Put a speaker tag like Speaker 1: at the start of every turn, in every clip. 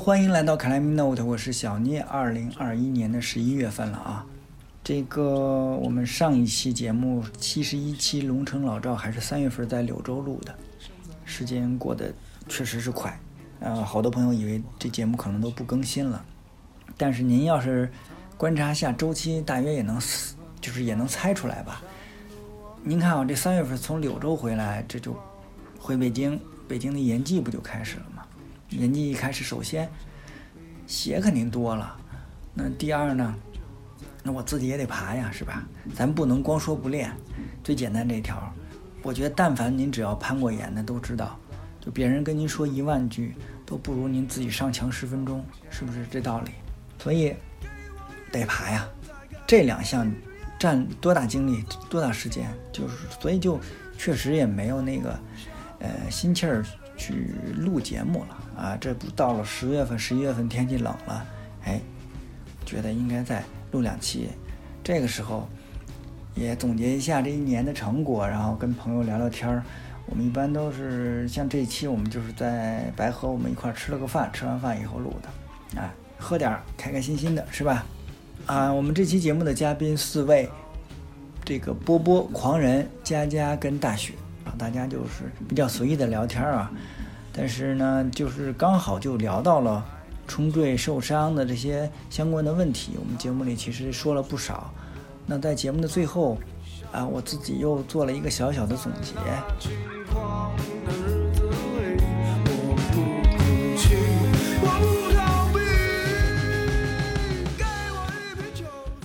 Speaker 1: 欢迎来到卡莱米 note，我是小聂。二零二一年的十一月份了啊，这个我们上一期节目七十一期《龙城老赵》还是三月份在柳州录的，时间过得确实是快。呃，好多朋友以为这节目可能都不更新了，但是您要是观察一下周期，大约也能就是也能猜出来吧。您看啊，这三月份从柳州回来，这就回北京，北京的延季不就开始了吗？延季一开始，首先鞋肯定多了，那第二呢，那我自己也得爬呀，是吧？咱不能光说不练。最简单这条，我觉得但凡您只要攀过岩的都知道，就别人跟您说一万句，都不如您自己上墙十分钟，是不是这道理？所以得爬呀，这两项。占多大精力，多大时间，就是所以就确实也没有那个呃心气儿去录节目了啊。这不到了十月份、十一月份天气冷了，哎，觉得应该再录两期。这个时候也总结一下这一年的成果，然后跟朋友聊聊天儿。我们一般都是像这一期，我们就是在白河我们一块儿吃了个饭，吃完饭以后录的，啊，喝点儿开开心心的，是吧？啊，我们这期节目的嘉宾四位，这个波波、狂人、佳佳跟大雪啊，大家就是比较随意的聊天啊，但是呢，就是刚好就聊到了冲坠受伤的这些相关的问题，我们节目里其实说了不少。那在节目的最后，啊，我自己又做了一个小小的总结。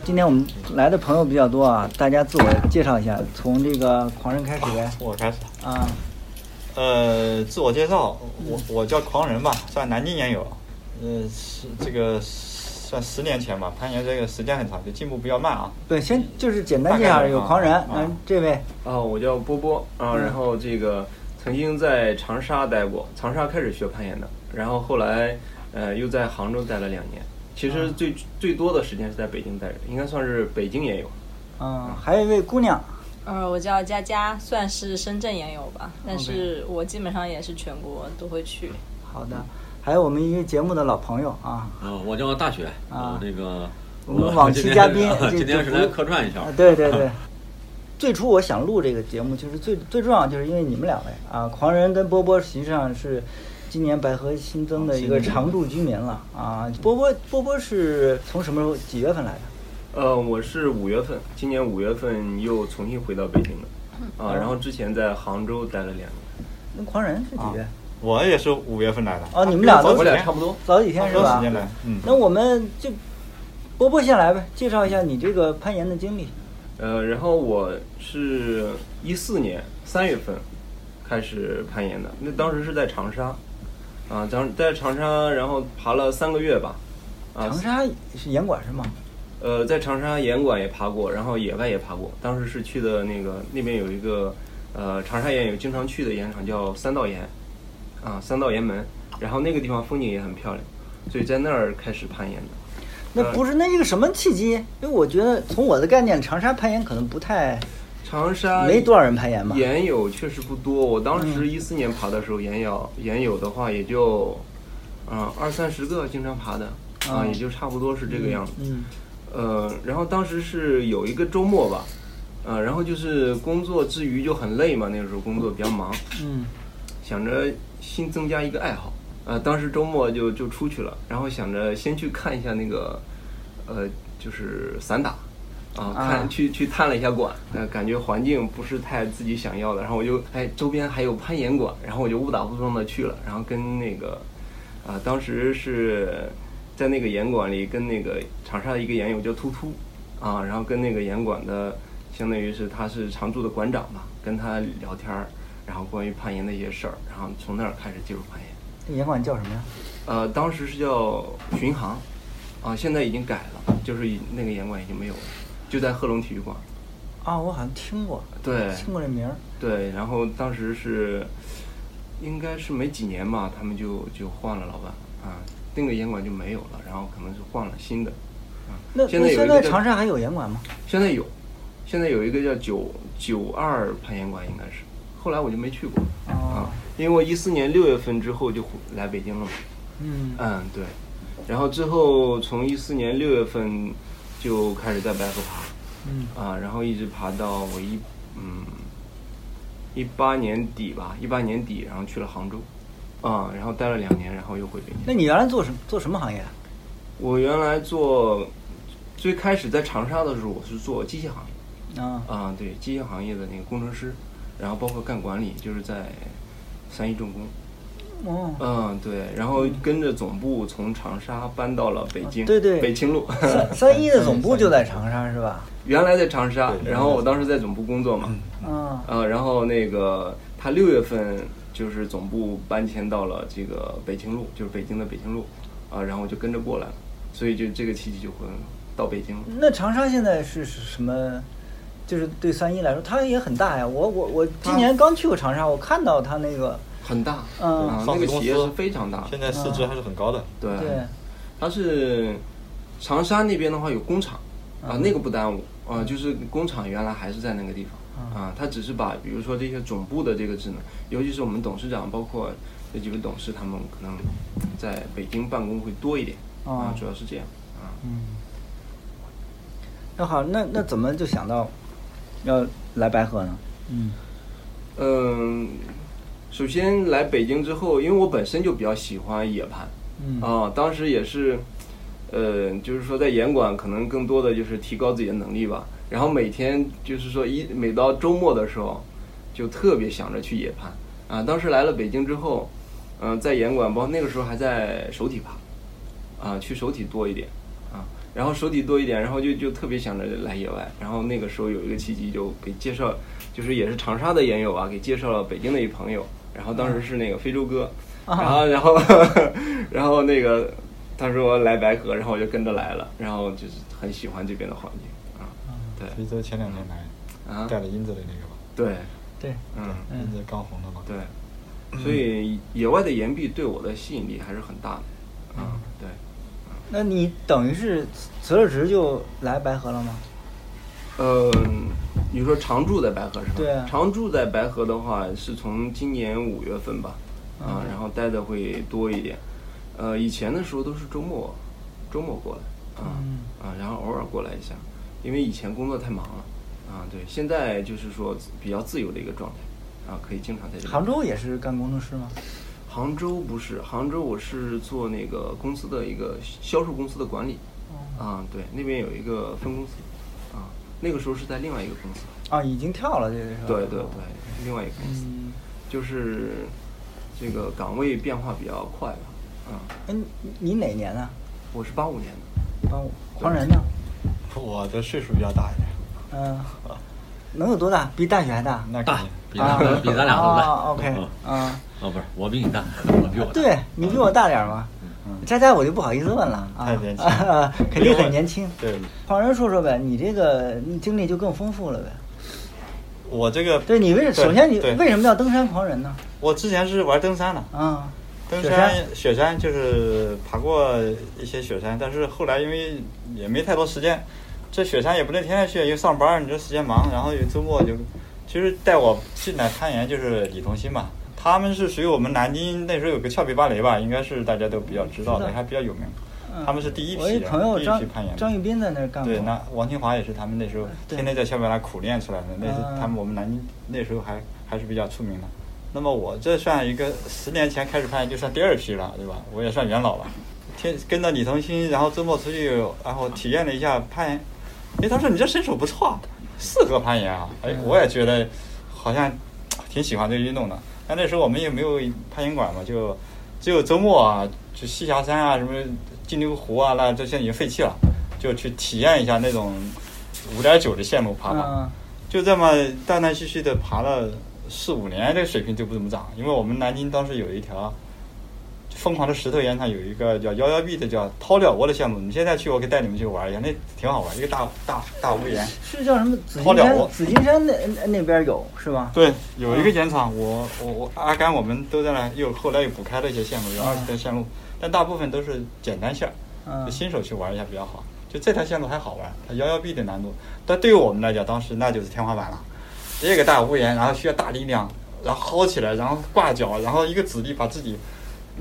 Speaker 1: 今天我们来的朋友比较多啊，大家自我介绍一下，从这个狂人开始呗。
Speaker 2: 我开始
Speaker 1: 啊，
Speaker 2: 呃，自我介绍，
Speaker 1: 嗯
Speaker 2: 我我叫狂人吧，算南京岩友，呃，是这个算十年前吧，攀岩这个时间很长，就进步比较慢啊。
Speaker 1: 对，先就是简单介绍，有狂人，
Speaker 2: 大概
Speaker 1: 嗯、
Speaker 2: 是啊
Speaker 1: 这位
Speaker 3: 啊，我叫波波啊，然后这个曾经在长沙待过，长沙开始学攀岩的，然后后来呃又在杭州待了两年。其实最、最多的时间是在北京待着，应该算是北京也有。
Speaker 1: 嗯，还有一位姑娘，
Speaker 4: 呃，我叫佳佳，算是深圳也有吧，但是我基本上也是全国都会去。
Speaker 1: 好的，还有我们一个节目的老朋友 啊，
Speaker 5: 啊，我叫大雪呃
Speaker 1: 啊
Speaker 5: 那个
Speaker 1: 我们往期嘉宾
Speaker 5: 今天今天是来
Speaker 1: 就就不
Speaker 5: 客串一下
Speaker 1: 啊，，对对 对。最初我想录这个节目，就是最最重要，就是因为你们两位啊，狂人跟波波实际上是今年白河新增的一
Speaker 5: 哦
Speaker 1: 个常住居民了啊。波波波波是从什么时候几月份来的？
Speaker 3: 呃，我是五月份，今年五月份又重新回到北京的，啊，然后之前在杭州待了两年。
Speaker 1: 那狂人是几月？
Speaker 2: 我也是五月份来的，
Speaker 1: 哦，你们俩都
Speaker 3: 我俩差不多
Speaker 1: 啊早几天是
Speaker 2: 早
Speaker 1: 吧
Speaker 2: 几天来？嗯
Speaker 1: 那我们就波波先来呗，介绍一下你这个攀岩的经历。
Speaker 3: 呃，然后我是一四年三月份开始攀岩的，那当时是在长沙，啊，长在长沙，然后爬了三个月吧，啊，
Speaker 1: 长沙是岩馆是吗？
Speaker 3: 呃，在长沙岩馆也爬过，然后野外也爬过，当时是去的那个那边有一个呃长沙岩友经常去的岩场叫三道岩，啊，三道岩门，然后那个地方风景也很漂亮，所以在那儿开始攀岩的。呃
Speaker 1: 那不是那一个什么契机？因为我觉得从我的概念，长沙攀岩可能不太
Speaker 3: 长沙
Speaker 1: 没多少人攀岩吧嗯
Speaker 3: 岩友确实不多。我当时一四年爬的时候，岩友岩友的话也就，嗯、二三十个经常爬的，啊、
Speaker 1: 嗯
Speaker 3: 也就差不多是这个样子。
Speaker 1: 嗯，
Speaker 3: 呃，然后当时是有一个周末吧，呃，然后就是工作之余就很累嘛，那个时候工作比较忙，
Speaker 1: 嗯，
Speaker 3: 想着新增加一个爱好，呃，当时周末就就出去了，然后想着先去看一下那个，呃，就是散打，啊、
Speaker 1: 啊
Speaker 3: 看去去探了一下馆，呃，感觉环境不是太自己想要的，然后我就哎周边还有攀岩馆，然后我就误打误撞的去了，然后跟那个，啊、当时是在那个岩馆里跟那个长沙的一个岩友叫突突，啊，然后跟那个岩馆的，相当于是他是常驻的馆长嘛，跟他聊天儿，然后关于攀岩的一些事儿，然后从那儿开始进入攀岩。
Speaker 1: 这岩馆叫什么呀？
Speaker 3: 呃，当时是叫巡航，啊，现在已经改了，就是已那个岩馆已经没有了，就在贺龙体育馆。
Speaker 1: 啊，我好像听过，
Speaker 3: 对
Speaker 1: 听过这名儿。
Speaker 3: 对，然后当时是，应该是没几年吧，他们就就换了老板啊，那个岩馆就没有了，然后可能是换了新的。啊
Speaker 1: 那
Speaker 3: 现
Speaker 1: 那
Speaker 3: 在有
Speaker 1: 现
Speaker 3: 一个
Speaker 1: 在
Speaker 3: 叫
Speaker 1: 长沙还有岩馆吗？
Speaker 3: 现在有，现在有一个叫九九二攀岩馆，应该是，后来我就没去过、
Speaker 1: 哦
Speaker 3: 啊，因为我一四年六月份之后就回来北京了嘛，
Speaker 1: 嗯
Speaker 3: 嗯，对。然后之后从一四年六月份就开始在白河
Speaker 1: 嗯
Speaker 3: 爬啊，然后一直爬到我一嗯一八年底吧，一八年底，然后去了杭州啊，然后待了两年，然后又回北京。
Speaker 1: 那你原来做什么做什么行业的？啊
Speaker 3: 我原来做最开始在长沙的时候，我是做机械行业
Speaker 1: 啊，
Speaker 3: 啊，对机械行业的那个工程师，然后包括干管理，就是在三一重工。
Speaker 1: 哦，
Speaker 3: 嗯，对，然后跟着总部从长沙搬到了北京，
Speaker 1: 啊对对
Speaker 3: 北清路。
Speaker 1: 三三一的总部就在长沙是吧？
Speaker 3: 原来在长沙，
Speaker 2: 对
Speaker 3: 然后我当时在总部工作嘛，
Speaker 1: 啊，
Speaker 3: 呃，然后那个他六月份就是总部搬迁到了这个北京路，就是北京的北京路，啊、然后我就跟着过来了，所以就这个契机就回到北京了。
Speaker 1: 那长沙现在是是什么？就是对三一来说，它也很大呀。我我我今年刚去过长沙，我看到它那个，
Speaker 3: 很大，
Speaker 1: 嗯
Speaker 3: 啊，
Speaker 2: 上
Speaker 3: 那
Speaker 2: 市
Speaker 3: 个
Speaker 2: 公
Speaker 3: 企
Speaker 2: 司
Speaker 3: 业是非常大的，
Speaker 2: 现在市值还是很高的。
Speaker 3: 对，
Speaker 1: 对，
Speaker 3: 它是长沙那边的话有工厂啊、
Speaker 1: 嗯
Speaker 3: 那个不耽误啊、就是工厂原来还是在那个地方
Speaker 1: 嗯
Speaker 3: 啊、它只是把比如说这些总部的这个职能，尤其是我们董事长，包括这几位董事，他们可能在北京办公会多一点啊、
Speaker 1: 哦
Speaker 3: 主要是这样啊、
Speaker 1: 嗯。那好，那那怎么就想到要来白河呢？嗯
Speaker 3: 嗯，首先来北京之后，因为我本身就比较喜欢野攀，
Speaker 1: 嗯
Speaker 3: 啊，当时也是，呃，就是说在严管可能更多的就是提高自己的能力吧。然后每天就是说一每到周末的时候，就特别想着去野攀啊。当时来了北京之后，嗯、在严管，包括那个时候还在首体爬，啊，去首体多一点啊。然后首体多一点，然后就就特别想着来野外。然后那个时候有一个契机，就给介绍，就是也是长沙的研友啊，给介绍了北京的一朋友。然后当时是那个非洲哥，然后然后 然后那个他说来白河，然后我就跟着来了，然后就是很喜欢这边的环境啊，对
Speaker 2: 非洲前两年来
Speaker 3: 啊
Speaker 2: 带了英子的那个吧，
Speaker 3: 对，
Speaker 1: 对，
Speaker 3: 嗯
Speaker 1: 嗯
Speaker 2: 英子刚红的嘛。嗯
Speaker 3: 对，所以野外的岩壁对我的吸引力还是很大的啊，对，
Speaker 1: 那你等于是辞了职就来白河了吗？
Speaker 3: 呃，你说常住在白河是吧？
Speaker 1: 对啊
Speaker 3: 常住在白河的话，是从今年五月份吧，
Speaker 1: 嗯
Speaker 3: 啊，然后待的会多一点。呃，以前的时候都是周末，周末过来，啊、
Speaker 1: 嗯
Speaker 3: 啊，然后偶尔过来一下，因为以前工作太忙了，啊，对，现在就是说比较自由的一个状态，啊，可以经常在这里。
Speaker 1: 杭州也是干工程师吗？
Speaker 3: 杭州不是杭州，我是做那个公司的一个销售公司的管理，
Speaker 1: 哦
Speaker 3: 啊，对，那边有一个分公司，啊，那个时候是在另外一个公司，
Speaker 1: 啊，已经跳了，这个是吧？
Speaker 3: 对对对，另外一个公司，
Speaker 1: 嗯，
Speaker 3: 就是这个岗位变化比较快吧，啊，
Speaker 1: 哎，你你哪年啊？
Speaker 3: 我是八五年的，
Speaker 1: 啊，黄仁呢？
Speaker 2: 我的岁数比较大一点，
Speaker 1: 嗯，能有多大？比大学还大？
Speaker 2: 那肯
Speaker 5: 大
Speaker 2: 定。
Speaker 5: 比咱比咱俩都
Speaker 1: 啊
Speaker 5: 大。
Speaker 1: ，OK，
Speaker 5: 嗯
Speaker 1: 啊，
Speaker 5: 哦，不是，我比你大，我比我大。
Speaker 1: 对你比我大点儿嘛。佳佳，我就不好意思问了啊，
Speaker 2: 嗯太年轻
Speaker 1: 肯定很年轻。
Speaker 2: 对，
Speaker 1: 黄仁说说呗，你这个你经历就更丰富了呗。
Speaker 2: 我这个
Speaker 1: 对你为首先你
Speaker 2: 对
Speaker 1: 为什么叫登山狂人呢？
Speaker 2: 我之前是玩登山的，
Speaker 1: 啊，
Speaker 2: 登
Speaker 1: 雪
Speaker 2: 山雪山就是爬过一些雪山，但是后来因为也没太多时间，这雪山也不能天天去，因为上班儿你这时间忙，然后有周末就，其实带我进来攀岩就是李同新嘛，他们是属于我们南京那时候有个峭壁芭蕾吧，应该是大家都比较知道的，还比较有名，
Speaker 1: 嗯
Speaker 2: 他们是第一批
Speaker 1: 我一
Speaker 2: 人，
Speaker 1: 朋友
Speaker 2: 第一
Speaker 1: 张
Speaker 2: 批攀岩的。
Speaker 1: 张玉斌在那儿干过。
Speaker 2: 对，那王清华也是他们那时候
Speaker 1: 对
Speaker 2: 天天在校边来苦练出来的，那是
Speaker 1: 嗯
Speaker 2: 他们我们南京那时候还还是比较出名的。那么我这算一个十年前开始攀岩，就算第二批了，对吧？我也算元老了。天跟着李腾新，然后周末出去，然后体验了一下攀岩。哎，他说你这身手不错啊，适合攀岩啊。哎，我也觉得好像挺喜欢这个运动的。但那时候我们也没有攀岩馆嘛，就只有周末啊，去栖霞山啊，什么金牛湖啊，那这些已经废弃了，就去体验一下那种五点九的线路爬吧。
Speaker 1: 嗯
Speaker 2: 就这么断断续续的爬了四五年，这个水平就不怎么涨。因为我们南京当时有一条疯狂的石头岩上有一个叫幺幺 B 的叫掏鸟窝的项目，你现在去我可以带你们去玩一下，那挺好玩，一个大大大屋檐。
Speaker 1: 是叫什么紫
Speaker 2: 好
Speaker 1: 金
Speaker 2: 了我
Speaker 1: 山？紫金山那那那边有是吧？
Speaker 2: 对，有
Speaker 1: 嗯
Speaker 2: 一个盐场，我我我阿甘，我们都在那，又后来又补开了一些线路，有二十条线路，但大部分都是简单线儿，
Speaker 1: 嗯
Speaker 2: 就新手去玩一下比较好。就这条线路还好玩，它幺幺 B 的难度，但对于我们来讲，当时那就是天花板了。这个大屋檐，然后需要大力量，然后薅起来，然后挂脚，然后一个指力把自己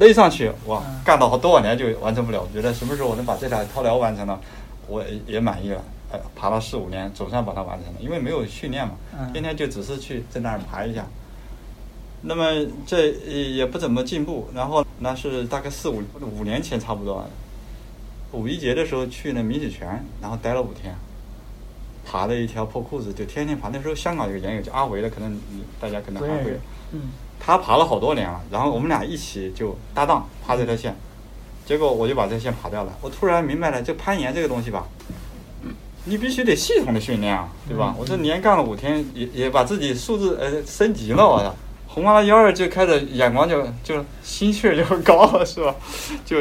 Speaker 2: 勒上去，哇
Speaker 1: 嗯，
Speaker 2: 干了好多少年就完成不了。我觉得什么时候我能把这俩套疗完成了，我也也满意了。哎，爬了四五年，总算把它完成了，因为没有训练嘛
Speaker 1: 嗯，
Speaker 2: 天天就只是去在那儿爬一下。那么这也不怎么进步，然后那是大概四五五年前差不多，五一节的时候去那米脂泉，然后待了五天，爬了一条破裤子，就天天爬。那时候香港有个研友叫阿维的，可能你大家可能
Speaker 1: 不
Speaker 2: 还
Speaker 1: 认
Speaker 2: 会
Speaker 1: 识，嗯，
Speaker 2: 他爬了好多年了，然后我们俩一起就搭档爬这条线，结果我就把这线爬掉了。我突然明白了，这攀岩这个东西吧，你必须得系统的训练啊，对吧？我这连干了五天，也也把自己素质呃升级了，我操！红完了幺二就开始眼光就就心气儿就高了，是吧？ 就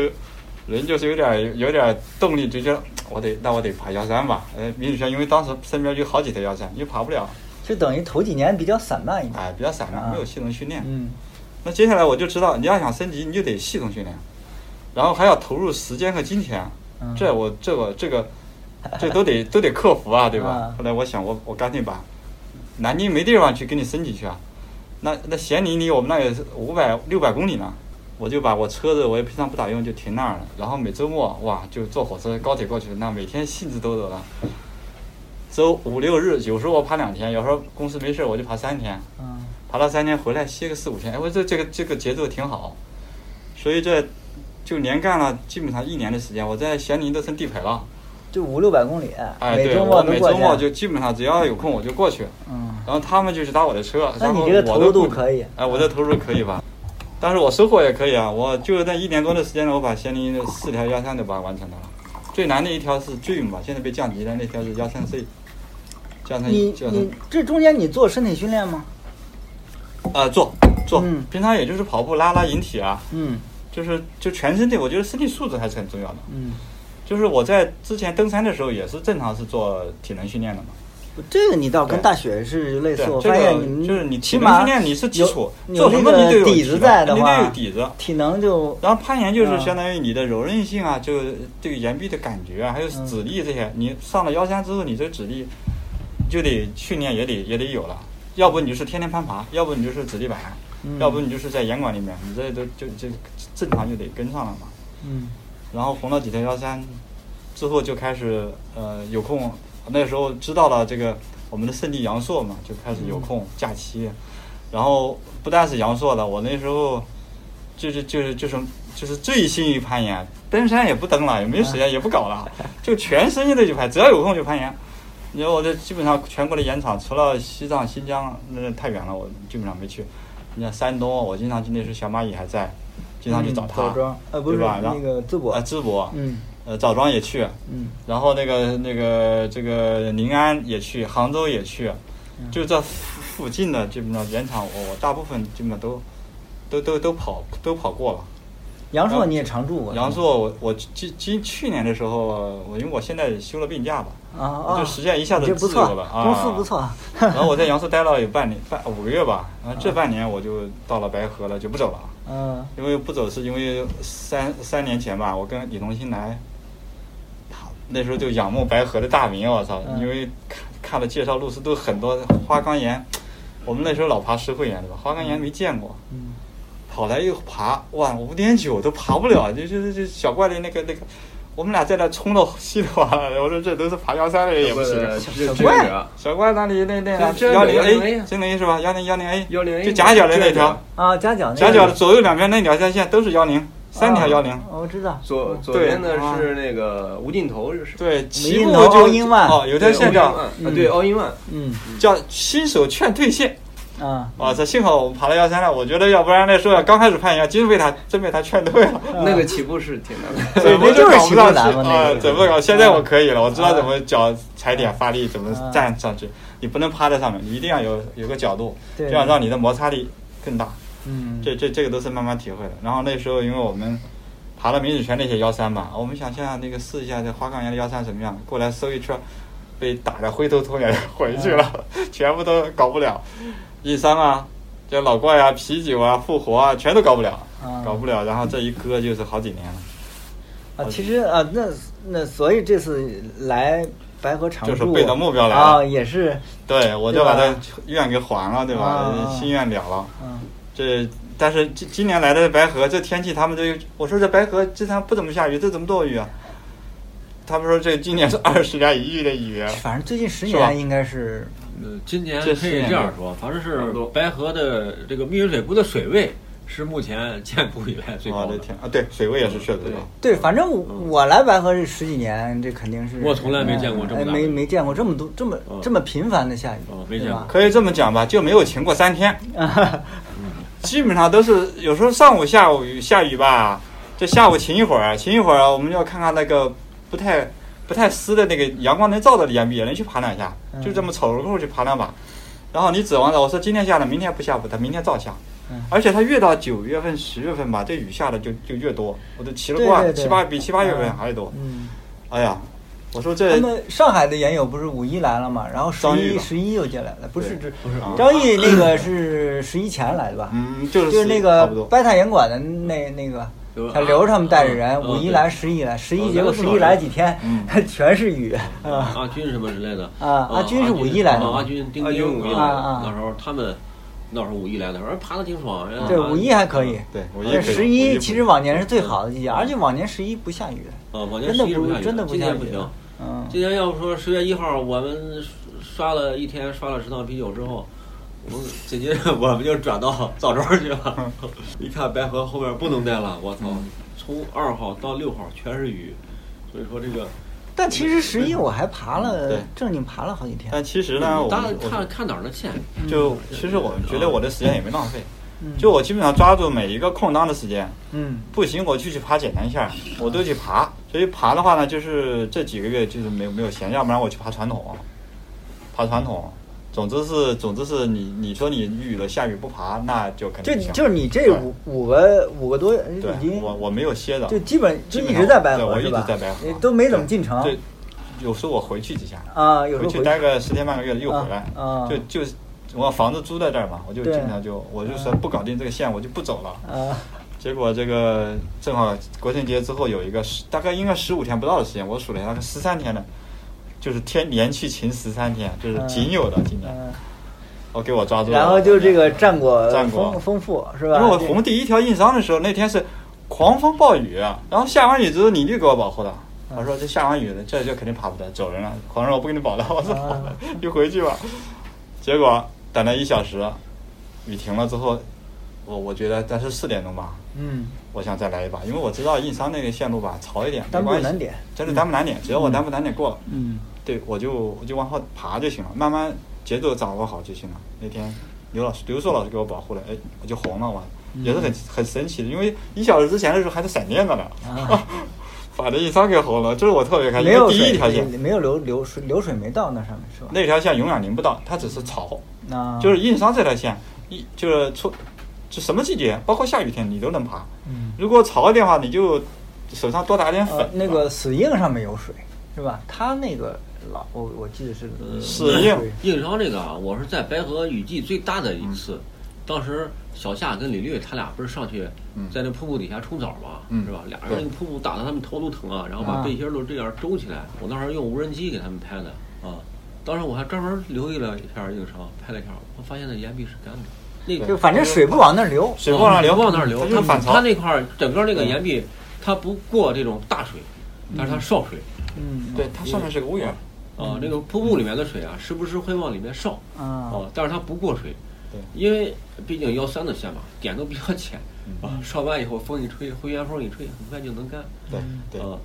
Speaker 2: 人就是有点有点动力，就觉得我得那我得爬幺三吧。呃，米脂泉因为当时身边有好几条幺三，又爬不了，
Speaker 1: 就等于头几年比较散漫一点。
Speaker 2: 哎，比较散漫，没有系统训练。
Speaker 1: 嗯，
Speaker 2: 那接下来我就知道，你要想升级，你就得系统训练，然后还要投入时间和金钱，
Speaker 1: 嗯
Speaker 2: 这我这我这个这都得都得克服啊，对吧
Speaker 1: 啊？
Speaker 2: 后来我想我，我干脆把南京没地方去给你升级去啊，那那咸宁离我们那也是五百六百公里呢，我就把我车子我也平常不咋用，就停那儿了，然后每周末哇就坐火车高铁过去，那每天兴致抖抖的。周五六日，有时候我爬两天，有时候公司没事儿我就爬三天。
Speaker 1: 嗯，
Speaker 2: 爬了三天回来歇个四五天，哎，我这这个这个节奏挺好，所以这就连干了基本上一年的时间，我在咸宁都成地陪了。
Speaker 1: 就五六百公里，
Speaker 2: 哎，
Speaker 1: 每
Speaker 2: 对，
Speaker 1: 周末
Speaker 2: 我
Speaker 1: 都
Speaker 2: 每
Speaker 1: 过
Speaker 2: 周
Speaker 1: 去。
Speaker 2: 末就基本上只要有空我就过去，
Speaker 1: 嗯，
Speaker 2: 然后他们就去搭我的车，
Speaker 1: 那
Speaker 2: 然
Speaker 1: 你
Speaker 2: 后
Speaker 1: 这个
Speaker 2: 我
Speaker 1: 投入
Speaker 2: 都
Speaker 1: 度
Speaker 2: 不
Speaker 1: 可以
Speaker 2: 哎，我这投入可以吧？但是我收获也可以啊，我就那一年多的时间呢，我把咸宁的四条幺三都把它完成了。最难的一条是 Dream 吧，现在被降级的那条是幺三 C，降成
Speaker 1: 你
Speaker 2: 降成
Speaker 1: 你这中间你做身体训练吗？
Speaker 2: 啊做做
Speaker 1: 嗯，
Speaker 2: 平常也就是跑步拉拉引体啊，
Speaker 1: 嗯
Speaker 2: 就是就全身的，我觉得身体素质还是很重要的。
Speaker 1: 嗯，
Speaker 2: 就是我在之前登山的时候也是正常是做体能训练
Speaker 1: 嗯
Speaker 2: 的嘛，
Speaker 1: 这个你倒跟大雪是类
Speaker 2: 对，
Speaker 1: 似，我
Speaker 2: 这
Speaker 1: 发现
Speaker 2: 个
Speaker 1: 你
Speaker 2: 就是你体
Speaker 1: 起
Speaker 2: 能
Speaker 1: 码
Speaker 2: 训练你是基础，
Speaker 1: 有
Speaker 2: 做什
Speaker 1: 有
Speaker 2: 么
Speaker 1: 那
Speaker 2: 你
Speaker 1: 个
Speaker 2: 都有
Speaker 1: 底子在的
Speaker 2: 你
Speaker 1: 话，
Speaker 2: 得有底子。
Speaker 1: 体能就
Speaker 2: 然后攀岩就是
Speaker 1: 嗯
Speaker 2: 相当于你的柔韧性啊，就这个岩壁的感觉啊，还有
Speaker 1: 嗯
Speaker 2: 指力这些，你上了幺三之后，你这指力你就得训练也得也得有了，要不你就是天天攀爬，要不你就是指力板，
Speaker 1: 嗯
Speaker 2: 要不你就是在岩馆里面，你这都就就正常就得跟上了嘛。
Speaker 1: 嗯
Speaker 2: 然后红了几条幺三，之后就开始呃有空，那时候知道了这个我们的圣地阳朔嘛，就开始有空、假期，然后不但是阳朔了，我那时候就是就是就是就是醉心于攀岩，登山也不登了，也没有时间，也不 搞了，就全身心的去攀，只要有空就攀岩。然后我这基本上全国的盐场，除了西藏、新疆，那太远了，我基本上没去。你像山东，我经常去，那时候小蚂蚁还在，经常去找他。
Speaker 1: 嗯枣庄呃不是
Speaker 2: 对吧然后
Speaker 1: 那个淄博
Speaker 2: 啊，淄博，
Speaker 1: 嗯，
Speaker 2: 呃，枣庄也去，
Speaker 1: 嗯，
Speaker 2: 然后那个那个这个宁安也去，杭州也去，
Speaker 1: 嗯
Speaker 2: 就这附附近的基本上原厂，我我大部分基本上都都都都跑都跑过了。
Speaker 1: 阳
Speaker 2: 然
Speaker 1: 朔
Speaker 2: 后
Speaker 1: 你也常住过，
Speaker 2: 阳朔，我我今今去年的时候，我因为我现在休了病假吧，
Speaker 1: 啊啊，
Speaker 2: 我就实现一下
Speaker 1: 你
Speaker 2: 子
Speaker 1: 这不
Speaker 2: 自
Speaker 1: 错
Speaker 2: 由了，啊，
Speaker 1: 公司不错
Speaker 2: 然后 我在阳朔待了有半年半五个月吧，然
Speaker 1: 啊
Speaker 2: 后这半年我就到了白河了，就不走了。
Speaker 1: 嗯
Speaker 2: 因为不走是因为三三年前吧，我跟李同新来，他那时候就仰慕白河的大名，我操！
Speaker 1: 嗯
Speaker 2: 因为看看了介绍路试都很多花岗岩，我们那时候老爬石灰岩对吧？花岗岩没见过，
Speaker 1: 嗯
Speaker 2: 跑来又爬，哇，五点九都爬不了，就就就小怪的那个那个，我们俩在那冲到稀里哗啦的，我说这都是爬幺三的人也不行。
Speaker 3: 这这
Speaker 1: 怪
Speaker 3: 个
Speaker 2: 小怪那里那那
Speaker 3: 这
Speaker 2: 幺
Speaker 3: 这
Speaker 2: 零
Speaker 3: 101
Speaker 2: A 真零 A 是吧？幺零幺零 A
Speaker 3: 101
Speaker 2: 就夹角的那条，
Speaker 1: 啊，夹角那个
Speaker 2: 夹角的左右两边那两条线都是幺零，三条幺零
Speaker 1: 啊。我知道，
Speaker 3: 左左
Speaker 2: 对
Speaker 3: 边的
Speaker 2: 啊
Speaker 3: 是那个无尽头，这是
Speaker 2: 对，起步
Speaker 1: 印头
Speaker 2: 就
Speaker 1: all in one
Speaker 2: 哦，有条线
Speaker 3: 叫
Speaker 2: 叫
Speaker 3: 啊，对，all in one，
Speaker 1: 嗯
Speaker 2: 叫新手劝退线。
Speaker 1: 啊，
Speaker 2: 哇塞，幸好我们爬了幺三了，我觉得要不然那时候刚开始攀岩，真被他真被他劝退了，
Speaker 3: 那个起步是挺难的。
Speaker 2: 怎么
Speaker 1: 嗯就是
Speaker 2: 搞
Speaker 1: 起
Speaker 2: 不
Speaker 1: 步
Speaker 2: 上去
Speaker 1: 难嘛那
Speaker 2: 啊
Speaker 1: 个？嗯
Speaker 2: 怎么搞？现在我可以了，我知道怎么脚踩点发力，怎么站上去。你不能趴在上面，你一定要有有个角度，
Speaker 1: 对
Speaker 2: 这样让你的摩擦力更大。
Speaker 1: 嗯，
Speaker 2: 这这这个都是慢慢体会的。然后那时候因为我们爬了民主泉那些幺三嘛，我们想象那个试一下这花岗岩的幺三什么样，过来搜一圈，被打得灰头土脸地 回去了，
Speaker 1: 嗯
Speaker 2: 全部都搞不了，硬伤啊。这老怪啊、啤酒啊、复活啊，全都搞不了，
Speaker 1: 啊
Speaker 2: 搞不了。然后这一搁就是好几年了，
Speaker 1: 啊，其实啊，那那所以这次来白河常
Speaker 2: 就是
Speaker 1: 驻
Speaker 2: 背着目标来的
Speaker 1: 啊，也是
Speaker 2: 对我就把
Speaker 1: 对
Speaker 2: 它
Speaker 1: 吧
Speaker 2: 愿给还了，对吧？
Speaker 1: 啊
Speaker 2: 心愿了了。
Speaker 1: 嗯
Speaker 2: 这但是今今年来的白河，这天气他们这，我说这白河这趟不怎么下雨，这怎么多雨啊？他们说这今年是二十年一遇的雨，
Speaker 1: 反正最近十
Speaker 2: 是吧
Speaker 1: 年应该是
Speaker 5: 呃，今年可
Speaker 2: 这
Speaker 5: 以
Speaker 2: 是
Speaker 5: 这样说，反正
Speaker 3: 差
Speaker 5: 是
Speaker 3: 不多
Speaker 5: 白河的这个密云水库的水位是目前 建库以来最
Speaker 2: 我
Speaker 5: 高
Speaker 2: 的
Speaker 5: 的。
Speaker 2: 天啊！对，水位也是确实高。
Speaker 1: 对，反正我我来白河这十几年，这肯定是
Speaker 5: 嗯我从来没见过这么
Speaker 1: 哎
Speaker 5: 大
Speaker 1: 没
Speaker 5: 的
Speaker 1: 没见过这么多这么
Speaker 5: 嗯
Speaker 1: 这么频繁的下雨
Speaker 5: 嗯，没
Speaker 1: 对
Speaker 5: 见
Speaker 1: 吧？
Speaker 2: 可以这么讲吧，就没有晴过三天， 基本上都是有时候上午、下午雨下雨吧，这下午晴一会儿，晴一会儿，我们要看看那个不太不太湿的那个阳光能照到的岩壁，也能去爬两下，
Speaker 1: 嗯
Speaker 2: 就这么瞅着空去爬两把。然后你指望着我说今天下了，明天不下不，它明天照下
Speaker 1: 嗯。
Speaker 2: 而且它越到九月份、十月份吧，这雨下的就就越多，我都奇了怪，
Speaker 1: 对对对
Speaker 2: 七八比七八月份还多。
Speaker 1: 嗯，
Speaker 2: 哎呀，我说
Speaker 1: 他
Speaker 2: 这
Speaker 1: 们上海的研友不是五一来了嘛，然后十
Speaker 2: 张毅
Speaker 1: 一
Speaker 2: 吧
Speaker 1: 十一又进来了，不是
Speaker 2: 对
Speaker 1: 这
Speaker 5: 不是
Speaker 2: 啊
Speaker 1: 张毅那个是十一前来的吧？
Speaker 2: 嗯，就是
Speaker 1: 就是那
Speaker 2: 差
Speaker 1: 个
Speaker 2: 不多。
Speaker 1: 白塔岩馆的那那个
Speaker 5: 对吧
Speaker 1: 小刘他们带着人，
Speaker 5: 嗯嗯
Speaker 1: 五一
Speaker 5: 对
Speaker 1: 来，十一来，十
Speaker 2: 哦
Speaker 1: 一
Speaker 5: 嗯
Speaker 1: 结果
Speaker 5: 咱
Speaker 1: 十
Speaker 5: 们
Speaker 1: 一来几天
Speaker 2: 嗯，
Speaker 1: 全是雨啊。
Speaker 5: 嗯阿军什么之类的
Speaker 1: 啊阿军是五一来的
Speaker 5: 啊阿军丁
Speaker 3: 阿军
Speaker 5: 丁
Speaker 3: 五
Speaker 5: 五
Speaker 3: 一
Speaker 5: 一
Speaker 1: 来
Speaker 5: 来
Speaker 1: 的啊
Speaker 5: 的，那时候他们那时候五一来的时候哎爬的挺爽。人家
Speaker 1: 对，
Speaker 5: 爬
Speaker 1: 五一还可以。
Speaker 2: 嗯对，我也
Speaker 1: 但
Speaker 2: 可以
Speaker 1: 十
Speaker 2: 我也
Speaker 1: 一
Speaker 2: 不
Speaker 1: 其实往年是最好的季节，而且往年十一不下雨的。
Speaker 5: 啊，
Speaker 2: 嗯
Speaker 5: 往年
Speaker 1: 真的
Speaker 5: 十一是
Speaker 1: 不
Speaker 5: 下雨
Speaker 1: 真的不
Speaker 5: 今
Speaker 1: 下
Speaker 5: 年
Speaker 1: 雨
Speaker 5: 不行。
Speaker 1: 嗯，
Speaker 5: 今年要不说十月一号我们刷了一天，刷了十趟啤酒之后，我们紧接着我们就转到枣庄去了。
Speaker 2: 嗯
Speaker 5: 一看白河后面不能待了，我操！从二号到六号全是雨，所以说这个
Speaker 1: 但其实十一我还爬了
Speaker 2: 对，
Speaker 1: 正经爬了好几天。
Speaker 2: 但其实呢，我
Speaker 5: 大家
Speaker 2: 们我
Speaker 5: 嗯看看哪儿的线，
Speaker 2: 就其实我觉得我的时间也没浪费，
Speaker 1: 嗯
Speaker 2: 就我基本上抓住每一个空档的时间，
Speaker 1: 嗯，
Speaker 2: 不行我就去爬简单线儿，我都去爬。所以爬的话呢，就是这几个月就是没有没有闲，要不然我去爬传统，爬传统。总之是总之是你你说你雨了下雨不爬，那就肯
Speaker 1: 就
Speaker 2: 定不行。
Speaker 1: 就是你这
Speaker 2: 对
Speaker 1: 五五个五个多月已
Speaker 2: 对
Speaker 1: 经
Speaker 2: 我我没有歇的，
Speaker 1: 就基本就
Speaker 2: 基
Speaker 1: 一
Speaker 2: 本
Speaker 1: 直
Speaker 2: 上
Speaker 1: 在白
Speaker 2: 对我
Speaker 1: 河
Speaker 2: 一
Speaker 1: 是
Speaker 2: 直
Speaker 1: 吧
Speaker 2: 在白？河
Speaker 1: 也都没怎么进城。
Speaker 2: 对，有时候我回去几下
Speaker 1: 啊有时候
Speaker 2: 回去
Speaker 1: 回
Speaker 2: 待
Speaker 1: 去
Speaker 2: 个十天半个月又回来，
Speaker 1: 啊啊
Speaker 2: 就就我房子租在这儿嘛，我就
Speaker 1: 对
Speaker 2: 经常就我就说
Speaker 1: 啊
Speaker 2: 不搞定这个线我就不走了。
Speaker 1: 啊，
Speaker 2: 结果这个正好国庆节之后有一个十大概应该十五天不到的时间，我数了一下，大概十三天的，就是天连续晴十三天，就是
Speaker 1: 嗯
Speaker 2: 仅有的今年，
Speaker 1: 嗯
Speaker 2: 我给我抓住了。啊
Speaker 1: 然后就这个战果
Speaker 2: 战果
Speaker 1: 丰丰富是
Speaker 2: 因
Speaker 1: 吧？
Speaker 2: 为我
Speaker 1: 这
Speaker 2: 红第一条硬伤的时候，那天是狂风暴雨，然后下完雨之后你就给我保护的。
Speaker 1: 嗯
Speaker 2: 我说这下完雨了，这就肯定爬不得，走人了。狂人我不给你保了，我说好了，
Speaker 1: 嗯
Speaker 2: 你回去吧。结果等了一小时，雨停了之后，我我觉得但是四点钟吧，
Speaker 1: 嗯，
Speaker 2: 我想再来一把，因为我知道硬伤那个线路吧，潮一点，
Speaker 1: 单步
Speaker 2: 没关系
Speaker 1: 难点
Speaker 2: 真的单步难点，只要我单步难点过了，
Speaker 1: 嗯，
Speaker 2: 对我就我就往后爬就行了，慢慢节奏掌握好就行了。那天刘老师刘硕老师给我保护了，哎，我就红了，我
Speaker 1: 嗯
Speaker 2: 也是很很神奇的，因为一小时之前的时候还是闪电的呢， 把这硬伤给红了，这是我特别开心。
Speaker 1: 啊没有
Speaker 2: 因为
Speaker 1: 水
Speaker 2: 第一条线，
Speaker 1: 没有流流水流水没到那上面是吧？
Speaker 2: 那条线永远淋不到，它只是潮，
Speaker 1: 那
Speaker 2: 就是硬伤这条线，一就是出就什么季节，包括下雨天你都能爬。
Speaker 1: 嗯
Speaker 2: 如果潮一点的话，你就手上多打点粉
Speaker 1: 呃。那个死硬上面有水是吧？它那个老我我记得是呃
Speaker 2: 死硬
Speaker 1: 水
Speaker 5: 硬伤这个啊，我是在白河雨季最大的一次，当时小夏跟李律他俩不是上去
Speaker 2: 嗯
Speaker 5: 在那瀑布底下冲澡嘛，
Speaker 2: 嗯
Speaker 5: 是吧？俩人那个瀑布打的他们头都疼啊，然后
Speaker 1: 啊
Speaker 5: 把背心都这样兜起来。我当时用无人机给他们拍的啊，当时我还专门留意了一下硬伤，拍了一下，我发现那岩壁是干的，那
Speaker 1: 就
Speaker 5: 个
Speaker 1: 反正水不往那儿流，
Speaker 2: 水不往那流，
Speaker 5: 往那儿流，
Speaker 2: 它就
Speaker 5: 它
Speaker 2: 反嗯潮。
Speaker 5: 它那块儿整个那个岩壁，它不过这种大水，但是它少水。
Speaker 1: 嗯
Speaker 2: 对，它上面是个屋檐儿。嗯
Speaker 5: 啊，那个瀑布里面的水啊，时不时会往里面烧，
Speaker 1: 啊
Speaker 5: 哦，但是它不过水，
Speaker 2: 对
Speaker 5: 因为毕竟幺三的线嘛，点都比较浅，啊，烧完以后风一吹，回旋风一吹，很快就能干，
Speaker 2: 对对，
Speaker 5: 啊，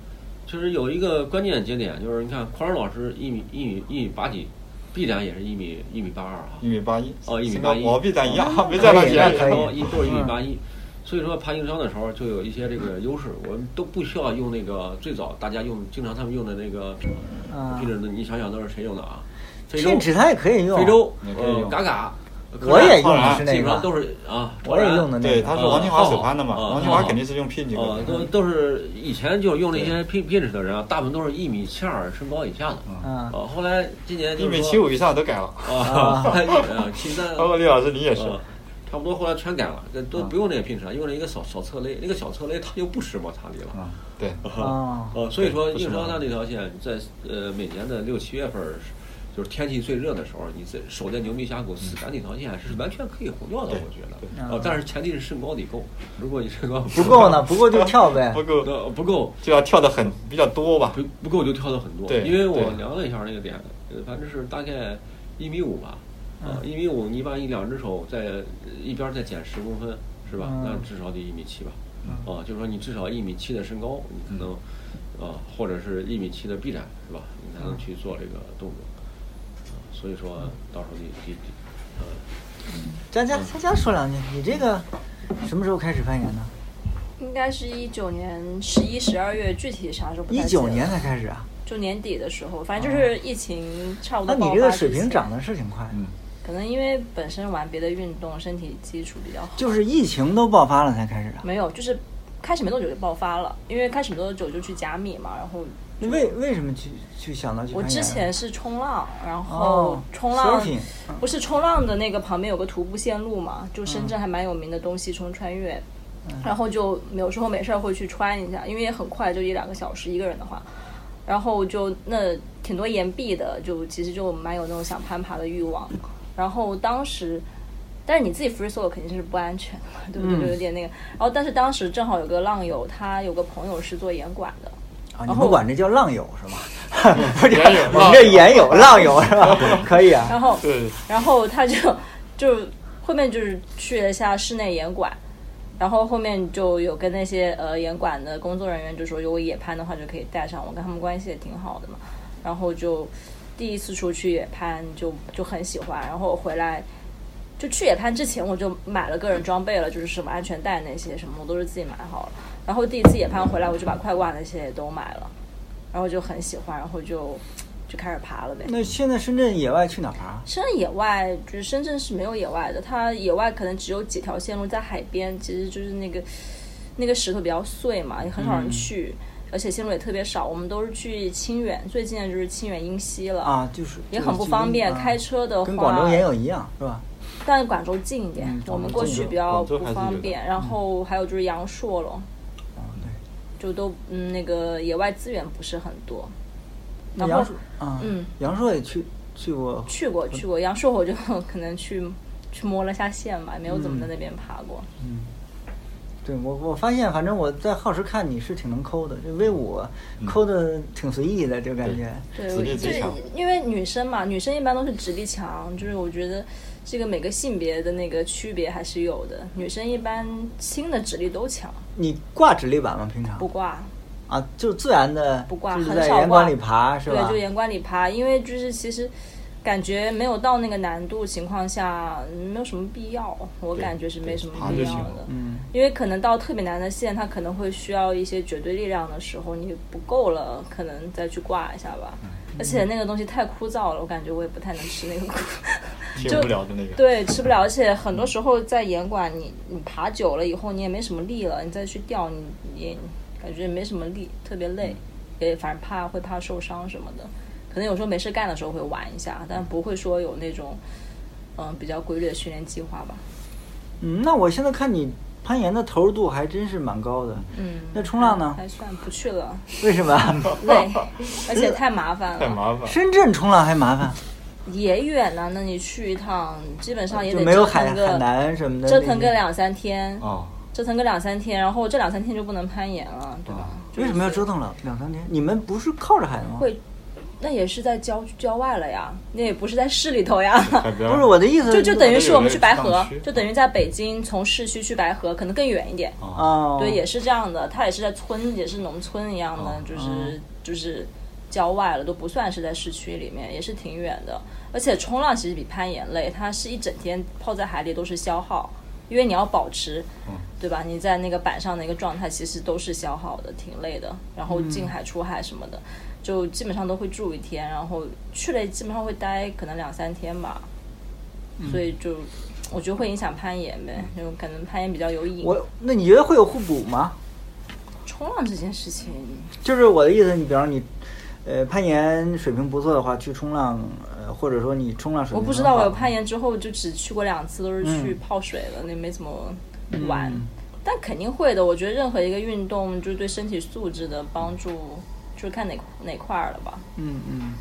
Speaker 5: 就是有一个关键节点，就是你看匡仁老师一米一米一米八几，必然也是一米一米八二啊
Speaker 2: 一，米八一。
Speaker 5: 哦一米
Speaker 2: 身
Speaker 5: 八
Speaker 2: 高
Speaker 5: 一哦
Speaker 2: 我比咱一样，
Speaker 1: 可
Speaker 2: 没
Speaker 1: 以
Speaker 2: 在那
Speaker 1: 那
Speaker 2: 前
Speaker 1: 可以。
Speaker 5: 然后一都是一米八一，所以说爬硬伤的时候就有一些这个优势，我们都不需要用那个最早大家用经常他们用的那个，
Speaker 1: 啊
Speaker 5: 甚至你想想都是谁用的啊？非洲
Speaker 1: 甚至它也可以用
Speaker 5: 非洲
Speaker 2: 你可以
Speaker 5: 呃
Speaker 2: 用
Speaker 5: 嘎嘎，
Speaker 1: 我也用
Speaker 2: 的是
Speaker 1: 那个
Speaker 5: 基本上都是啊，
Speaker 1: 我也用的那个
Speaker 2: 对，他是王清华手攀的嘛，
Speaker 5: 啊啊
Speaker 2: 王清华肯定是用 P 几
Speaker 5: 啊
Speaker 2: 个，嗯
Speaker 5: 都都是以前就用那些 P P 尺的人啊，大部分都是一米七二身高以下的，
Speaker 1: 啊
Speaker 5: 啊，后来今年
Speaker 2: 一
Speaker 5: 就是
Speaker 2: 米
Speaker 5: 说
Speaker 2: 七五以哦上都改了。
Speaker 5: 啊，啊七 三，
Speaker 2: 包括李老师你也是，
Speaker 5: 啊差不多后来全改了，这都
Speaker 2: 啊
Speaker 5: 不用那个拼车，用了一个小小侧勒，那个小侧勒它就不使摩擦力了。
Speaker 2: 啊，对，
Speaker 1: 啊
Speaker 2: 哦
Speaker 5: 呃，所以
Speaker 2: 哎
Speaker 5: 说
Speaker 2: 对不是
Speaker 5: 硬
Speaker 2: 摩
Speaker 5: 伤
Speaker 2: 擦
Speaker 5: 它
Speaker 2: 力
Speaker 5: 那条线在呃每年的六七月份儿就是天气最热的时候，你在守在牛鼻峡谷死赶几条线是完全可以活掉的，
Speaker 2: 对
Speaker 5: 我觉得。
Speaker 1: 对
Speaker 5: 哦，但是前提是身高得够，如果你身高
Speaker 1: 不够 呢，不够就跳呗
Speaker 2: 不。够
Speaker 5: 呃 不够
Speaker 2: 就要跳的很比较多吧
Speaker 5: 不，不够就跳的很多。
Speaker 2: 对
Speaker 5: 因为我
Speaker 2: 对
Speaker 5: 量了一下那个点，呃反正是大概一米五吧，啊，
Speaker 1: 嗯
Speaker 5: 一米五，你把一两只手在一边再减十公分，是吧？
Speaker 1: 嗯
Speaker 5: 那至少得一米七吧，
Speaker 1: 嗯
Speaker 5: 啊，就是说你至少一米七的身高，你可能
Speaker 1: 嗯
Speaker 5: 啊，或者是一米七的臂展，是吧？你才能去做这个动作。啊所以说，
Speaker 1: 嗯
Speaker 5: 到时候得得得，呃，
Speaker 1: 佳佳，佳佳说两句，你这个什么时候开始攀岩呢？
Speaker 4: 应该是一九年十一、十二月，具体啥时候不太
Speaker 1: 一
Speaker 4: 记得
Speaker 1: 九年才开始啊？
Speaker 4: 就年底的时候，反正就是疫情差不
Speaker 1: 那
Speaker 4: 多
Speaker 1: 你
Speaker 4: 爆发
Speaker 1: 这个
Speaker 4: 之
Speaker 1: 水平
Speaker 4: 前
Speaker 1: 涨的是挺快的，
Speaker 2: 嗯，
Speaker 4: 可能因为本身玩别的运动，身体基础比较好。
Speaker 1: 就是疫情都爆发了才开始啊？
Speaker 4: 没有，就是开始没多久就爆发了，因为开始没多久就去加密嘛，然后
Speaker 1: 你为为什么去去想到去
Speaker 4: 我
Speaker 1: 攀岩啊？
Speaker 4: 之前是冲浪，然后
Speaker 1: 哦
Speaker 4: 冲浪、
Speaker 1: surfing，嗯
Speaker 4: 不是冲浪的那个旁边有个徒步线路嘛，就深圳还蛮有名的东西冲穿越，
Speaker 1: 嗯
Speaker 4: 然后就有时候没事儿会去穿一下，因为也很快就一两个小时一个人的话，然后就那挺多岩壁的，就其实就蛮有那种想攀爬的欲望，然后当时。但是你自己 free solo 肯定是不安全的嘛，对不对？
Speaker 1: 嗯
Speaker 4: 就有点那个。然后，但是当时正好有个浪友，他有个朋友是做岩管的，
Speaker 1: 啊，你
Speaker 4: 然
Speaker 1: 们
Speaker 4: 后
Speaker 1: 管这叫浪友是吗？ 不是，
Speaker 2: 岩友
Speaker 1: 我们这岩友浪友是吧？ 可以啊。
Speaker 4: 然后
Speaker 2: 对，
Speaker 4: 然后他就 就后面就是去了一下室内严管，然后后面就有跟那些呃严管的工作人员就说，如果野攀的话就可以带上我，跟他们关系也挺好的嘛。然后就第一次出去野攀就就很喜欢，然后回来就去野攀之前我就买了个人装备了，就是什么安全带那些什么我都是自己买好了。然后第一次野攀回来我就把快挂那些也都买了，然后就很喜欢，然后就就开始爬了呗。
Speaker 1: 那现在深圳野外去哪儿啊爬？
Speaker 4: 深圳野外就是深圳是没有野外的，它野外可能只有几条线路在海边，其实就是那个那个石头比较碎嘛，也很少
Speaker 1: 嗯
Speaker 4: 人去，而且线路也特别少。我们都是去清远，最近的就是清远英溪了，
Speaker 1: 啊，就是
Speaker 4: 也很不方便。
Speaker 1: 就是
Speaker 4: 开车的话，
Speaker 1: 啊跟广州岩友一样是吧？
Speaker 4: 但广州近一点，
Speaker 1: 嗯
Speaker 4: 我们
Speaker 1: 广
Speaker 4: 过
Speaker 1: 州
Speaker 4: 去比较
Speaker 2: 广州
Speaker 4: 不
Speaker 2: 还是
Speaker 4: 方
Speaker 2: 有的
Speaker 4: 便。
Speaker 1: 嗯
Speaker 4: 然后还有就是阳朔了，
Speaker 1: 啊，对。
Speaker 4: 就都嗯那个野外资源不是很多。
Speaker 1: 那
Speaker 4: 然
Speaker 1: 杨
Speaker 4: 后
Speaker 1: 树啊，
Speaker 4: 嗯，
Speaker 1: 杨硕也去去过，
Speaker 4: 去过去过阳朔，我就 可能去去摸了下线吧，没有怎么在那边爬过。
Speaker 1: 嗯。对我，我发现，反正我在耗时看你是挺能抠的，这 V 五抠的挺随意的，就感觉。
Speaker 4: 对，
Speaker 2: 实
Speaker 4: 我
Speaker 2: 力最
Speaker 4: 就是
Speaker 2: 强
Speaker 4: 因为女生嘛，女生一般都是直立强，就是我觉得这个每个性别的那个区别还是有的。女生一般轻的直立都强，
Speaker 1: 你挂直立板吗？平常
Speaker 4: 不挂
Speaker 1: 啊，就自然的，
Speaker 4: 不挂，
Speaker 1: 就是
Speaker 4: 很
Speaker 1: 在
Speaker 4: 少
Speaker 1: 岩
Speaker 4: 挂。
Speaker 1: 馆里爬是吧？
Speaker 4: 对，就岩馆里爬，因为就是其实感觉没有到那个难度情况下，没有什么必要，我
Speaker 2: 对
Speaker 4: 感觉是没
Speaker 2: 对
Speaker 4: 什么
Speaker 2: 爬
Speaker 4: 必
Speaker 2: 就
Speaker 4: 要
Speaker 2: 行了
Speaker 4: 的。
Speaker 1: 嗯，
Speaker 4: 因为可能到特别难的线，它可能会需要一些绝对力量的时候，你不够了，可能再去挂一下吧。
Speaker 1: 嗯
Speaker 4: 而且那个东西太枯燥了，我感觉我也不太能吃那个苦。
Speaker 2: 挺
Speaker 4: 就
Speaker 2: 无聊的那个。
Speaker 4: 对，吃不了，而且很多时候在岩馆你，你爬久了以后，你也没什么力了，你再去钓，你也感觉没什么力，特别
Speaker 1: 嗯
Speaker 4: 累，也反正怕会怕受伤什么的。可能有时候没事干的时候会玩一下，但不会说有那种嗯比较规律的训练计划吧。
Speaker 1: 嗯，那我现在看你攀岩的投入度还真是蛮高的。
Speaker 4: 嗯，
Speaker 1: 那冲浪呢
Speaker 4: 还算不 去了，
Speaker 1: 为什 么？
Speaker 4: 累，而且太麻烦
Speaker 2: 太
Speaker 4: 了。
Speaker 2: 麻烦，
Speaker 1: 深圳冲浪还麻烦，
Speaker 4: 也远呢，那你去一趟，基本上也
Speaker 1: 就
Speaker 4: 得
Speaker 1: 没有
Speaker 4: 折
Speaker 1: 海
Speaker 4: 腾
Speaker 1: 海
Speaker 4: 个
Speaker 1: 南什么的那些。
Speaker 4: 折腾个两三天，
Speaker 2: 哦，
Speaker 4: 折腾个两三天，然后这两三天就不能攀岩了，对吧？
Speaker 1: 为什么要折腾两两三天？你们不是靠着海吗？
Speaker 4: 会，那也是在郊郊外了呀，那也不是在市里头呀。
Speaker 2: 海边
Speaker 1: 不是我的意思，
Speaker 4: 就就等于是我们去白河
Speaker 2: 藏区，
Speaker 4: 就等于在北京从市区去白河，可能更远一点。
Speaker 2: 啊，
Speaker 1: 哦，
Speaker 4: 对，也是这样的，它也是在村，也是农村一样的
Speaker 2: 哦，
Speaker 4: 就是就是郊外了，都不算是在市区里面，也是挺远的。而且冲浪其实比攀岩累，它是一整天泡在海里都是消耗，因为你要保持
Speaker 2: 嗯，
Speaker 4: 对吧？你在那个板上的一个状态，其实都是消耗的，挺累的。然
Speaker 2: 嗯
Speaker 4: 后进海出海什么的，就基本上都会住一天，然后去了基本上会待可能两三天吧，
Speaker 2: 嗯
Speaker 4: 所以就。我觉得会影响攀岩呗，就可能攀岩比较有瘾。
Speaker 1: 我那你觉得会有互补吗？
Speaker 4: 冲浪这件事情，
Speaker 1: 就是我的意思，你比方你，呃，攀岩水平不错的话，去冲浪，呃，或者说你冲浪水平
Speaker 4: 我不知
Speaker 1: 很
Speaker 4: 道
Speaker 1: 好
Speaker 4: 我有攀岩之后就只去过两次，都是去
Speaker 1: 嗯
Speaker 4: 泡水了，那没怎么玩。
Speaker 1: 嗯
Speaker 4: 但肯定会的，我觉得任何一个运动就是对身体素质的帮助，就是看哪哪块儿了吧。
Speaker 1: 嗯嗯，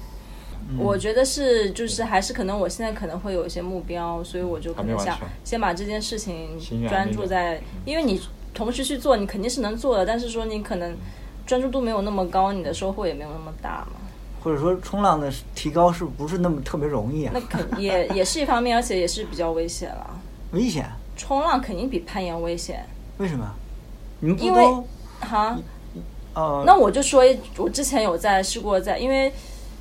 Speaker 4: 我觉得是，就是还是可能我现在可能会有一些目标，所以我就可能
Speaker 2: 还没
Speaker 4: 想
Speaker 2: 完成
Speaker 4: 先把这件事情
Speaker 2: 心愿
Speaker 4: 专
Speaker 2: 那
Speaker 4: 注
Speaker 2: 个
Speaker 4: 在，因为你同时去做，你肯定是能做的，但是说你可能专注度没有那么高，你的收获也没有那么大嘛。
Speaker 1: 或者说冲浪的提高是不是那么特别容易啊
Speaker 4: 那？肯也 也是一方面，而且也是比较危险了。
Speaker 1: 危险？
Speaker 4: 冲浪肯定比攀岩危险，
Speaker 1: 为什么？你们不
Speaker 4: 因为
Speaker 1: 都
Speaker 4: 哈。
Speaker 1: 嗯
Speaker 4: 哦
Speaker 1: 呃？
Speaker 4: 那我就说一，我之前有在试过在，因为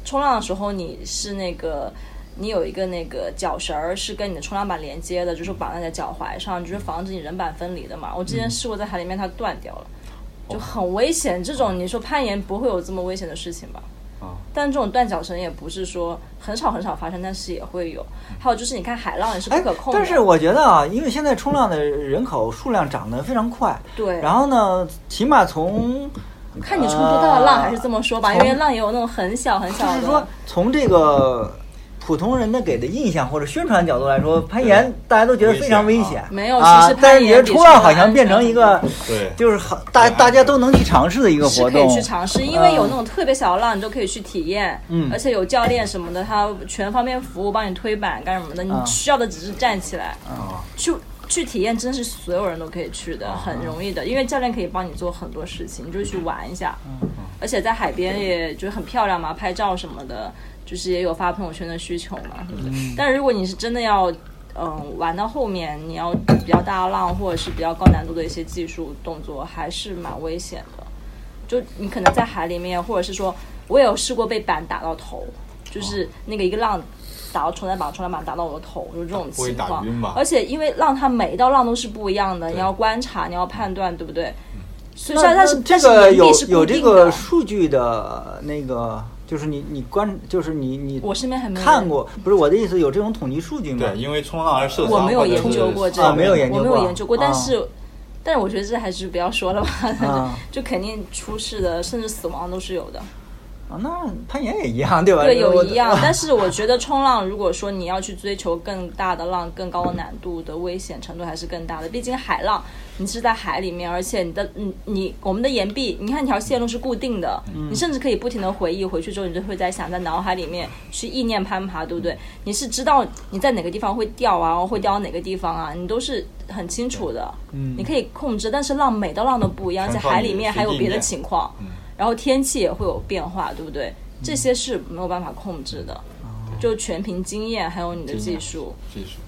Speaker 4: 冲浪的时候你是那个。你有一个那个脚绳儿是跟你的冲浪板连接的，就是绑在你的脚踝上，就是防止你人板分离的嘛。我之前
Speaker 1: 嗯
Speaker 4: 试过在海里面，它断掉了，
Speaker 1: 哦
Speaker 4: 就很危险。这种你说攀岩不会有这么危险的事情吧？
Speaker 1: 哦
Speaker 2: 啊，
Speaker 4: 但这种断脚绳也不是说很少很少发生，但是也会有。还有就是你看海浪也是不
Speaker 1: 哎
Speaker 4: 可控的，
Speaker 1: 但是我觉得啊，因为现在冲浪的人口数量涨得非常快，
Speaker 4: 对
Speaker 1: 然后呢，起码从
Speaker 4: 看你冲多大的浪，
Speaker 1: 呃
Speaker 4: 还是这么说吧，因
Speaker 1: 从
Speaker 4: 为浪也有那种很小很小
Speaker 1: 就
Speaker 4: 的。
Speaker 1: 是说，从这个普通人的给的印象或者宣传角度来说，攀岩大家都觉得非常危
Speaker 2: 危险
Speaker 1: 险
Speaker 2: 啊，
Speaker 4: 没有
Speaker 1: 啊
Speaker 4: 其实，
Speaker 1: 但
Speaker 4: 攀
Speaker 1: 是
Speaker 4: 岩
Speaker 1: 你的
Speaker 4: 比
Speaker 1: 冲浪
Speaker 4: 冲
Speaker 1: 好
Speaker 4: 浪
Speaker 1: 像变成一个
Speaker 2: 对，
Speaker 1: 就是好大
Speaker 2: 对
Speaker 1: 大家都能去尝试的一个
Speaker 4: 是
Speaker 1: 活
Speaker 4: 可以
Speaker 1: 动，
Speaker 4: 去尝试，因为有
Speaker 1: 嗯
Speaker 4: 那种特别小的浪，你都可以去体验，
Speaker 1: 嗯
Speaker 4: 而且有教练什么的，他全方面服务，帮你推板干什么的，你
Speaker 1: 嗯
Speaker 4: 需要的只是站起来，
Speaker 2: 啊，
Speaker 4: 去去体验，真是所有人都可以去的，很容
Speaker 1: 嗯
Speaker 4: 易的，因为教练可以帮你做很多事情，你就去玩一下，而且在海边也就是很漂亮嘛，拍照什么的，就是也有发朋友圈的需求嘛，对不对？
Speaker 2: 嗯
Speaker 4: 但如果你是真的要。嗯，玩到后面你要比较大的浪，或者是比较高难度的一些技术动作，还是蛮危险的。就你可能在海里面，或者是说，我也有试过被板打到头，就是那个一个浪打到冲浪板，冲浪板打到我的头，就这种
Speaker 2: 不会
Speaker 4: 情
Speaker 2: 打
Speaker 4: 况
Speaker 2: 晕吧。
Speaker 4: 而且因为浪它每一道浪都是不一样的，
Speaker 2: 对
Speaker 4: 你要观察，你要判断，对不对？所以
Speaker 1: 那
Speaker 4: 说它是
Speaker 1: 嗯那
Speaker 4: 但
Speaker 1: 这
Speaker 4: 是
Speaker 1: 个
Speaker 4: 能力
Speaker 1: 有
Speaker 4: 是固
Speaker 1: 有这
Speaker 4: 定
Speaker 1: 个
Speaker 4: 的
Speaker 1: 数据啊的那个，就是你你观，就是你你
Speaker 4: 我身边还没有
Speaker 1: 看
Speaker 4: 人
Speaker 1: 过，不是我的意思，有这种统计数据吗？
Speaker 2: 对，因为冲浪而受伤，
Speaker 4: 我没有
Speaker 2: 或者
Speaker 4: 研
Speaker 2: 是
Speaker 4: 究过这个，
Speaker 1: 啊没有研究
Speaker 4: 我没
Speaker 1: 过
Speaker 4: 有研究过，
Speaker 1: 啊
Speaker 4: 但是，但是我觉得这还是不要说了吧，
Speaker 1: 啊
Speaker 4: 就肯定出事的，甚至死亡都是有的。
Speaker 1: 啊，那攀岩也一样，对吧？
Speaker 4: 对，
Speaker 1: 我
Speaker 4: 有一 样，但是我觉得冲浪，如果说你要去追求更大的浪、更高的难度的危险程度还是更大的。毕竟海浪，你是在海里面，而且你的你你我们的岩壁，你看你条线路是固定的，
Speaker 1: 嗯
Speaker 4: 你甚至可以不停的回忆，回去之后你就会在想，在脑海里面去意念攀爬，对不对？你是知道你在哪个地方会掉啊，然后会掉到哪个地方啊，你都是很清楚的，
Speaker 1: 嗯
Speaker 4: 你可以控制。但是浪每道浪都不一样，而且
Speaker 2: 全靠
Speaker 4: 海
Speaker 2: 你
Speaker 4: 里面
Speaker 2: 随
Speaker 4: 还有
Speaker 2: 地
Speaker 4: 别的
Speaker 2: 面
Speaker 4: 情况。
Speaker 2: 嗯
Speaker 4: 然后天气也会有变化，对不对？这些是没有办法控制的，就全凭经验，还有你的技术，
Speaker 2: 技术，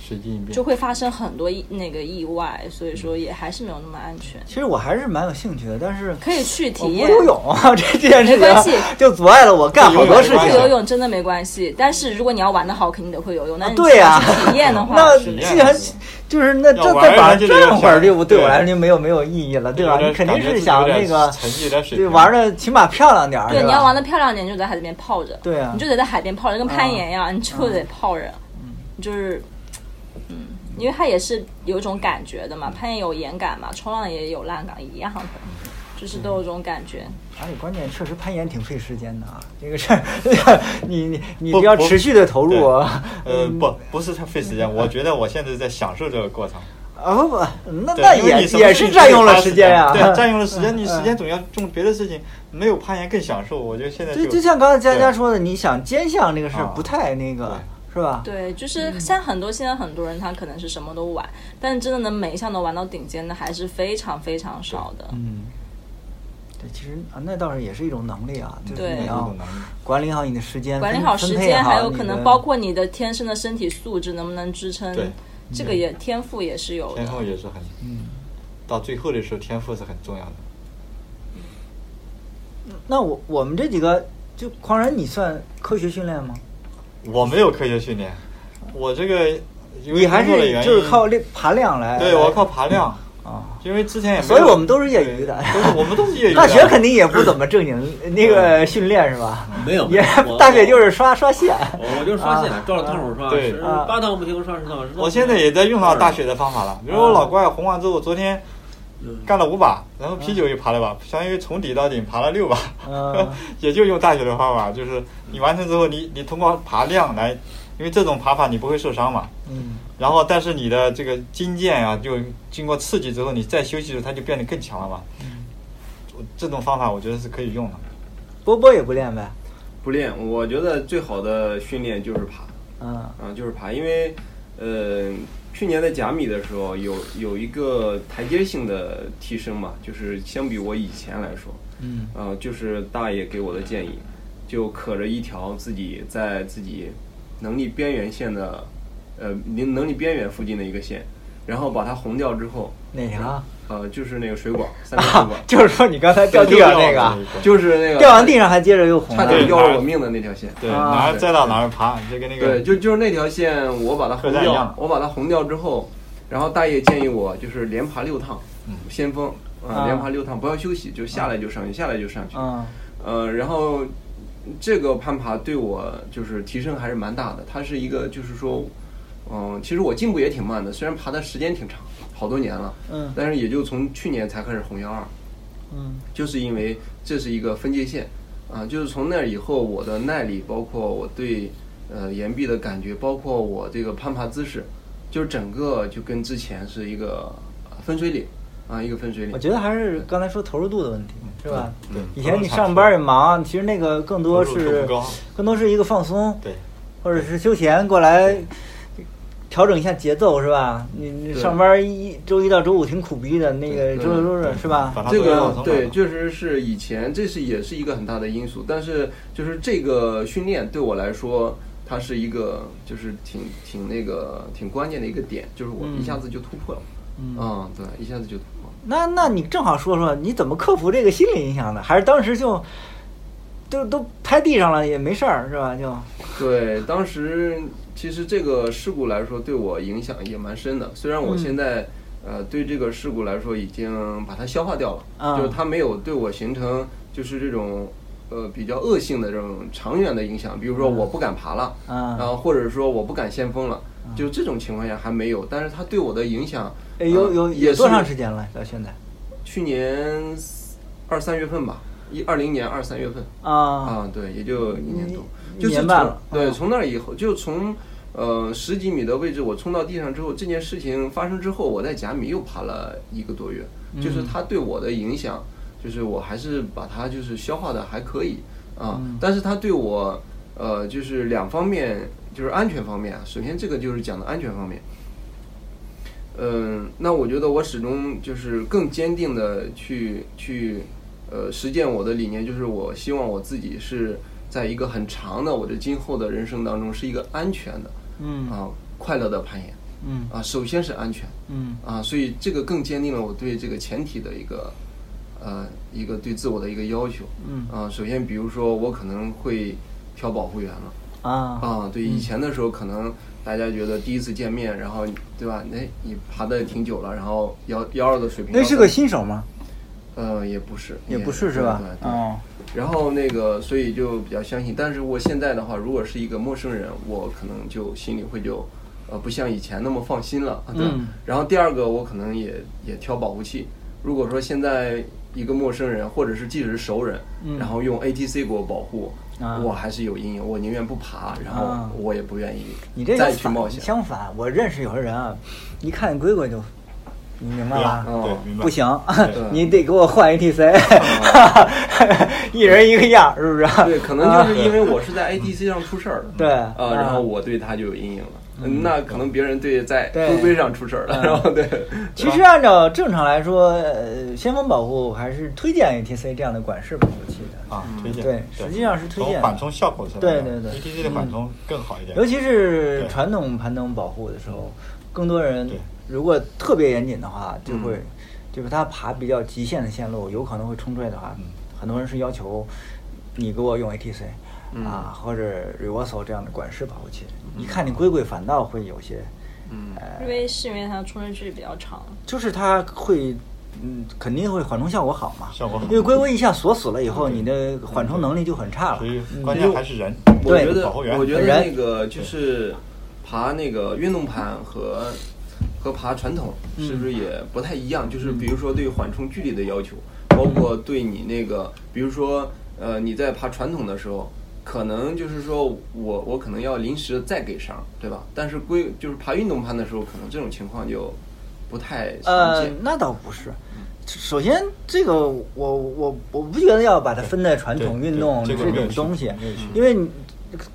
Speaker 2: 随机应变
Speaker 4: 就。会发生很多意那个意外，所以说也还是没有那么安全。
Speaker 1: 其实我还是蛮有兴趣的，但是
Speaker 4: 可以去
Speaker 1: 我
Speaker 4: 体
Speaker 1: 不
Speaker 4: 验，
Speaker 1: 游泳，这这件事
Speaker 4: 没关系
Speaker 1: 情就阻碍了我干好多事
Speaker 2: 不
Speaker 4: 会
Speaker 2: 游
Speaker 4: 游
Speaker 1: 情。
Speaker 4: 泳真的没关系，但是如果你要玩的好，肯定得会游泳。那你
Speaker 1: 对呀
Speaker 4: 去体验的话，
Speaker 1: 那
Speaker 4: 是
Speaker 2: 体
Speaker 4: 的
Speaker 1: 既然就是那这
Speaker 2: 要玩
Speaker 1: 在板上
Speaker 2: 人家就得
Speaker 1: 站会儿，
Speaker 2: 想
Speaker 1: 就不对我
Speaker 2: 对
Speaker 1: 来说就没有没有意义了，对吧？你肯定是想那个
Speaker 2: 沉浸在水
Speaker 1: 对
Speaker 2: 平
Speaker 1: 玩的起码漂亮点儿，
Speaker 4: 对，
Speaker 1: 是
Speaker 4: 你
Speaker 1: 吧
Speaker 4: 要玩的漂亮点，你就在海里面泡着，
Speaker 1: 对啊嗯
Speaker 4: 你就得在海边泡着，跟攀岩一样，你就得泡着，就是，嗯，因为它也是有一种感觉的嘛，攀岩有岩感嘛，冲浪也有浪感一样的，就是都有这种感觉。
Speaker 1: 而且哎关键确实攀岩挺费时间的啊，这个事儿， 你你你只要
Speaker 2: 不不
Speaker 1: 持续的投入啊，
Speaker 2: 呃，不，不是太费时间，我觉得我现在在享受这个过程。
Speaker 1: 啊不不，那
Speaker 2: 对
Speaker 1: 那
Speaker 2: 因为
Speaker 1: 也
Speaker 2: 你什么
Speaker 1: 也
Speaker 2: 事
Speaker 1: 是
Speaker 2: 情
Speaker 1: 占用
Speaker 2: 都得
Speaker 1: 了
Speaker 2: 花
Speaker 1: 时间啊，
Speaker 2: 对，占用了 时间，你时间总要用别的事情，没有攀岩更享受。我觉得现在
Speaker 1: 对，
Speaker 2: 就
Speaker 1: 就像刚才佳
Speaker 2: 对
Speaker 1: 佳说的，你想兼项这个事儿
Speaker 2: 啊
Speaker 1: 不太那个，是吧？
Speaker 4: 对，就是
Speaker 1: 嗯
Speaker 4: 像很多现在很多人他可能是什么都玩，但真的能每一项都玩到顶尖的还是非常非常少的。
Speaker 1: 嗯，对，其实啊，那倒是也是一种能力啊，就是
Speaker 4: 对
Speaker 1: 你
Speaker 2: 有
Speaker 1: 要
Speaker 2: 种能力
Speaker 1: 管理好你的时间，
Speaker 4: 管理
Speaker 1: 分
Speaker 4: 好
Speaker 1: 分
Speaker 4: 时
Speaker 1: 配
Speaker 4: 间，还有
Speaker 1: 你
Speaker 4: 可
Speaker 1: 的
Speaker 4: 能包括你的天生的身体素质能不能支撑
Speaker 2: 对，
Speaker 4: 这个也天赋也是有的
Speaker 2: 天。赋也是很，
Speaker 1: 嗯。
Speaker 2: 到最后的时候，天赋是很重要的。
Speaker 1: 那我我们这几个就狂人，你算科学训练吗？
Speaker 2: 我没有科学训练，我这个因为
Speaker 1: 你还
Speaker 2: 工作的
Speaker 1: 是
Speaker 2: 原
Speaker 1: 就是
Speaker 2: 因
Speaker 1: 靠练爬量来？
Speaker 2: 对我靠爬量，
Speaker 1: 啊。
Speaker 2: 因为之前也没有
Speaker 1: 所以我们都是业余的
Speaker 2: 对都是我们都是业余的。嗯
Speaker 1: 大学肯定也不怎么正经，那个训练是吧？
Speaker 5: 没有，没
Speaker 1: 也
Speaker 5: 有我
Speaker 1: 大学就是刷刷线。
Speaker 5: 我我就刷线，
Speaker 1: 啊
Speaker 5: 照着趟数刷，
Speaker 2: 对
Speaker 5: 十八趟不停，刷十趟。10趟
Speaker 2: 我现在也在用上大学的方
Speaker 1: 啊
Speaker 2: 法了，比如我老怪红完之后，昨天
Speaker 1: 嗯
Speaker 2: 干了五把，然后啤酒也爬了把，相当于从底到顶爬了六把，
Speaker 1: 嗯
Speaker 2: 也就用大学的方法，就是你完成之后，你你通过爬量来，因为这种爬法你不会受伤嘛，
Speaker 1: 嗯，
Speaker 2: 然后但是你的这个筋腱啊，就经过刺激之后，你再休息的时候，它就变得更
Speaker 1: 嗯
Speaker 2: 强了嘛。我这种方法我觉得是可以用的。
Speaker 1: 波波也不练呗？
Speaker 3: 不练，我觉得最好的训练就是爬。
Speaker 1: 啊，
Speaker 3: 啊，就是爬，因为呃，去年在甲米的时候有有一个台阶性的提升嘛，就是相比我以前来说，
Speaker 1: 嗯
Speaker 3: 呃，就是大爷给我的建议，就可着一条自己在自己能力边缘线的，呃，能能力边缘附近的一个线，然后把它红掉之后，
Speaker 1: 哪条？
Speaker 3: 呃，就是那个水管，三个水
Speaker 2: 嗯
Speaker 3: 管，
Speaker 1: 就是说你刚才掉地上那个，
Speaker 3: 就是那个
Speaker 1: 掉完地上还接着又红
Speaker 3: 差
Speaker 1: 了。
Speaker 3: 点要了我命的那条线，
Speaker 2: 对，
Speaker 1: 啊
Speaker 2: 哪儿
Speaker 3: 对
Speaker 2: 栽到哪儿爬，你就跟那个
Speaker 3: 对，就就是那条线，我把它红
Speaker 2: 和咱一样
Speaker 3: 掉，我把它红掉之后，然后大爷建议我就是连爬六趟，
Speaker 2: 嗯
Speaker 3: 先锋啊，
Speaker 1: 啊
Speaker 3: 连爬六趟，不要休息，就下来就上去，下来就上去。
Speaker 1: 啊，
Speaker 3: 呃，然后这个攀爬对我就是提升还是蛮大的，它是一个就是说，嗯，其实我进步也挺慢的，虽然爬的时间挺长，好多年了，
Speaker 1: 嗯
Speaker 3: 但是也就从去年才开始红幺二，
Speaker 1: 嗯
Speaker 3: 就是因为这是一个分界线，啊，就是从那以后，我的耐力，包括我对呃岩壁的感觉，包括我这个攀爬姿势，就是整个就跟之前是一个呃分水岭啊，一个分水岭
Speaker 1: 我。觉得还是刚才说投入度的问题，是吧？
Speaker 2: 嗯对
Speaker 1: 以前你上班也忙，其实那个更多
Speaker 2: 投入度
Speaker 1: 是
Speaker 2: 不高
Speaker 1: 更多是一个放松，
Speaker 2: 对，
Speaker 1: 或者是休闲过来调整一下节奏，是吧？你你
Speaker 3: 对
Speaker 1: 上班一周一到周五挺苦逼的，那个周六周日是吧？
Speaker 2: 把它
Speaker 3: 这
Speaker 2: 作为放
Speaker 3: 个
Speaker 2: 松
Speaker 3: 对，
Speaker 2: 嘛
Speaker 3: 确实是以前这是也是一个很大的因素，但是就是这个训练对我来说，它是一个就是挺挺那个挺关键的一个点，就是我
Speaker 1: 嗯
Speaker 3: 一下子就突破了，
Speaker 1: 嗯
Speaker 3: 嗯，对，一下子就突破了。
Speaker 1: 那那你正好说说你怎么克服这个心理影响的？还是当时就都都拍地上了也没事儿是吧？就
Speaker 3: 对，当时其实这个事故来说对我影响也蛮深的，虽然我
Speaker 1: 嗯
Speaker 3: 现在、呃对这个事故来说已经把它消化掉了，
Speaker 1: 啊
Speaker 3: 就是它没有对我形成就是这种呃比较恶性的这种长远的影响，比如
Speaker 1: 嗯
Speaker 3: 说我不敢爬了，
Speaker 1: 啊
Speaker 3: 然后或者说我不敢先锋了。就这种情况下还没有，但是它对我的影响，
Speaker 1: 嗯哎有
Speaker 3: 呃
Speaker 1: 有
Speaker 3: 也
Speaker 1: 有
Speaker 3: 是
Speaker 1: 多长时间了？到现在
Speaker 3: 去年二三月份吧，一二零年二三月份，
Speaker 1: 啊
Speaker 3: 啊，对，也就一年多，
Speaker 1: 一
Speaker 3: 就是
Speaker 1: 一年
Speaker 3: 从
Speaker 1: 半了
Speaker 3: 对，
Speaker 1: 啊
Speaker 3: 从那以后，就从呃十几米的位置，我冲到地上之后，这件事情发生之后，我在甲米又爬了一个多月，就是
Speaker 1: 嗯
Speaker 3: 它对我的影响，就是我还是把它就是消化的还可以啊，
Speaker 1: 嗯
Speaker 3: 但是它对我呃就是两方面，就是安全方面啊，首先这个就是讲的安全方面。嗯，那我觉得我始终就是更坚定的去去，呃，实践我的理念，就是我希望我自己是在一个很长的我的今后的人生当中是一个安全的，
Speaker 1: 嗯
Speaker 3: 啊，快乐的攀岩，
Speaker 1: 嗯
Speaker 3: 啊，首先是安全，
Speaker 1: 嗯
Speaker 3: 啊，所以这个更坚定了我对这个前提的一个，呃，一个对自我的一个要求，
Speaker 1: 嗯
Speaker 3: 啊，首先比如说我可能会挑保护员了。
Speaker 1: 啊
Speaker 3: 啊，对，以前的时候可能大家觉得第一次见面，然后对吧？那你爬的挺久了，然后幺幺二的水平，
Speaker 1: 那是个新手吗？
Speaker 3: 呃，也不是，
Speaker 1: 也不是是吧
Speaker 3: 对对？对
Speaker 1: 哦
Speaker 3: 然后那个，所以就比较相信。但是我现在的话，如果是一个陌生人，我可能就心里会就，呃，不像以前那么放心了，啊对吧。
Speaker 1: 嗯
Speaker 3: 然后第二个，我可能也也挑保护器。如果说现在一个陌生人，或者是即使是熟人，
Speaker 1: 嗯
Speaker 3: 然后用 ATC 给我保护，
Speaker 1: 啊
Speaker 3: 我还是有阴影，我宁愿不爬，然
Speaker 1: 啊
Speaker 3: 后我也不愿意
Speaker 1: 你这
Speaker 3: 再
Speaker 1: 个
Speaker 3: 去
Speaker 1: 反
Speaker 3: 冒险。
Speaker 1: 相反，我认识有些人啊，一看龟龟就，你明白吧？
Speaker 3: 嗯
Speaker 2: 对，明
Speaker 1: 啊哦
Speaker 2: 白。
Speaker 1: 不行，
Speaker 2: 对
Speaker 1: 你得给我换 ATC，一 人一个样儿，是不啊是？
Speaker 3: 嗯对，可能就是因为我是在 ATC 上出事儿了，
Speaker 1: 对
Speaker 3: 啊，
Speaker 1: 啊
Speaker 3: 然后我对他就有阴影了。嗯那可能别人对在
Speaker 1: 对嗯
Speaker 3: 龟龟上出事儿了，然后对，
Speaker 1: 其实按照正常来说，呃，先锋保护还是推荐 ATC 这样的管式保护器的，
Speaker 2: 啊，推
Speaker 1: 嗯
Speaker 2: 荐
Speaker 1: 对实际上是推荐的
Speaker 2: 从缓冲效果上来
Speaker 1: 对
Speaker 2: 讲，
Speaker 1: 对对
Speaker 2: ATC 的缓冲更好一点，
Speaker 1: 尤其是
Speaker 2: 对
Speaker 1: 传统攀登保护的时候，更多人
Speaker 2: 对嗯
Speaker 1: 如果特别严谨的话，就会就是他爬比较极限的线路，有可能会冲出来的话
Speaker 2: 嗯，
Speaker 1: 很多人是要求你给我用 ATC
Speaker 2: 嗯
Speaker 1: 啊，或者 r e v e r s a l 这样的管式保护器。一看你龟龟反倒会有些，
Speaker 3: 嗯
Speaker 1: 呃
Speaker 4: 因，为是因为它冲刺距离比较长，
Speaker 1: 就是它会，嗯，肯定会缓冲效果好嘛。
Speaker 2: 效果好
Speaker 1: 因为龟龟一下锁死了以后，你的缓冲能力就很差了嗯
Speaker 2: 所。以关键还是人。
Speaker 3: 我
Speaker 1: 对
Speaker 3: 觉得
Speaker 2: 保护员
Speaker 3: 我觉得
Speaker 1: 本人
Speaker 3: 那个就是爬那个运动盘和和爬传统是不是也不太一样？就是比如说对缓冲距离的要求，包括对你那个，比如说呃你在爬传统的时候。可能就是说我我可能要临时再给上，对吧？但是归就是爬运动攀的时候，可能这种情况就不太常
Speaker 1: 呃
Speaker 3: 见。，
Speaker 1: 那倒不是，首先，这个我我我不觉得要把它分在传统
Speaker 2: 对
Speaker 1: 运动
Speaker 2: 对这个没有
Speaker 1: 种
Speaker 2: 区
Speaker 1: 东西
Speaker 2: 没有区，嗯
Speaker 1: 因为你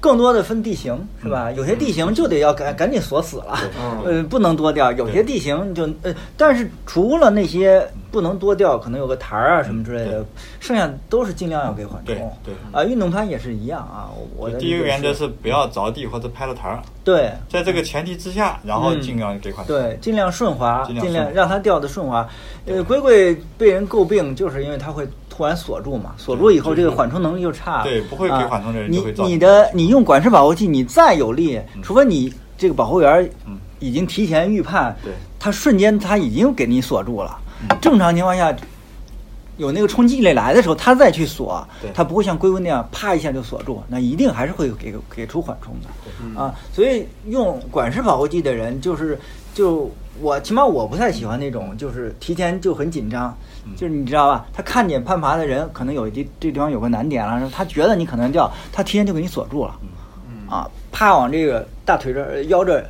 Speaker 1: 更多的分地形是吧？有些地形就得要赶赶紧锁死了，呃，不能多掉。有些
Speaker 2: 对
Speaker 1: 地形就呃，但是除了那些不能多掉，可能有个台儿啊什么之类的
Speaker 2: 对，
Speaker 1: 剩下都是尽量要给缓冲
Speaker 2: 对。对
Speaker 1: 啊，运动攀也是一样啊。我我的
Speaker 2: 第一
Speaker 1: 理
Speaker 2: 个
Speaker 1: 解
Speaker 2: 原则是不要着地或者拍了台儿，
Speaker 1: 对
Speaker 2: 在这个前提之下，然后
Speaker 1: 嗯
Speaker 2: 尽量给款。
Speaker 1: 对，尽量顺滑，
Speaker 2: 尽
Speaker 1: 尽
Speaker 2: 量
Speaker 1: 量
Speaker 2: 顺滑
Speaker 1: 让它掉的顺滑。呃，龟龟被人诟病，就是因为它会突然锁住嘛，锁住以后
Speaker 2: 对
Speaker 1: 这个缓冲能力就差了。
Speaker 2: 对不会给
Speaker 1: 啊
Speaker 2: 缓冲的人
Speaker 1: 你
Speaker 2: 就会造
Speaker 1: 你
Speaker 2: 成
Speaker 1: 的你用管式保护器，你再有力，除非你这个保护员儿
Speaker 2: 嗯
Speaker 1: 已经提前预判，
Speaker 2: 对嗯
Speaker 1: 他瞬间他已经给你锁住了。正常情况下。有那个冲击力来的时候，他再去锁
Speaker 2: 对，
Speaker 1: 他不会像龟龟那样啪一下就锁住，那一定还是会给给出缓冲的。啊，所以用管式跑步机的人，就是就我起码我不太喜欢那种，就是提前就很紧张，就是你知道吧？他看见攀爬的人可能有一地这地方有个难点了，啊然后他觉得你可能掉，他提前就给你锁住了，啊，啪往这个大腿这儿腰这儿，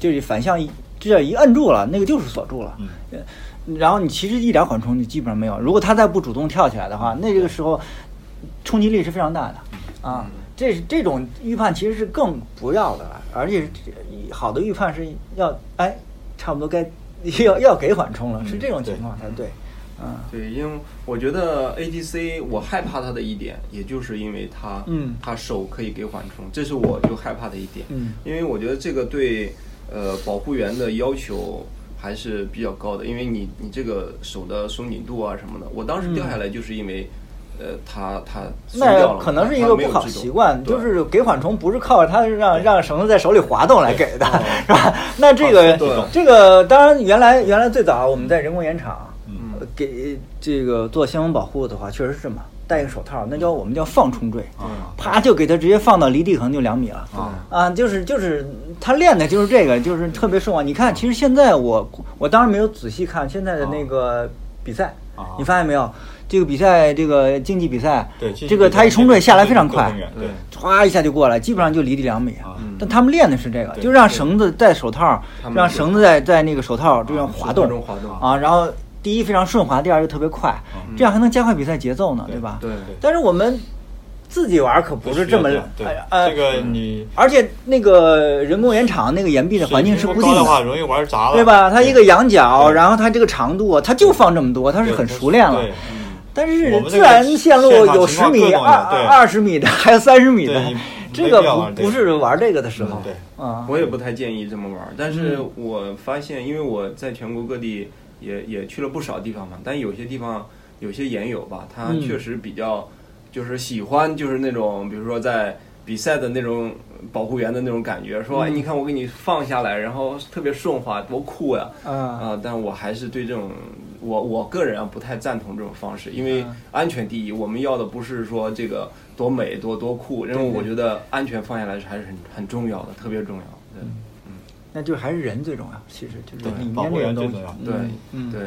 Speaker 1: 就是反向一这样一摁住了，那个就是锁住了。
Speaker 2: 嗯
Speaker 1: 呃然后你其实一点缓冲就基本上没有。如果他再不主动跳起来的话，那这个时候冲击力是非常大的啊。这是这种预判其实是更不要的了，而且是好的预判是要哎，差不多该 要要给缓冲了，是这种情况才嗯对。嗯
Speaker 3: 对，因为我觉得 ATC 我害怕它的一点，也就是因为它，
Speaker 1: 嗯
Speaker 3: 它手可以给缓冲，这是我就害怕的一点，
Speaker 1: 嗯
Speaker 3: 因为我觉得这个对呃保护员的要求还是比较高的，因为你你这个手的松紧度啊什么的，我当时掉下来就是因为。呃，它它松掉
Speaker 1: 嗯那
Speaker 3: 了，
Speaker 1: 可能是一
Speaker 3: 它
Speaker 1: 个
Speaker 3: 没
Speaker 1: 不
Speaker 3: 有
Speaker 1: 好
Speaker 3: 制动
Speaker 1: 习惯，
Speaker 3: 对
Speaker 1: 就是给缓冲不是靠它让让绳子在手里滑动来给的，
Speaker 3: 哦
Speaker 1: 是吧？那这
Speaker 3: 靠手动
Speaker 1: 个这个当然原来原来最早我们在人工盐场，
Speaker 2: 嗯
Speaker 1: 呃给这个做相关保护的话，确实是这么戴一个手套，那叫我们叫放冲坠，
Speaker 3: 嗯
Speaker 1: 啪就给它直接放到离地可能就两米了。啊，就是就是他练的就是这个，就是特别顺滑。你看，其实现在我我当然没有仔细看现在的
Speaker 3: 啊
Speaker 1: 那个比赛，
Speaker 2: 啊
Speaker 1: 你发现没有？这个比赛，这个竞技比赛，
Speaker 2: 对竞技
Speaker 1: 这个
Speaker 2: 比赛
Speaker 1: 他一冲坠
Speaker 2: 那个
Speaker 1: 下来
Speaker 2: 冲
Speaker 1: 非常
Speaker 2: 得
Speaker 1: 快
Speaker 2: 更远，对
Speaker 1: 唰一下就过来，基本上就离地两米
Speaker 2: 啊。
Speaker 1: 但他们练的是这个，
Speaker 2: 对
Speaker 1: 就让绳子在手套
Speaker 3: 他，们
Speaker 1: 让
Speaker 3: 就
Speaker 1: 绳子在在那个手套这样滑动
Speaker 3: 手套中滑动
Speaker 1: 啊，然后第一非常顺滑，第二又特别快，这样还能加快比赛节奏呢，
Speaker 2: 啊对
Speaker 1: 对吧？
Speaker 3: 对对
Speaker 1: 但是我们自己玩儿可不是这么
Speaker 2: 需要样对
Speaker 1: 哎呃
Speaker 2: 这个你
Speaker 1: 而且那个人工盐场那个岩壁的环境是
Speaker 2: 水
Speaker 1: 固
Speaker 2: 平
Speaker 1: 定
Speaker 2: 高的话，
Speaker 1: 的，
Speaker 2: 容易玩砸 了，
Speaker 1: 对吧？它一个仰角，
Speaker 2: 对
Speaker 1: 然后它这个长度，它就放这么多，它是很熟练了嗯
Speaker 2: 对。
Speaker 1: 但是
Speaker 2: 我们这
Speaker 1: 自
Speaker 2: 个
Speaker 1: 然线路
Speaker 2: 现场
Speaker 1: 有
Speaker 2: 情
Speaker 1: 十
Speaker 2: 况
Speaker 1: 米、
Speaker 2: 各种
Speaker 1: 二
Speaker 2: 的对
Speaker 1: 二十米的，还有三十米的
Speaker 2: 对你没，
Speaker 1: 这
Speaker 2: 必要
Speaker 1: 个
Speaker 2: 玩这
Speaker 1: 不不
Speaker 2: 个
Speaker 1: 是玩这个的时候
Speaker 2: 嗯对。
Speaker 1: 啊，嗯
Speaker 3: 我也不太建议这么玩儿，但是我发现，因为我在全国各地也也去了不少地方嘛，但有些地方有些研友吧，他
Speaker 1: 嗯
Speaker 3: 确实比较就是喜欢就是那种，比如说在比赛的那种保护员的那种感觉，
Speaker 1: 嗯
Speaker 3: 说哎，你看我给你放下来，然后特别顺滑，多酷呀！
Speaker 1: 啊，
Speaker 3: 啊，但我还是对这种，我我个人啊不太赞同这种方式，因为
Speaker 1: 啊
Speaker 3: 安全第一，我们要的不是说这个多美多多酷，因为我觉得安全放下来是还是很很重要的，特别重要。对
Speaker 1: 那就还是人最重要，其实就是里
Speaker 2: 保
Speaker 1: 面
Speaker 2: 护
Speaker 1: 这个
Speaker 2: 员最
Speaker 1: 东西
Speaker 2: 重要。
Speaker 1: 嗯
Speaker 3: 对
Speaker 1: 嗯
Speaker 3: 对，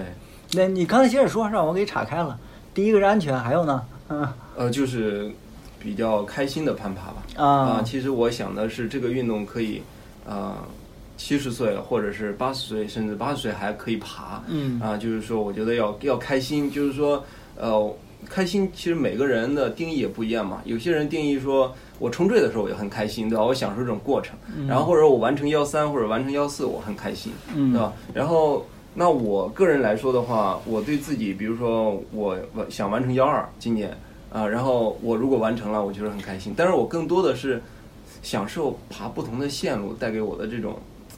Speaker 1: 那你刚才接着说，让我给岔开了。第一个是安全，还有呢？嗯
Speaker 3: 呃，就是比较开心的攀爬吧。
Speaker 1: 啊
Speaker 3: 啊，其实我想的是这个运动可以，呃，七十岁或者是八十岁，甚至八十岁还可以爬。
Speaker 1: 嗯
Speaker 3: 啊，就是说，我觉得要要开心，就是说，呃，开心其实每个人的定义也不一样嘛。有些人定义说我冲坠的时候我也很开心，对吧？我享受这种过程，然后或者我完成幺三或者完成幺四，我很开心，
Speaker 1: 嗯
Speaker 3: 对吧？然后。那我个人来说的话，我对自己，比如说我完想完成幺二今年啊、然后我如果完成了，我觉得很开心。但是我更多的是享受爬不同的线路带给我的这种，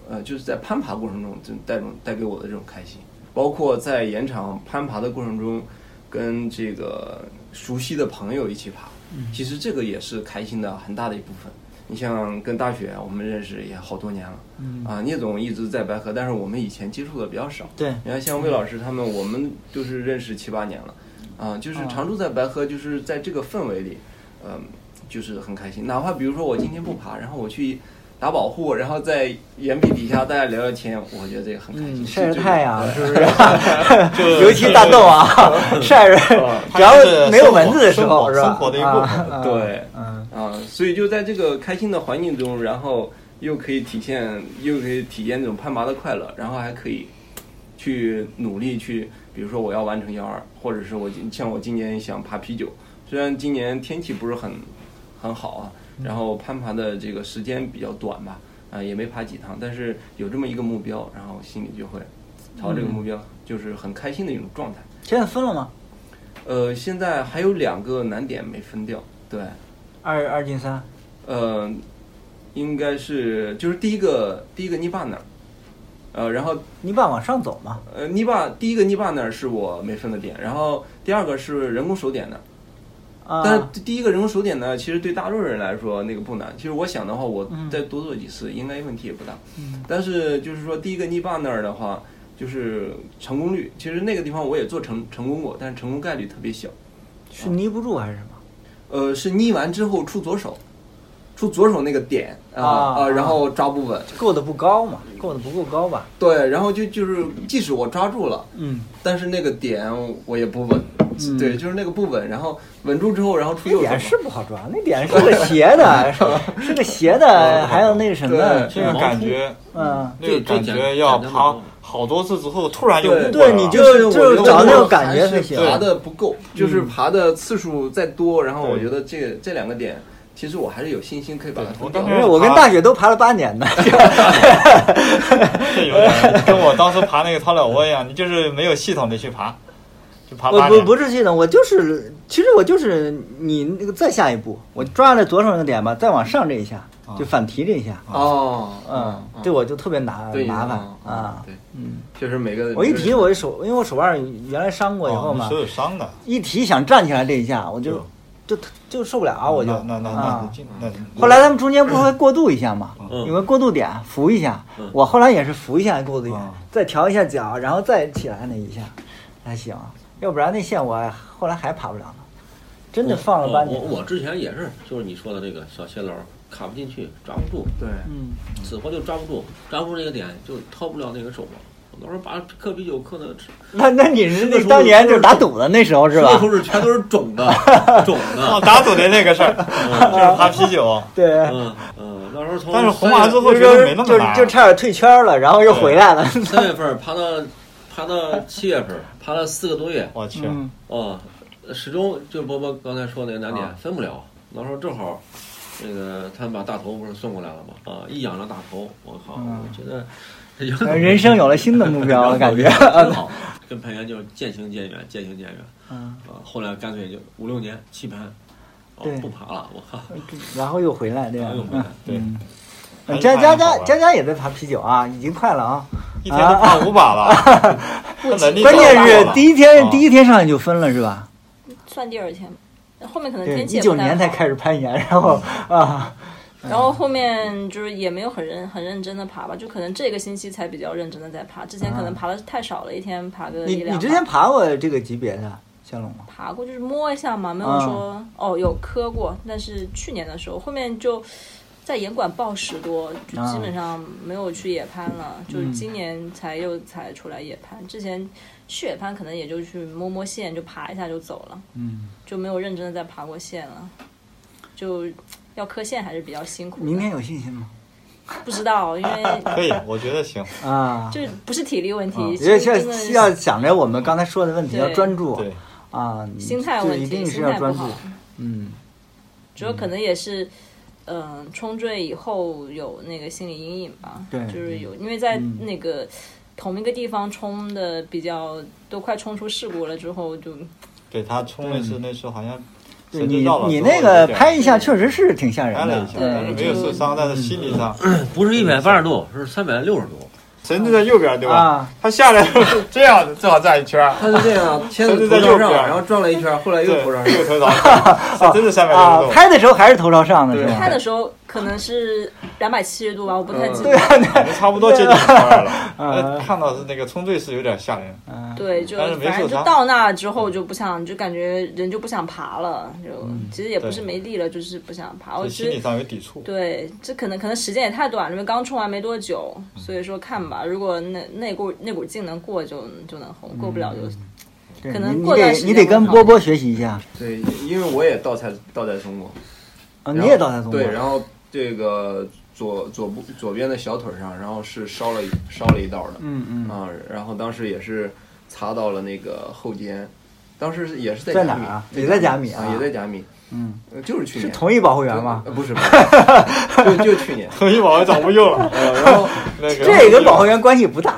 Speaker 3: 呃，就是在攀爬过程中就带种带给我的这种开心，包括在延长攀爬的过程中，跟这个熟悉的朋友一起爬，其实这个也是开心的很大的一部分。你像跟大雪，我们认识也好多年了，啊，聂总一直在白河，但是我们以前接触的比较少。
Speaker 1: 对
Speaker 3: 你看像魏老师他们，我们就是认识七八年了，啊，就是
Speaker 1: 啊
Speaker 3: 常住在白河，就是在这个氛围里，嗯，就是很开心。哪怕比如说我今天不爬，然后我去打保护，然后在岩壁底下大家聊聊天，我觉得这个很开心。
Speaker 1: 嗯，
Speaker 3: 是
Speaker 1: 晒晒
Speaker 3: 这个
Speaker 1: 太阳是不 是？尤其大豆啊，晒着，只要没有蚊子的时候
Speaker 2: 它
Speaker 1: 是
Speaker 2: 是
Speaker 1: 吧？
Speaker 2: 呃生活生活的一部分
Speaker 1: 啊啊
Speaker 3: 对
Speaker 1: 嗯
Speaker 3: 啊，所以就在这个开心的环境中，然后又可以体现，又可以体验这种攀爬的快乐，然后还可以去努力去，比如说我要完成幺二，或者是我今像我今年想爬啤酒，虽然今年天气不是很很好啊，然后攀爬的这个时间比较短吧，啊、也没爬几趟，但是有这么一个目标，然后心里就会朝这个目标就是很开心的一种状态。
Speaker 1: 现在分了吗？
Speaker 3: 呃，现在还有两个难点没分掉，对，
Speaker 1: 二二进三，
Speaker 3: 呃，应该是就是第一个第一个泥巴那儿，呃，然后
Speaker 1: 你爸往上走嘛。
Speaker 3: 呃泥巴第一个泥巴那儿是我没分的点，然后第二个是人工手点那儿，
Speaker 1: 啊，
Speaker 3: 但是第一个人工手点呢，其实对大陆人来说那个不难。其实我想的话，我
Speaker 1: 嗯
Speaker 3: 再多做几次，应该问题也不大。
Speaker 1: 嗯
Speaker 3: 但是就是说，第一个泥巴那儿的话，就是成功率，其实那个地方我也做成成功过，但是成功概率特别小。
Speaker 1: 是捏不住还是什么？
Speaker 3: 呃，是捏完之后出左手，出左手那个点啊
Speaker 1: 啊
Speaker 3: 呃然后抓不稳。
Speaker 1: 够的不高嘛，够的不够高吧？
Speaker 3: 对，然后就就是即使我抓住了，
Speaker 1: 嗯，
Speaker 3: 但是那个点我也不稳。
Speaker 1: 嗯
Speaker 3: 对，就是那个不稳，然后稳住之后，然后出
Speaker 1: 那
Speaker 3: 右手嘛。
Speaker 1: 点是不好抓，那点是个斜 的，是是个斜的，还有那个什么，
Speaker 3: 对
Speaker 2: 嗯这个感觉，
Speaker 1: 嗯，
Speaker 2: 这个感觉要爬好多次之后，突然就
Speaker 3: 对
Speaker 2: 悟过
Speaker 1: 对
Speaker 2: 了啊
Speaker 1: 你就
Speaker 3: 就是
Speaker 1: 是就是
Speaker 3: 我
Speaker 1: 找那
Speaker 3: 觉
Speaker 1: 种
Speaker 3: 得
Speaker 1: 感觉才
Speaker 3: 还是
Speaker 1: 行。
Speaker 3: 爬的不够，就是
Speaker 1: 嗯
Speaker 3: 爬的次数再多，然后我
Speaker 2: 对
Speaker 3: 觉得这个这两个点，其实我还是有信心可以把它
Speaker 2: 对
Speaker 3: 通
Speaker 2: 我
Speaker 3: 掉
Speaker 2: 当
Speaker 1: 因
Speaker 2: 时
Speaker 3: 的。
Speaker 1: 为我跟大雪都爬了八 年呢，
Speaker 2: 这有点跟我当时爬那个掏鸟窝一样，你就是没有系统的去爬，就爬
Speaker 1: 我
Speaker 2: 八
Speaker 1: 不
Speaker 2: 年。
Speaker 1: 不是系统，我就是其实我就是你那个再下一步，我抓了左手那个点吧，再往上这一下
Speaker 2: 啊
Speaker 1: 就反提这一下，
Speaker 3: 哦，
Speaker 1: 嗯，
Speaker 3: 嗯
Speaker 1: 对我就特别难
Speaker 3: 对
Speaker 1: 麻烦
Speaker 3: 嗯
Speaker 1: 啊，
Speaker 3: 对，
Speaker 1: 嗯，
Speaker 3: 确实每个
Speaker 1: 我一提我这手，因为我手腕原来伤过以后嘛
Speaker 2: 手，哦有伤的，
Speaker 1: 一提想站起来这一下，我就就
Speaker 2: 对
Speaker 1: 就受不了，啊我就
Speaker 2: 那那那
Speaker 1: 啊。
Speaker 2: 那那
Speaker 1: 后来他们中间不是会过渡一下嘛，
Speaker 5: 嗯
Speaker 1: 有个过渡点扶一下
Speaker 5: 嗯，
Speaker 1: 我后来也是扶一下过渡点
Speaker 2: 啊，
Speaker 1: 再调一下脚，然后再起来那一下，还行，要不然那线我后来还爬不了呢，真的放了
Speaker 5: 我
Speaker 1: 半
Speaker 5: 我
Speaker 1: 年。
Speaker 5: 嗯我之前也是，就是你说的这个小斜楼卡不进去，抓不住，
Speaker 3: 对
Speaker 1: 嗯，
Speaker 5: 死活就抓不住，抓不住那个点就掏不了那个手嘛。我当时把磕啤酒磕的，
Speaker 1: 那那你是
Speaker 5: 那时
Speaker 1: 那
Speaker 5: 候
Speaker 1: 当年就是打赌的那时候是
Speaker 5: 那
Speaker 1: 吧
Speaker 5: 时？候是全都是 肿的，肿
Speaker 2: 哦，
Speaker 5: 的。
Speaker 2: 打赌的那个事儿，就是爬啤酒，
Speaker 1: 对，
Speaker 5: 嗯嗯，那时候从
Speaker 2: 但是红
Speaker 5: 三
Speaker 2: 完
Speaker 5: 月
Speaker 2: 之后
Speaker 1: 就
Speaker 2: 觉得没
Speaker 1: 是
Speaker 2: 那
Speaker 1: 就是
Speaker 2: 么难，
Speaker 1: 就差点退圈了，然后又回来了。
Speaker 5: 三月份爬到爬到七月份，爬了四个多月，
Speaker 2: 我去，
Speaker 1: 嗯，
Speaker 5: 哦，始终就是波波刚才说那个难点
Speaker 2: 啊
Speaker 5: 分不了。那时候正好，那个他们把大头不是送过来了吗？啊，一仰着大头，我靠，
Speaker 1: 嗯
Speaker 5: 我觉得
Speaker 1: 人生有了新的目标了，感觉。
Speaker 5: 很 好。跟攀岩就是渐行渐远，渐行渐远。
Speaker 1: 嗯，
Speaker 5: 啊，后来干脆就五六年弃攀，哦
Speaker 1: 对，
Speaker 5: 不爬了，我靠，
Speaker 1: 然后又回来，对吧
Speaker 5: 然后又回来？
Speaker 2: 对
Speaker 1: 嗯
Speaker 2: 还是
Speaker 1: 佳
Speaker 2: 爬
Speaker 1: 佳
Speaker 2: 得好
Speaker 1: 佳
Speaker 2: 玩
Speaker 1: 佳佳也在爬啤酒啊，已经快了啊。
Speaker 2: 一天都爬五把了， 那能力
Speaker 1: 关键
Speaker 2: 够
Speaker 1: 是
Speaker 2: 大
Speaker 1: 第一天
Speaker 2: 啊
Speaker 1: 第一天上去就分了是吧？
Speaker 4: 算第二天吧，后面可能
Speaker 1: 对，
Speaker 4: 嗯天
Speaker 1: 一
Speaker 4: 气也不
Speaker 1: 九
Speaker 4: 太
Speaker 1: 年才
Speaker 4: 好嗯
Speaker 1: 开始攀岩，然后啊，
Speaker 4: 然后后面就是也没有很认很认真的爬吧，就可能这个星期才比较认真的在爬，之前可能爬的太少了，一天爬个一
Speaker 1: 嗯你
Speaker 4: 两把。
Speaker 1: 你之前爬过这个级别的小龙吗？
Speaker 4: 爬过，就是摸一下嘛，没有说、
Speaker 1: 啊
Speaker 4: 哦有磕过，但是去年的时候，后面就在严管报十多，就
Speaker 1: 啊
Speaker 4: 基本上没有去野攀了，就是
Speaker 1: 嗯
Speaker 4: 今年才又才出来野攀，之前去野攀可能也就去摸摸线，就爬一下就走了，
Speaker 1: 嗯，
Speaker 4: 就没有认真的再爬过线了，就要磕线还是比较辛苦的。
Speaker 1: 明天有信心吗？
Speaker 4: 不知道，因为
Speaker 2: 可以，我觉得行，
Speaker 1: 啊，
Speaker 4: 就不是体力问
Speaker 2: 嗯
Speaker 4: 题，
Speaker 1: 因为
Speaker 4: 是
Speaker 1: 要
Speaker 4: 真的是
Speaker 1: 要想着我们刚才说的问题，
Speaker 4: 对
Speaker 1: 要专注
Speaker 2: 对，
Speaker 1: 啊，
Speaker 4: 心态
Speaker 1: 就
Speaker 4: 问
Speaker 1: 一
Speaker 4: 题，
Speaker 1: 定是
Speaker 4: 心
Speaker 1: 要
Speaker 4: 态不
Speaker 1: 专注
Speaker 4: 好。，
Speaker 1: 嗯
Speaker 4: 主要可能也是，嗯，冲坠以后有那个心理阴影吧，
Speaker 1: 对
Speaker 4: 就是有，因为在
Speaker 1: 嗯
Speaker 4: 那个同一个地方冲的比较都快冲出事故了之后，就
Speaker 2: 对他冲了一次，那时候好像
Speaker 1: 对
Speaker 2: 神经
Speaker 1: 你
Speaker 2: 绕了之
Speaker 1: 你
Speaker 2: 后
Speaker 1: 那
Speaker 2: 有
Speaker 1: 个
Speaker 2: 点
Speaker 1: 拍一下确实是挺吓
Speaker 2: 拍
Speaker 1: 人
Speaker 2: 了
Speaker 1: 的
Speaker 2: 一下，，
Speaker 4: 对
Speaker 2: 但是没有受伤，但是心理上
Speaker 5: 不是一百八十度，是三百六十度。
Speaker 2: 绳子在右边对吧
Speaker 1: 啊？
Speaker 2: 他下来是这样子，正好转一圈儿，
Speaker 3: 他是 这样，先
Speaker 2: 他就
Speaker 3: 是头
Speaker 2: 在
Speaker 3: 朝
Speaker 2: 右
Speaker 3: 上，
Speaker 2: 边
Speaker 3: 然后转了一圈，后来哎又
Speaker 2: 对
Speaker 3: 头朝上
Speaker 2: 右。头上，真是三百
Speaker 1: 啊
Speaker 2: 六，十
Speaker 1: 拍的时候还是头朝上的是
Speaker 3: 对
Speaker 1: 吧
Speaker 4: 拍？的时候可能是两百七十度吧，我不
Speaker 1: 呃
Speaker 4: 太记
Speaker 3: 嗯
Speaker 4: 得。
Speaker 2: 度，差不多接近一圈儿了。
Speaker 1: 嗯
Speaker 2: 呃看到是那个冲坠是有点吓人，
Speaker 1: 嗯，
Speaker 4: 对，就
Speaker 2: 但啊是没
Speaker 4: 反正
Speaker 2: 受
Speaker 4: 就
Speaker 2: 伤嗯
Speaker 4: 到那之后就不想，就感觉人就不想爬了，就、其实也不
Speaker 2: 对
Speaker 4: 是没力了，就是不想爬。
Speaker 1: 哦
Speaker 4: 我
Speaker 2: 就
Speaker 4: 其
Speaker 2: 心
Speaker 4: 实
Speaker 2: 理上有抵触。
Speaker 4: 对，这可能可能时间也太短了，因为刚冲完没多久，
Speaker 2: 嗯
Speaker 4: 所以说看吧。如果那那股那股劲能过就就能红，过不了就、
Speaker 2: 嗯
Speaker 1: 对
Speaker 4: 可能
Speaker 1: 你你
Speaker 4: 过段
Speaker 1: 得
Speaker 4: 时
Speaker 1: 你
Speaker 4: 间
Speaker 1: 得
Speaker 4: 会
Speaker 1: 跟
Speaker 4: 好
Speaker 1: 波波学习一下
Speaker 3: 对，因为我也倒在倒在中国，
Speaker 1: 啊，
Speaker 3: 然
Speaker 1: 你
Speaker 3: 后
Speaker 1: 也倒在中国，
Speaker 3: 对，然后这个。左左部左边的小腿上，然后是烧了一烧了一道的，
Speaker 1: 嗯嗯，
Speaker 3: 啊，然后当时也是擦到了那个后肩，当时是也是在
Speaker 1: 在
Speaker 3: 甲
Speaker 1: 哪
Speaker 3: 米
Speaker 1: 儿啊，
Speaker 3: 在
Speaker 1: 也在甲米啊
Speaker 3: 啊，也在甲米，
Speaker 1: 嗯，
Speaker 3: 呃就是去
Speaker 1: 是
Speaker 3: 年
Speaker 1: 同一保护员吗？
Speaker 3: 呃不是，不是就就去年，
Speaker 2: 腾讯保安早不用 了，
Speaker 3: 呃，然后
Speaker 2: 那个
Speaker 1: 这跟保护员关系不大，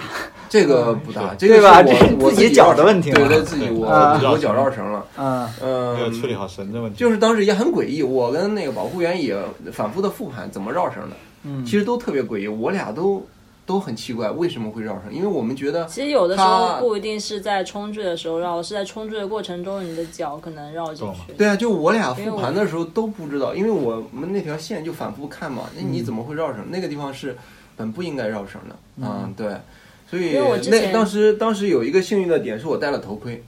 Speaker 3: 这个不大，这个
Speaker 1: 对吧嗯
Speaker 3: 是
Speaker 1: 这是
Speaker 3: 我我
Speaker 1: 自己脚的问题
Speaker 3: 对
Speaker 1: 嘛
Speaker 3: 对，自己我
Speaker 1: 啊
Speaker 3: 我脚绕绳了，
Speaker 1: 嗯
Speaker 3: 嗯，
Speaker 2: 没有处理好绳子问题。
Speaker 3: 就是当时也很诡异，我跟那个保护员也反复的复盘怎么绕绳的，
Speaker 1: 嗯，
Speaker 3: 其实都特别诡异，我俩都都很奇怪为什么会绕绳，因为我们觉得
Speaker 4: 其实有的时候
Speaker 3: 它
Speaker 4: 不一定是在冲坠的时候绕，是在冲坠的过程中，你的脚可能绕进去。
Speaker 3: 对啊，就我俩复盘的时候都不知道，因为我们那条线就反复看嘛，那你怎么会绕绳？那个地方是本不应该绕绳的，嗯，对，所以
Speaker 4: 因为我之前
Speaker 3: 那当时当时有一个幸运的点是我戴了头盔，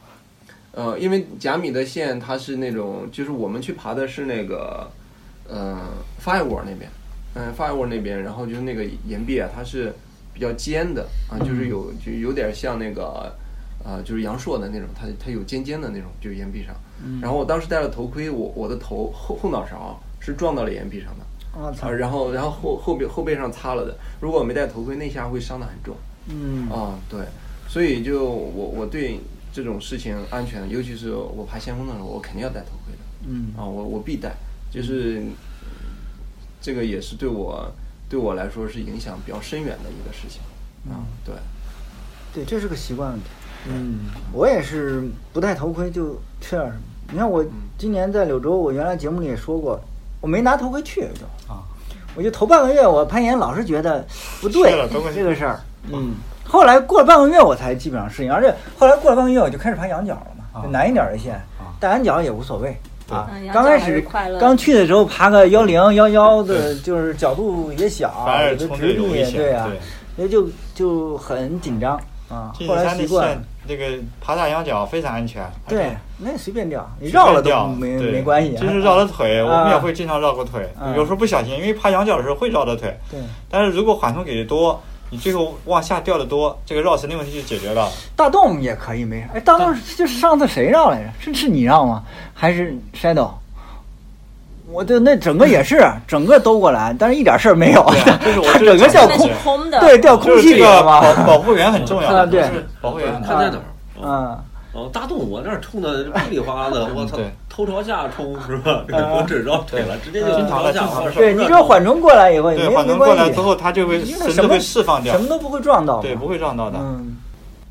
Speaker 3: 呃，因为贾米的线它是那种，就是我们去爬的是那个，呃，Firewall 那边，嗯、f i r e w a l l 那边，然后就是那个岩壁啊，它是比较尖的啊，就是有就有点像那个。呃，就是阳朔的那种，它它有尖尖的那种，就是岩壁上。然后我当时戴了头盔，我我的头后后脑勺啊是撞到了岩壁上的，
Speaker 1: 我操
Speaker 3: 啊，，然后然后后后背后背上擦了的。如果我没戴头盔，那下会伤得很重。
Speaker 1: 嗯
Speaker 3: 啊，对，所以就我我对这种事情安全，尤其是我爬先锋的时候，我肯定要戴头盔的
Speaker 1: 嗯
Speaker 3: 啊，我我必戴，
Speaker 2: 嗯
Speaker 3: 就是这个也是对我对我来说是影响比较深远的一个事情
Speaker 2: 嗯
Speaker 3: 啊，对，
Speaker 1: 对，这是个习惯问题。嗯，我也是不戴头盔就吃点什么。你看我
Speaker 2: 嗯
Speaker 1: 今年在柳州，我原来节目里也说过，我没拿头盔去就啊，我就头半个月我攀岩老是觉得不对
Speaker 2: 是了头盔
Speaker 1: 这个事儿，嗯。后来过了半个月，我才基本上适应，而且后来过了半个月，我就开始爬羊角了嘛，
Speaker 2: 啊
Speaker 1: 就难一点的线，戴羊角也无所谓啊
Speaker 4: 嗯。羊
Speaker 1: 刚
Speaker 4: 角
Speaker 1: 开
Speaker 4: 还是
Speaker 1: 始
Speaker 4: 快乐
Speaker 1: 刚去的时候爬个幺零幺幺的，就是角度也小，
Speaker 2: 反而
Speaker 1: 有的
Speaker 2: 冲
Speaker 1: 直
Speaker 2: 着有
Speaker 1: 立
Speaker 2: 危，险
Speaker 1: 对啊
Speaker 2: 对，
Speaker 1: 那就就很紧张啊。
Speaker 2: 进
Speaker 1: 后来
Speaker 2: 山
Speaker 1: 习
Speaker 2: 的
Speaker 1: 惯
Speaker 2: 线
Speaker 1: 了，
Speaker 2: 那个爬大羊角非常安全，哎而且
Speaker 1: 对，那也随便掉，你绕了都没
Speaker 2: 对
Speaker 1: 没关系。
Speaker 2: 就是绕了腿，
Speaker 1: 啊
Speaker 2: 我们也会经常绕过腿，
Speaker 1: 啊
Speaker 2: 有时候不小心，因为爬羊角的时候会绕到腿。
Speaker 1: 对，
Speaker 2: 但是如果缓冲给的多，你最后往下掉的多，这个绕绳的问题就解决了。
Speaker 1: 大洞也可以，没事。哎，大洞是就是上次谁绕来着？是是你绕吗？还是 Shadow？我的那整个也 是，整个兜过来，但是一点事儿没有
Speaker 2: 对啊，就是我这
Speaker 1: 整个掉
Speaker 4: 那
Speaker 1: 空
Speaker 4: 是，空的，
Speaker 1: 对，掉空
Speaker 2: 就是
Speaker 1: 气
Speaker 2: 这
Speaker 1: 里
Speaker 2: 个
Speaker 1: 了
Speaker 2: 保
Speaker 1: 嘛。
Speaker 2: 保护员很重 要，
Speaker 1: 啊对
Speaker 2: 就是保护员很重
Speaker 5: 看
Speaker 2: 要。
Speaker 5: 在哪儿。哦
Speaker 1: 嗯，
Speaker 5: 哦，大洞我那儿冲的噼里哗啦 的，我操
Speaker 2: 对，
Speaker 5: 头朝下冲是吧？ 我只绕腿了，直接就
Speaker 1: 嗯
Speaker 5: 头朝下，我
Speaker 1: 对，你只要缓冲过来以后，也
Speaker 2: 对，
Speaker 1: 没
Speaker 2: 缓
Speaker 1: 没
Speaker 2: 冲过来
Speaker 1: 关
Speaker 2: 之
Speaker 1: 系，
Speaker 2: 后，它就会
Speaker 1: 因
Speaker 2: 绳
Speaker 1: 为什
Speaker 2: 子
Speaker 1: 么
Speaker 2: 会释放掉
Speaker 1: 什，么都不会撞到嘛。
Speaker 2: 对，不会撞到的。
Speaker 1: 嗯，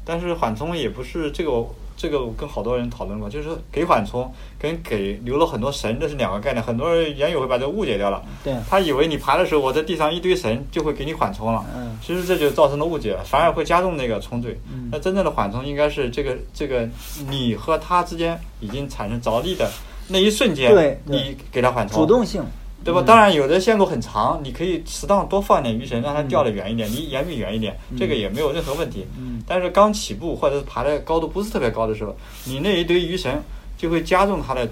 Speaker 2: 但是缓冲也不是这个我，这个我跟好多人讨论过，就是说给缓冲跟给留了很多绳，这是两个概念。很多人原友会把这个误解掉了，
Speaker 1: 对
Speaker 2: 他以为你爬的时候我在地上一堆绳就会给你缓冲了，
Speaker 1: 嗯
Speaker 2: 其实这就造成了误解了，反而会加重那个冲坠。
Speaker 1: 嗯
Speaker 2: 那真正的缓冲应该是这个这个你和他之间已经产生着力的那一瞬间，
Speaker 1: 对对
Speaker 2: 你给他缓冲，
Speaker 1: 主动性。
Speaker 2: 对吧？当然，有的线路很长，你可以适当多放点鱼绳，让它掉得远一点，离岩壁远一点，这个也没有任何问题。
Speaker 1: 嗯
Speaker 2: 嗯但是刚起步或者是爬的高度不是特别高的时候，你那一堆鱼绳就会加重它的，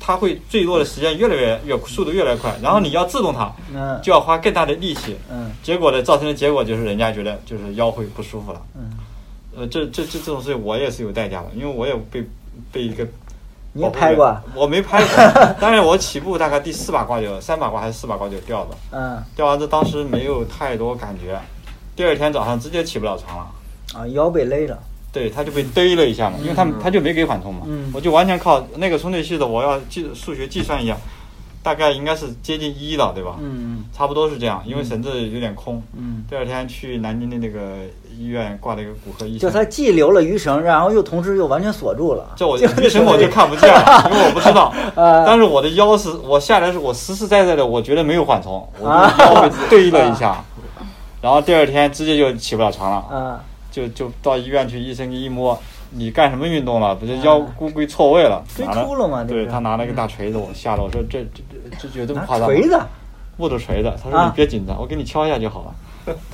Speaker 2: 它会坠落的时间越来越越速度越来越快，然后你要制动它，
Speaker 1: 嗯
Speaker 2: 就要花更大的力气。
Speaker 1: 嗯
Speaker 2: 结果呢，造成的结果就是人家觉得就是腰会不舒服了。
Speaker 1: 嗯，
Speaker 2: 呃，这这这这种事情我也是有代价的，因为我也被被一个。
Speaker 1: 你也拍过啊？
Speaker 2: 我没 拍过，但是我起步大概第四把挂就三把挂还是四把挂就掉了，
Speaker 1: 嗯
Speaker 2: 掉完之后当时没有太多感觉，第二天早上直接起不了床了。
Speaker 1: 啊，腰被勒着。
Speaker 2: 对，他就被逮了一下嘛，因为他他就没给缓冲嘛，
Speaker 1: 嗯
Speaker 2: 我就完全靠那个冲对系的，我要计数学计算一下，大概应该是接近一了，对吧？
Speaker 1: 嗯
Speaker 2: 差不多是这样，因为绳子有点空。
Speaker 1: 嗯，
Speaker 2: 第二天去南京的那个医院挂了一个骨科医
Speaker 1: 就
Speaker 2: 生，
Speaker 1: 他既留了鱼绳，然后又同时又完全锁住了。
Speaker 2: 这我医生我就看不见 了，因为我不知道。
Speaker 1: 呃
Speaker 2: 但是我的腰是我下来是我实实在在的，我觉得没有缓冲，我
Speaker 1: 啊
Speaker 2: 的腰被对了一下，然后第二天直接就起不了床了，
Speaker 1: 啊，
Speaker 2: 就就到医院去，医生一摸，你干什么运动了？不是腰估计错位了，
Speaker 1: 啊追
Speaker 2: 拿了
Speaker 1: 秃了嘛这
Speaker 2: 对
Speaker 1: 是
Speaker 2: 他拿了一个大锤子，我吓得我说这这这这有这么
Speaker 1: 拿
Speaker 2: 夸张吗？
Speaker 1: 锤子，
Speaker 2: 木头锤子，他说
Speaker 1: 啊
Speaker 2: 你别紧张，我给你敲一下就好了。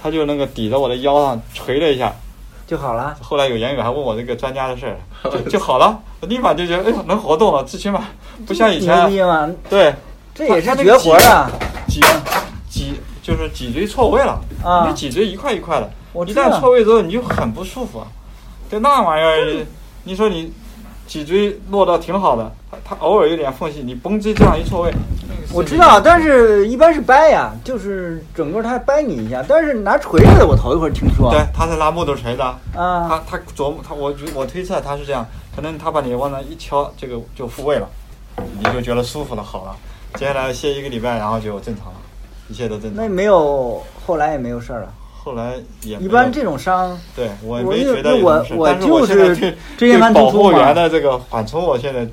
Speaker 2: 他就那个抵着我的腰上捶了一下，
Speaker 1: 就好了。
Speaker 2: 后来有研友还问我这个专家 的事儿，就就好了，我立马就觉得哎呦能活动了，最起码不像以
Speaker 1: 牛逼啊
Speaker 2: 前
Speaker 1: 嘛，
Speaker 2: 对
Speaker 1: 这也是绝活啊！
Speaker 2: 脊脊就是脊椎错位了，
Speaker 1: 啊
Speaker 2: 你的脊椎一块一块的，
Speaker 1: 我
Speaker 2: 一
Speaker 1: 知道
Speaker 2: 旦错位之后你就很不舒服啊。跟那玩意
Speaker 1: 嗯
Speaker 2: 儿，你说你脊椎落到挺好的，它它偶尔有点缝隙，你嘣叽这样一错位，那个
Speaker 1: 我知道，但是一般是掰呀，就是整个他掰你一下，但是拿锤子的我头一回听说。
Speaker 2: 对，他是拉木头锤的，他
Speaker 1: 啊，
Speaker 2: 他琢磨他，我觉我推测他是这样，可能他把你往那一敲，这个就复位了，你就觉得舒服了，好了，接下来歇一个礼拜，然后就正常了，一切都正
Speaker 1: 那
Speaker 2: 常。
Speaker 1: 没有，后来也没有事儿了。
Speaker 2: 后来也没
Speaker 1: 一
Speaker 2: 有
Speaker 1: 般这种伤，
Speaker 2: 对我
Speaker 1: 我
Speaker 2: 没
Speaker 1: 就
Speaker 2: 觉得有
Speaker 1: 我
Speaker 2: 什么事
Speaker 1: 我
Speaker 2: 但是
Speaker 1: 就
Speaker 2: 现在
Speaker 1: 是
Speaker 2: 对
Speaker 1: 椎间
Speaker 2: 对
Speaker 1: 盘突
Speaker 2: 保
Speaker 1: 出
Speaker 2: 护
Speaker 1: 嘛
Speaker 2: 员的这个缓冲，我现在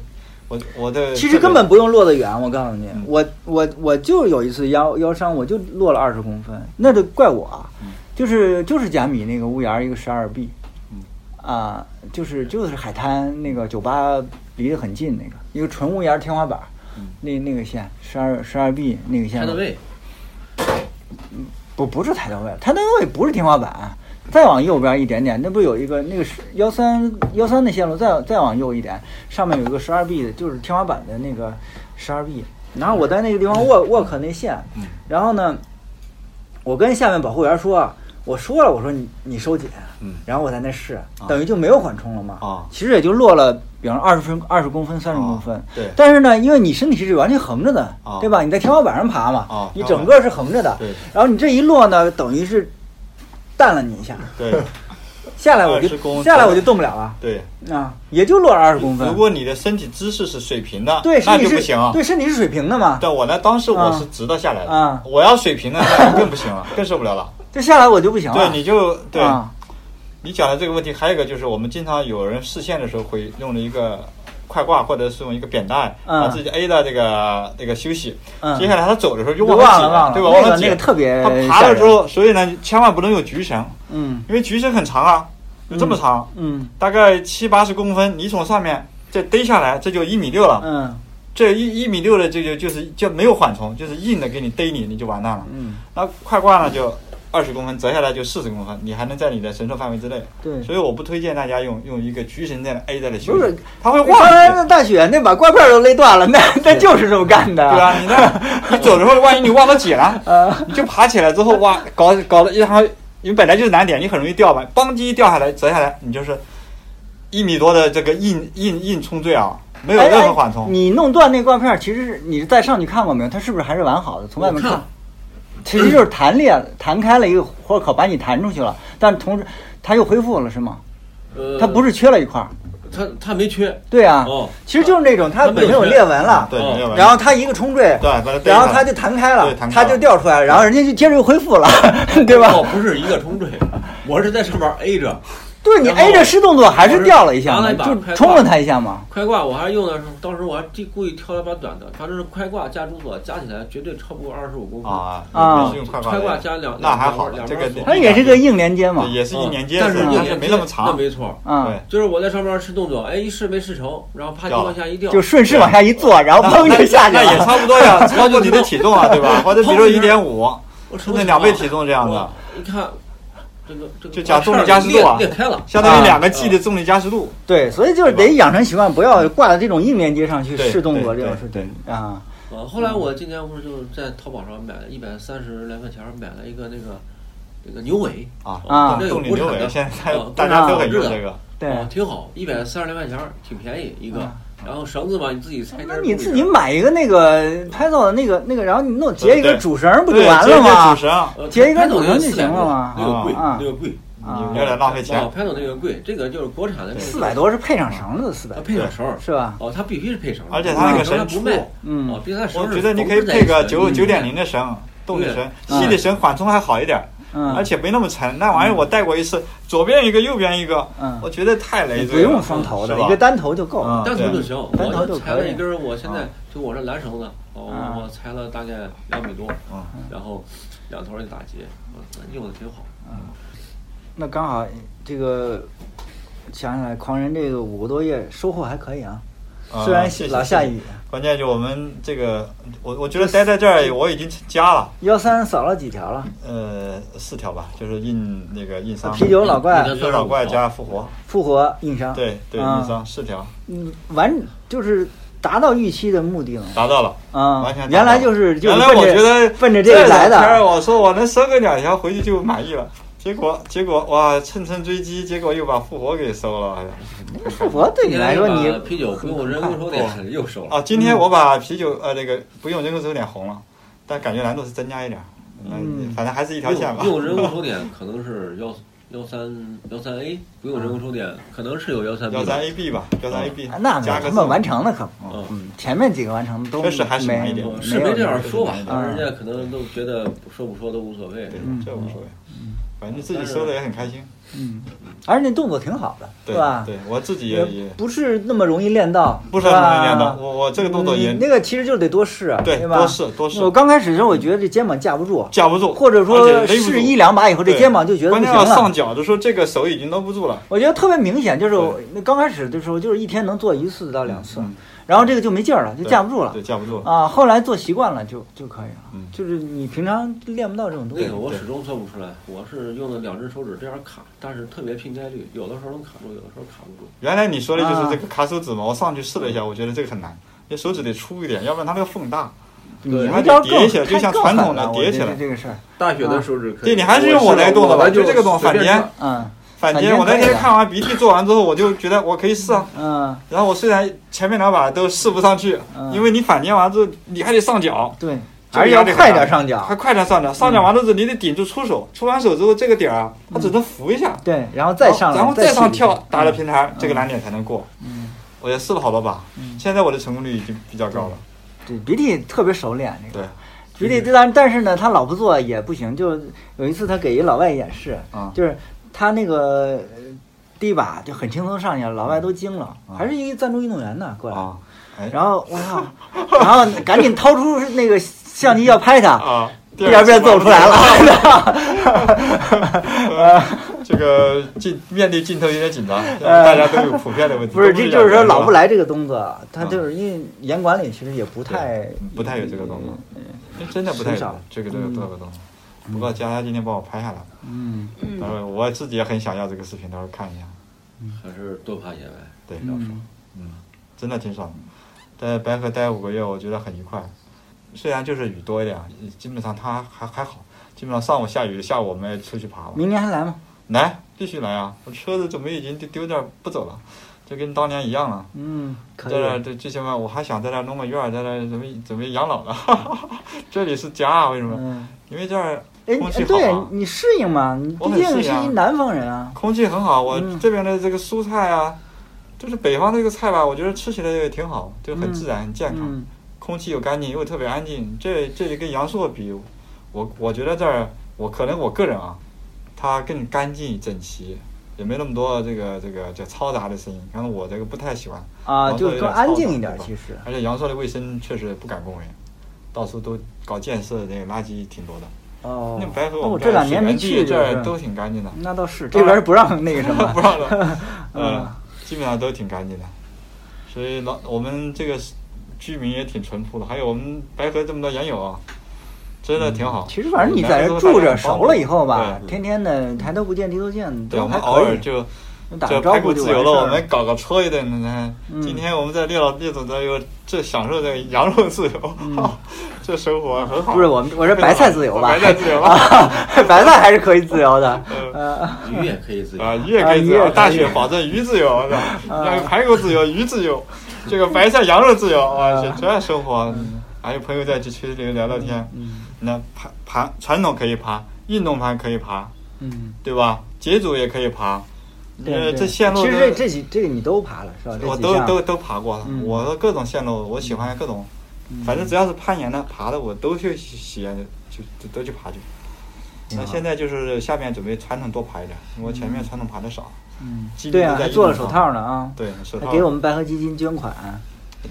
Speaker 2: 我我的
Speaker 1: 其
Speaker 2: 这
Speaker 1: 实
Speaker 2: 个
Speaker 1: 根本不用落得远。我告诉你
Speaker 2: 嗯，
Speaker 1: 我我我就有一次腰腰伤，我就落了二十公分，那就怪我，啊就是就是贾米那个屋檐儿一个十二 B，
Speaker 2: 嗯
Speaker 1: 啊，就是就是海滩那个酒吧离得很近那个，一个纯屋檐儿天花板儿
Speaker 2: 嗯，
Speaker 1: 那那个线十二十二 B 那个线
Speaker 5: 开的位，
Speaker 1: 不不是抬头位，抬头位不是天花板，再往右边一点点，那不有一个那个是幺三幺三的线路，再再往右一点，上面有一个十二 B 的，就是天花板的那个十二 B。然后我在那个地方握握可那线，
Speaker 2: 嗯
Speaker 1: 然后呢，我跟下面保护员说，我说了，我说你你收紧，
Speaker 2: 嗯
Speaker 1: 然后我在那试
Speaker 2: 啊，
Speaker 1: 等于就没有缓冲了嘛。
Speaker 2: 啊
Speaker 1: 其实也就落了，比方二十分二十公分、三十公分。
Speaker 2: 对
Speaker 1: 但是呢，因为你身体是完全横着的，
Speaker 2: 啊
Speaker 1: 对吧？你在天花板上爬嘛，
Speaker 2: 啊
Speaker 1: 你
Speaker 2: 天花
Speaker 1: 整
Speaker 2: 板
Speaker 1: 个是横着的。
Speaker 2: 对
Speaker 1: 然后你这一落呢，等于是弹了你一下，
Speaker 2: 对
Speaker 1: 下来我就
Speaker 2: 20公分
Speaker 1: 下来我就动不了了
Speaker 2: 对。
Speaker 1: 啊，也就落了二十 公分
Speaker 2: 如。果你的身体姿势是水平的，
Speaker 1: 对，身
Speaker 2: 那
Speaker 1: 体
Speaker 2: 就是不行啊。
Speaker 1: 对，身体是水平的嘛，
Speaker 2: 但我呢，当时我
Speaker 1: 啊
Speaker 2: 是直的下来的，
Speaker 1: 啊
Speaker 2: 我要水平的那就更不行了，更受不 了了。
Speaker 1: 这下来我就不行
Speaker 2: 对，
Speaker 1: 了。
Speaker 2: 你就对、
Speaker 1: 啊，
Speaker 2: 你讲的这个问题，还有一个就是我们经常有人视线的时候会用了一个快挂或者是用一个扁担，
Speaker 1: 嗯
Speaker 2: 把自己 A 到这个这个休息。
Speaker 1: 嗯
Speaker 2: 接下来他走的时候就
Speaker 1: 就
Speaker 2: 了
Speaker 1: 忘
Speaker 2: 解
Speaker 1: 了忘了
Speaker 2: 对吧？
Speaker 1: 那个
Speaker 2: 忘了解
Speaker 1: 那个特别
Speaker 2: 他爬
Speaker 1: 吓
Speaker 2: 的
Speaker 1: 人
Speaker 2: 时候，所以呢，你千万不能用橘绳，
Speaker 1: 嗯
Speaker 2: 因为橘绳很长啊，有这么长，
Speaker 1: 嗯
Speaker 2: 大概七八十公分，你从上面再逮下来，这就一米六了。
Speaker 1: 嗯
Speaker 2: 这一一米六的这个就是就没有缓冲，就是硬的给你逮你，你就完蛋了。
Speaker 1: 嗯，
Speaker 2: 那快挂呢就二十公分，折下来就四十公分，你还能在你的承受范围之内。
Speaker 1: 对
Speaker 2: 所以我不推荐大家用用一个橘绳在那 A 在那修
Speaker 1: 不是，
Speaker 2: 它会
Speaker 1: 刚才那
Speaker 2: 晃。
Speaker 1: 大雪那把刮片都勒断了，那那就是这么干的。
Speaker 2: 对啊，你那你走的时候，万一你忘了解了
Speaker 1: 啊，
Speaker 2: 你就爬起来之后哇，搞搞了一然后你本来就是难点，你很容易掉吧，邦叽掉下来折下来，你就是一米多的这个硬硬硬冲坠啊，没有
Speaker 1: 哎
Speaker 2: 任
Speaker 1: 哎
Speaker 2: 何缓冲。
Speaker 1: 你弄断那挂片儿，其实是你再上去看过没有？它是不是还是完好的？从外面
Speaker 5: 我看
Speaker 1: 看
Speaker 5: 了，
Speaker 1: 其实就是弹裂了，弹开了一个豁口，把你弹出去了。但同时，它又恢复了，是吗？
Speaker 5: 呃，
Speaker 1: 它不是缺了一块儿，
Speaker 5: 他他没缺，
Speaker 1: 对啊
Speaker 5: 哦，
Speaker 1: 其实就是那种它
Speaker 5: 它没
Speaker 1: 本
Speaker 5: 有
Speaker 1: 身有
Speaker 5: 缺
Speaker 1: 裂纹了，
Speaker 2: 对，没有
Speaker 1: 然后它一个冲坠，
Speaker 2: 对把它背
Speaker 1: 然后
Speaker 2: 上
Speaker 1: 它就弹开了
Speaker 2: 对弹，开
Speaker 1: 它
Speaker 2: 了
Speaker 1: 就掉出来了，然后人家就接着又恢复 了，对吧
Speaker 5: 哦，？不是一个冲坠，我是在上面 A 着。
Speaker 1: 对你
Speaker 5: 然后
Speaker 1: 挨着施动作还是掉了一下
Speaker 5: 拿
Speaker 1: 嘛，
Speaker 5: 了一把
Speaker 1: 就
Speaker 5: 快
Speaker 1: 冲
Speaker 5: 挂
Speaker 1: 了它一下嘛。
Speaker 5: 快挂我还用的是，当时我还记故意挑了把短的，反正是快挂加主锁加起来绝对超不过二十五公分。
Speaker 2: 啊
Speaker 1: 啊
Speaker 2: 也是用快挂
Speaker 5: 快
Speaker 2: 的
Speaker 5: 挂加两
Speaker 2: 那还好，
Speaker 5: 两
Speaker 2: 这
Speaker 5: 两
Speaker 2: 个
Speaker 5: 两
Speaker 1: 它也是个硬连接嘛
Speaker 2: 对，也是一
Speaker 5: 嗯
Speaker 2: 年接
Speaker 5: 但
Speaker 2: 的，
Speaker 5: 是
Speaker 2: 它
Speaker 5: 硬
Speaker 2: 是
Speaker 5: 连
Speaker 2: 没
Speaker 5: 接
Speaker 2: 那么长，
Speaker 5: 那
Speaker 2: 对
Speaker 5: 没错。
Speaker 1: 啊，
Speaker 5: 就是我在上面试动作，哎，一试没试成，然后啪就
Speaker 2: 掉了
Speaker 5: 往下一掉，
Speaker 1: 就顺势往下一坐，然后
Speaker 2: 那
Speaker 1: 砰就下去
Speaker 2: 那
Speaker 1: 了。
Speaker 2: 也差不多 呀，超过你的体重啊，对吧？或者比如
Speaker 5: 碰
Speaker 2: 一
Speaker 5: 一下
Speaker 2: 点五，
Speaker 5: 我成
Speaker 2: 甚至两倍体重这样的
Speaker 5: 我，你看，这个这个
Speaker 2: 就讲重力加速度啊
Speaker 5: 裂裂开了，
Speaker 2: 相当于
Speaker 1: 啊
Speaker 2: 两个 G 的重力加速度。
Speaker 1: 对，所以就是
Speaker 2: 对吧
Speaker 1: 得养成习惯，不要挂到这种硬连接上去
Speaker 2: 对
Speaker 1: 试动作
Speaker 2: 对
Speaker 1: 这种
Speaker 2: 对
Speaker 1: 事
Speaker 2: 对
Speaker 1: 情啊。
Speaker 5: 啊，后
Speaker 2: 嗯
Speaker 5: 来我今年不是就是在淘宝上买了一百三十来块钱儿买了一个那个那个牛尾哦
Speaker 2: 啊
Speaker 1: 啊
Speaker 5: 反正有
Speaker 2: 动力
Speaker 5: 国产
Speaker 2: 牛尾
Speaker 5: 的
Speaker 2: 现在
Speaker 5: 啊
Speaker 2: 大
Speaker 1: 家都
Speaker 2: 很
Speaker 5: 国
Speaker 2: 用
Speaker 5: 产
Speaker 2: 这
Speaker 5: 的
Speaker 2: 个
Speaker 1: 对，
Speaker 5: 啊挺好，一百三十来块钱儿挺便宜一个
Speaker 1: 啊。
Speaker 5: 然后绳子吧，你自己裁。
Speaker 1: 那你自己。买一个那个拍照的那个那个，然后你弄结一
Speaker 2: 对
Speaker 1: 个
Speaker 2: 对
Speaker 1: 主绳不就
Speaker 2: 对
Speaker 1: 完
Speaker 2: 直接
Speaker 1: 了吗
Speaker 2: 主？绳，
Speaker 5: 呃
Speaker 1: 结一根
Speaker 5: 拍抖
Speaker 1: 手绳
Speaker 5: 那
Speaker 1: 就行了嘛
Speaker 5: 那个贵，
Speaker 1: 啊
Speaker 5: 那个贵，
Speaker 1: 啊
Speaker 2: 你有点浪费钱
Speaker 5: 哦，。拍抖那个贵，这个就是国产的那个。
Speaker 1: 四百，多是配上绳子，四百
Speaker 5: 它配上绳儿
Speaker 1: 是吧？
Speaker 5: 哦，它必须是配绳儿的，啊
Speaker 2: 而且它那个
Speaker 5: 绳儿它
Speaker 2: 绳
Speaker 5: 不卖
Speaker 2: 粗，
Speaker 1: 嗯
Speaker 5: 哦，并且它绳
Speaker 2: 我
Speaker 5: 儿
Speaker 2: 觉
Speaker 5: 是
Speaker 2: 得你
Speaker 5: 缝
Speaker 2: 可以
Speaker 5: 在
Speaker 2: 配
Speaker 5: 一
Speaker 2: 个
Speaker 5: 起的
Speaker 2: 九
Speaker 5: 嗯
Speaker 2: 九点零的绳，动力绳，
Speaker 1: 嗯
Speaker 2: 细的绳缓冲还好一点，
Speaker 1: 嗯
Speaker 2: 而且没那么沉。那玩意儿我带过一次，左边一个，右边一个
Speaker 1: 嗯，
Speaker 2: 我觉得太
Speaker 1: 你
Speaker 2: 累。
Speaker 1: 不用双头的，
Speaker 2: 是吧
Speaker 1: 一个单头就够
Speaker 2: 嗯
Speaker 1: 了。
Speaker 5: 单头就行，
Speaker 1: 单头
Speaker 5: 我
Speaker 1: 就
Speaker 5: 就裁
Speaker 1: 可
Speaker 5: 了
Speaker 1: 以
Speaker 5: 一根儿，我现在
Speaker 2: 啊
Speaker 5: 就我这蓝绳子，哦，
Speaker 1: 啊
Speaker 5: 我我裁了大概两米多
Speaker 2: 嗯，
Speaker 5: 然后两头儿就打结，我用的挺好。
Speaker 1: 那刚好这个想起来，狂人这个五个多月收获还可以啊，
Speaker 2: 啊
Speaker 1: 虽然
Speaker 2: 谢谢
Speaker 1: 老下雨
Speaker 2: 谢谢，关键就我们这个，我我觉得待在这儿
Speaker 1: 嗯
Speaker 2: 我已经成家了，
Speaker 1: 幺三扫了几条了？
Speaker 2: 呃，四条吧，就是印那个印商
Speaker 1: 啤酒老怪
Speaker 5: 你的
Speaker 2: 啤酒老怪加复活，
Speaker 1: 复活硬伤，
Speaker 2: 对对，
Speaker 1: 啊
Speaker 2: 印商四条
Speaker 1: 嗯，完就是达到预期的目的了。
Speaker 2: 达到了。
Speaker 1: 啊
Speaker 2: 完全达到了
Speaker 1: 原来就是就是
Speaker 2: 原来
Speaker 1: 奔
Speaker 2: 我
Speaker 1: 着
Speaker 2: 觉得
Speaker 1: 奔着这个来
Speaker 2: 这两天
Speaker 1: 的，
Speaker 2: 我说我能生个两条回去就满意了，结果结果哇，乘胜追击，结果又把复活给收了。好像
Speaker 1: 富婆对你来说，
Speaker 5: 今
Speaker 1: 你
Speaker 5: 天把啤酒不用人工手点又收了，
Speaker 2: 啊，今天
Speaker 1: 嗯
Speaker 2: 我把啤酒呃那个不用人工手点红了，但感觉难度是增加一点儿。
Speaker 1: 嗯
Speaker 2: 反正还是一条线吧
Speaker 5: 用。用 人工手点可能是幺幺三幺三 A，不用人工手点可能是有幺三 B
Speaker 2: 幺三
Speaker 5: 的。
Speaker 2: AB 吧，幺三 AB，
Speaker 1: 啊那没有
Speaker 2: 加个
Speaker 1: 他们完成了可
Speaker 2: 嗯
Speaker 1: 嗯，前面几个完成的都
Speaker 2: 确实还是
Speaker 1: 没
Speaker 2: 慢一点
Speaker 1: 有
Speaker 5: 哦是没这样说吧，
Speaker 1: 嗯
Speaker 5: 人家可能都觉得说不说都无所谓
Speaker 2: 对。，
Speaker 1: 嗯
Speaker 2: 这无所谓，反正自己收的也很开心，
Speaker 1: 嗯，而且那动作挺好的，
Speaker 2: 对
Speaker 1: 是吧？
Speaker 2: 对，我自己也
Speaker 1: 也
Speaker 2: 也
Speaker 1: 不是那么容易练到，
Speaker 2: 不是
Speaker 1: 是
Speaker 2: 很
Speaker 1: 吧
Speaker 2: 容易练到，我我这个动作也
Speaker 1: 嗯那个其实就得多试，啊
Speaker 2: 对
Speaker 1: 吧？
Speaker 2: 多试多试
Speaker 1: 我刚开始的时候，我觉得这肩膀架不住，
Speaker 2: 架不住，
Speaker 1: 或者
Speaker 2: 而且
Speaker 1: 说
Speaker 2: 勒不住
Speaker 1: 试一两把以后，这
Speaker 2: 对
Speaker 1: 肩膀就觉得不
Speaker 2: 关
Speaker 1: 行
Speaker 2: 键要上
Speaker 1: 了。
Speaker 2: 脚的时候，这个手已经搂不住了，
Speaker 1: 我觉得特别明显，就是我
Speaker 2: 对
Speaker 1: 那刚开始的时候，就是一天能做一次到两次
Speaker 2: 嗯，
Speaker 1: 然后这个就没劲儿了，就
Speaker 2: 对
Speaker 1: 架不住了
Speaker 2: 对，架不住了，
Speaker 1: 啊。后来做习惯了就就可以了
Speaker 2: 嗯，
Speaker 1: 就是你平常练不到这种东
Speaker 5: 那
Speaker 1: 西
Speaker 5: 个。我始终做不出来，我是用的两只手指这样卡，但是特别拼概率，有的时候能卡住，有的时候卡不住。
Speaker 2: 原来你说的就是
Speaker 1: 啊
Speaker 2: 这个卡手指嘛，我上去试了一下，我觉得这个很难，你手指得粗一点，要不然它那个缝大，
Speaker 1: 你
Speaker 2: 对
Speaker 1: 那招
Speaker 2: 还得叠
Speaker 1: 更
Speaker 2: 起来就
Speaker 1: 太
Speaker 2: 像
Speaker 1: 更
Speaker 2: 传
Speaker 1: 狠
Speaker 2: 统的
Speaker 1: 了我
Speaker 2: 叠
Speaker 1: 觉
Speaker 2: 起
Speaker 1: 得
Speaker 2: 来
Speaker 1: 这个事儿，
Speaker 3: 大学的手指可以，
Speaker 2: 啊对你还是用
Speaker 3: 我
Speaker 2: 我来动的吧
Speaker 3: 我
Speaker 2: 就这个动
Speaker 3: 随便
Speaker 2: 反肩
Speaker 3: 转
Speaker 1: 嗯
Speaker 2: 反
Speaker 1: 反
Speaker 2: 正
Speaker 1: 肩
Speaker 2: 我那
Speaker 1: 可以
Speaker 2: 天
Speaker 1: 的
Speaker 2: 看完鼻涕做完之后，我就觉得我可以试啊。
Speaker 1: 嗯，
Speaker 2: 然后我虽然前面两把都试不上去，
Speaker 1: 嗯
Speaker 2: 因为你反肩完之后你还得上脚，
Speaker 1: 对，
Speaker 2: 这个
Speaker 1: 而且
Speaker 2: 要
Speaker 1: 要
Speaker 2: 得
Speaker 1: 快
Speaker 2: 很
Speaker 1: 点上
Speaker 2: 还
Speaker 1: 脚，嗯
Speaker 2: 快点上脚，上脚完了之后你得顶住出手，出完手之后这个点儿啊，它只能扶一下，
Speaker 1: 对，然后再上来，
Speaker 2: 然后再上
Speaker 1: 试一下
Speaker 2: 跳打了平台，这个难点才能过。
Speaker 1: 嗯，
Speaker 2: 我也试了好多把，
Speaker 1: 嗯
Speaker 2: 现在我的成功率已经比较高了。
Speaker 1: 对，鼻涕特别熟练这个。举
Speaker 2: 对，
Speaker 1: 例，但但是呢，他老不做也不行。就有一次，他给一老外演示，
Speaker 2: 啊
Speaker 1: 就是他那个呃第一把就很轻松上去了，老外都惊了，还是一个赞助运动员呢过来，
Speaker 2: 啊，哎，
Speaker 1: 然后我操，然后赶紧掏出那个相机要拍他，
Speaker 2: 啊，
Speaker 1: 一点儿不点做不出来了。
Speaker 2: 呃这个镜面对镜头有点紧张，大家都有普遍的问题。
Speaker 1: 不是，
Speaker 2: 都
Speaker 1: 这
Speaker 2: 一
Speaker 1: 就是说
Speaker 2: 样的
Speaker 1: 老不，来这个动作，他就是因为严管理其实也不太嗯
Speaker 2: 是吧啊不太有这个动作，真的不太
Speaker 1: 很
Speaker 2: 有
Speaker 1: 少
Speaker 2: 这个这个这个动作。不过佳佳今天帮我拍下来了，
Speaker 1: 嗯
Speaker 4: 嗯
Speaker 2: 然，后我自己也很想要这个视频，到时候看一下。
Speaker 5: 还是多爬野外，
Speaker 2: 对，
Speaker 1: 嗯
Speaker 2: 真的挺爽的。在白河待五个月，我觉得很愉快。虽然就是雨多一点，啊基本上它还还好。基本上上午下雨，下午我们也出去爬了。
Speaker 1: 明年还来吗？
Speaker 2: 来，必须来啊！我车子准备已经丢丢这儿不走了，就跟当年一样了。
Speaker 1: 嗯，可
Speaker 2: 在
Speaker 1: 以
Speaker 2: 这儿
Speaker 1: 了，
Speaker 2: 这最起码我还想在这儿弄个院儿，在这儿准备准备养老了。哈哈哈， 这里是家啊，为什么？
Speaker 1: 嗯。
Speaker 2: 因为这儿
Speaker 1: 哎，
Speaker 2: 空气
Speaker 1: 你
Speaker 2: 好
Speaker 1: 对
Speaker 2: 啊，
Speaker 1: 你适应嘛？你
Speaker 2: 我
Speaker 1: 毕
Speaker 2: 很
Speaker 1: 竟
Speaker 2: 适
Speaker 1: 是
Speaker 2: 应啊
Speaker 1: 一南方人啊。
Speaker 2: 空气很好。我
Speaker 1: 嗯
Speaker 2: 这边的这个蔬菜啊，就是北方这个菜吧，我觉得吃起来也挺好，就很自然、很健康。
Speaker 1: 嗯，
Speaker 2: 空气又干净又特别安静。这这里跟阳朔比，我我觉得这儿我可能我个人啊，它更干净整齐，也没那么多这个这个叫嘈杂的声音。反正我这个不太喜欢
Speaker 1: 啊，
Speaker 2: 阳朔
Speaker 1: 就
Speaker 2: 有
Speaker 1: 更
Speaker 2: 点
Speaker 1: 安
Speaker 2: 嘈
Speaker 1: 静
Speaker 2: 杂
Speaker 1: 一点
Speaker 2: 对，吧
Speaker 1: 其实。
Speaker 2: 而且阳朔的卫生确实不敢恭维，到处都搞建设，那个垃圾挺多的。
Speaker 1: 哦
Speaker 2: 那，白河
Speaker 1: 那我
Speaker 2: 们
Speaker 1: 这两年没
Speaker 2: 水源
Speaker 1: 去，
Speaker 2: 地这
Speaker 1: 就是
Speaker 2: 儿都挺干净的，
Speaker 1: 那倒是，
Speaker 2: 当
Speaker 1: 这
Speaker 2: 然
Speaker 1: 边儿不让那个什么
Speaker 2: 不。让了，
Speaker 1: 嗯
Speaker 2: 嗯，基本上都挺干净的，所以老我们这个居民也挺淳朴的，还有我们白河这么多研友啊，真的挺好。
Speaker 1: 嗯其实反正你
Speaker 2: 来
Speaker 1: 在
Speaker 2: 的
Speaker 1: 这
Speaker 2: 时候
Speaker 1: 住
Speaker 2: 大家
Speaker 1: 着
Speaker 2: 很
Speaker 1: 熟
Speaker 2: 包
Speaker 1: 了
Speaker 2: 容
Speaker 1: 以后吧，
Speaker 2: 对
Speaker 1: 天天的抬头不见低头见，
Speaker 2: 对，
Speaker 1: 都
Speaker 2: 我们
Speaker 1: 还
Speaker 2: 偶
Speaker 1: 可
Speaker 2: 尔
Speaker 1: 以。
Speaker 2: 就
Speaker 1: 打
Speaker 2: 就
Speaker 1: 个招
Speaker 2: 拍
Speaker 1: 呼
Speaker 2: 顾
Speaker 1: 就
Speaker 2: 自
Speaker 1: 完
Speaker 2: 由了，
Speaker 1: 事
Speaker 2: 我
Speaker 1: 儿
Speaker 2: 们搞个戳一顿呢。
Speaker 1: 嗯
Speaker 2: 今天我们在列老列总这又这享受这个羊肉自由， 这生活很
Speaker 1: 嗯
Speaker 2: 好。
Speaker 1: 不是我 们，我是白菜自由吧？
Speaker 2: 白菜自由嗯吧
Speaker 1: 啊， 白菜还是可以自由的。呃，
Speaker 5: 鱼也可以自己
Speaker 2: 啊，鱼也可以
Speaker 1: 啊鱼也
Speaker 2: 自
Speaker 1: 可
Speaker 2: 由，
Speaker 1: 以
Speaker 2: 大雪保证鱼自由，是吧？
Speaker 1: 啊
Speaker 2: 让排骨自由，鱼 自由，这个白菜、羊肉自由啊，这这生活。
Speaker 1: 嗯
Speaker 2: 还有朋友在这群里聊聊天，那爬爬传统可以爬，运动盘可以爬，
Speaker 1: 嗯，
Speaker 2: 对吧？节组也可以爬，
Speaker 1: 对
Speaker 2: 呃，
Speaker 1: 对
Speaker 2: 这线路
Speaker 1: 其实
Speaker 2: 都
Speaker 1: 这这几这个你都爬了是吧？这
Speaker 2: 我
Speaker 1: 几
Speaker 2: 都
Speaker 1: 项
Speaker 2: 都都爬过了，
Speaker 1: 嗯
Speaker 2: 我的各种线路，我喜欢各种，反正只要是攀岩的、爬的，我都去喜欢，就就都去爬去。那现在就是下面准备传统多爬一点，因为我前面传统爬的少。
Speaker 1: 嗯
Speaker 2: 基，本
Speaker 1: 对啊，
Speaker 2: 都在
Speaker 1: 还
Speaker 2: 运
Speaker 1: 做了
Speaker 2: 动
Speaker 1: 手
Speaker 2: 上
Speaker 1: 套呢啊，
Speaker 2: 对，手
Speaker 1: 还
Speaker 2: 套
Speaker 1: 给我们嗯白河基金捐款。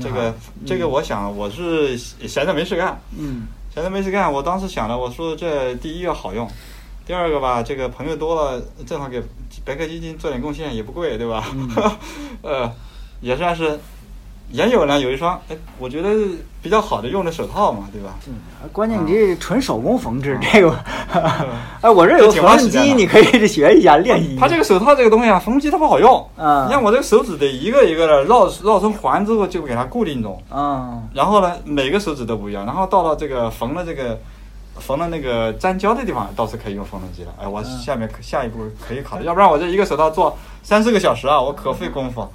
Speaker 2: 这个这个，我想我是闲着没事干，
Speaker 1: 嗯
Speaker 2: 闲着没事干，我当时想了，我说这第一个好用，第二个吧，这个朋友多了，正好给白科基金做点贡献，也不贵，对吧？
Speaker 1: 嗯
Speaker 2: 呃，也算是也有呢，有一双，哎，我觉得比较好的用的手套嘛，对吧？
Speaker 1: 嗯关
Speaker 2: 啊
Speaker 1: 键你这是纯手工缝制， 这个，哎，我这有
Speaker 2: 这挺花
Speaker 1: 缝
Speaker 2: 时
Speaker 1: 纫
Speaker 2: 间的嗯
Speaker 1: 机，你可以去学一下，练习一下。
Speaker 2: 它这个手套这个东西啊，缝纫机它不好用，
Speaker 1: 嗯
Speaker 2: 你看我这个手指得一个一个的绕绕成环之后就给它固定住，
Speaker 1: 啊，
Speaker 2: 然后呢，每个手指都不一样，然后到了这个缝了这个缝的那个粘胶的地方倒是可以用缝纫机了。哎，我
Speaker 1: 嗯
Speaker 2: 下面可下一步可以 考虑，要不然我这一个手套做三四个小时啊，我可费功夫。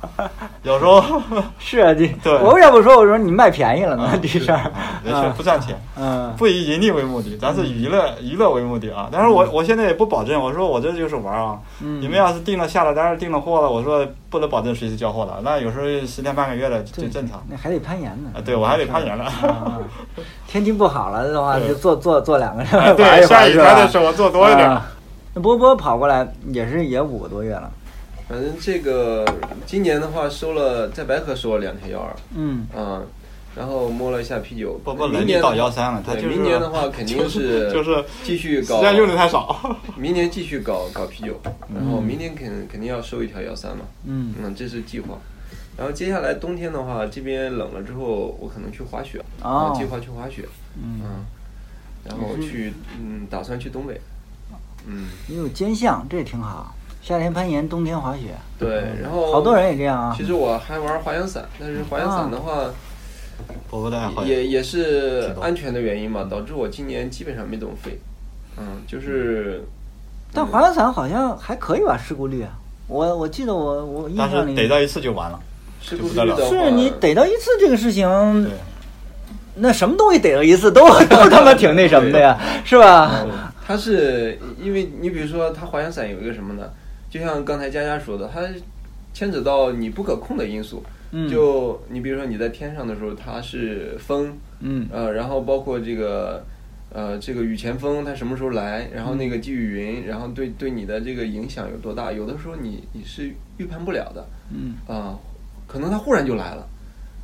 Speaker 2: 有时候
Speaker 1: 是啊，这
Speaker 2: 对
Speaker 1: 我为啥不说？我说你卖便宜了呢，这事儿
Speaker 2: 啊，人家不赚钱，
Speaker 1: 嗯，
Speaker 2: 不以盈利为目的，咱是娱乐娱乐为目的啊。但是我我现在也不保证，我说我这就是玩儿啊。
Speaker 1: 嗯
Speaker 2: 你们要是订了下了单儿订了货了，我说不能保证随时交货的，那有时候十天半个月的
Speaker 1: 对
Speaker 2: 就正常。
Speaker 1: 那还得攀岩呢
Speaker 2: 啊，对我还得攀岩 了
Speaker 1: 啊天气不好了的话，
Speaker 2: 对
Speaker 1: 就坐坐坐两个人玩
Speaker 2: 哎
Speaker 1: 一
Speaker 2: 对，
Speaker 1: 玩
Speaker 2: 下雨
Speaker 1: 是
Speaker 2: 天
Speaker 1: 吧
Speaker 2: 的时候做多一点儿。
Speaker 1: 啊那波波跑过来也是也五个多月了，
Speaker 3: 反正这个今年的话，收了在白河收了两条幺二，
Speaker 1: 嗯，
Speaker 3: 嗯，然后摸了一下啤酒。
Speaker 2: 不不
Speaker 3: 明
Speaker 2: 能力
Speaker 3: 年
Speaker 2: 到13了他
Speaker 3: 对，
Speaker 2: 就是
Speaker 3: 明年的话肯定 是
Speaker 2: 就是
Speaker 3: 继续
Speaker 2: 时
Speaker 3: 搞，
Speaker 2: 间用的太少。
Speaker 3: 明年继续搞搞啤酒，然后明年肯肯定要收一条幺三嘛，
Speaker 1: 嗯
Speaker 3: 嗯，这是计划。然后接下来冬天的话，这边冷了之后，我可能去滑雪，
Speaker 1: 哦
Speaker 3: 啊，计划去滑雪，
Speaker 1: 嗯
Speaker 3: 嗯，然后去嗯，打算去东北，嗯，
Speaker 1: 你有兼项，这也挺好。夏天攀岩，冬天滑雪，
Speaker 3: 对，然
Speaker 1: 嗯
Speaker 3: 后
Speaker 1: 好多人也这样啊
Speaker 3: 其。实我还玩滑翔伞，但是滑翔伞的话。
Speaker 2: 伯伯的爱好
Speaker 3: 也也是安全的原因嘛，导致我今年基本上没怎么飞。嗯，就是
Speaker 1: 但滑翔伞好像还可以吧，事故率啊。我我记得我我印
Speaker 2: 但
Speaker 1: 象
Speaker 2: 是
Speaker 1: 里
Speaker 2: 逮到一次就完了。
Speaker 3: 事
Speaker 2: 就
Speaker 3: 故
Speaker 2: 不
Speaker 3: 率
Speaker 2: 得了
Speaker 3: 的话，
Speaker 1: 是你逮到一次这个事情
Speaker 3: 嗯
Speaker 2: 对，，
Speaker 1: 那什么东西逮到一次都 都他妈挺那什么的呀，是吧？
Speaker 3: 它是因为你比如说，它滑翔伞有一个什么呢？就像刚才佳佳说的，它牵扯到你不可控的因素。
Speaker 1: 嗯
Speaker 3: 就你比如说你在天上的时候，它是风，
Speaker 1: 嗯
Speaker 3: 呃，然后包括这个。呃，这个雨前风它什么时候来，然后那
Speaker 1: 嗯
Speaker 3: 个积雨云，然后对对你的这个影响有多大？有的时候你你是预判不了的，
Speaker 1: 嗯
Speaker 3: 啊、可能它忽然就来了。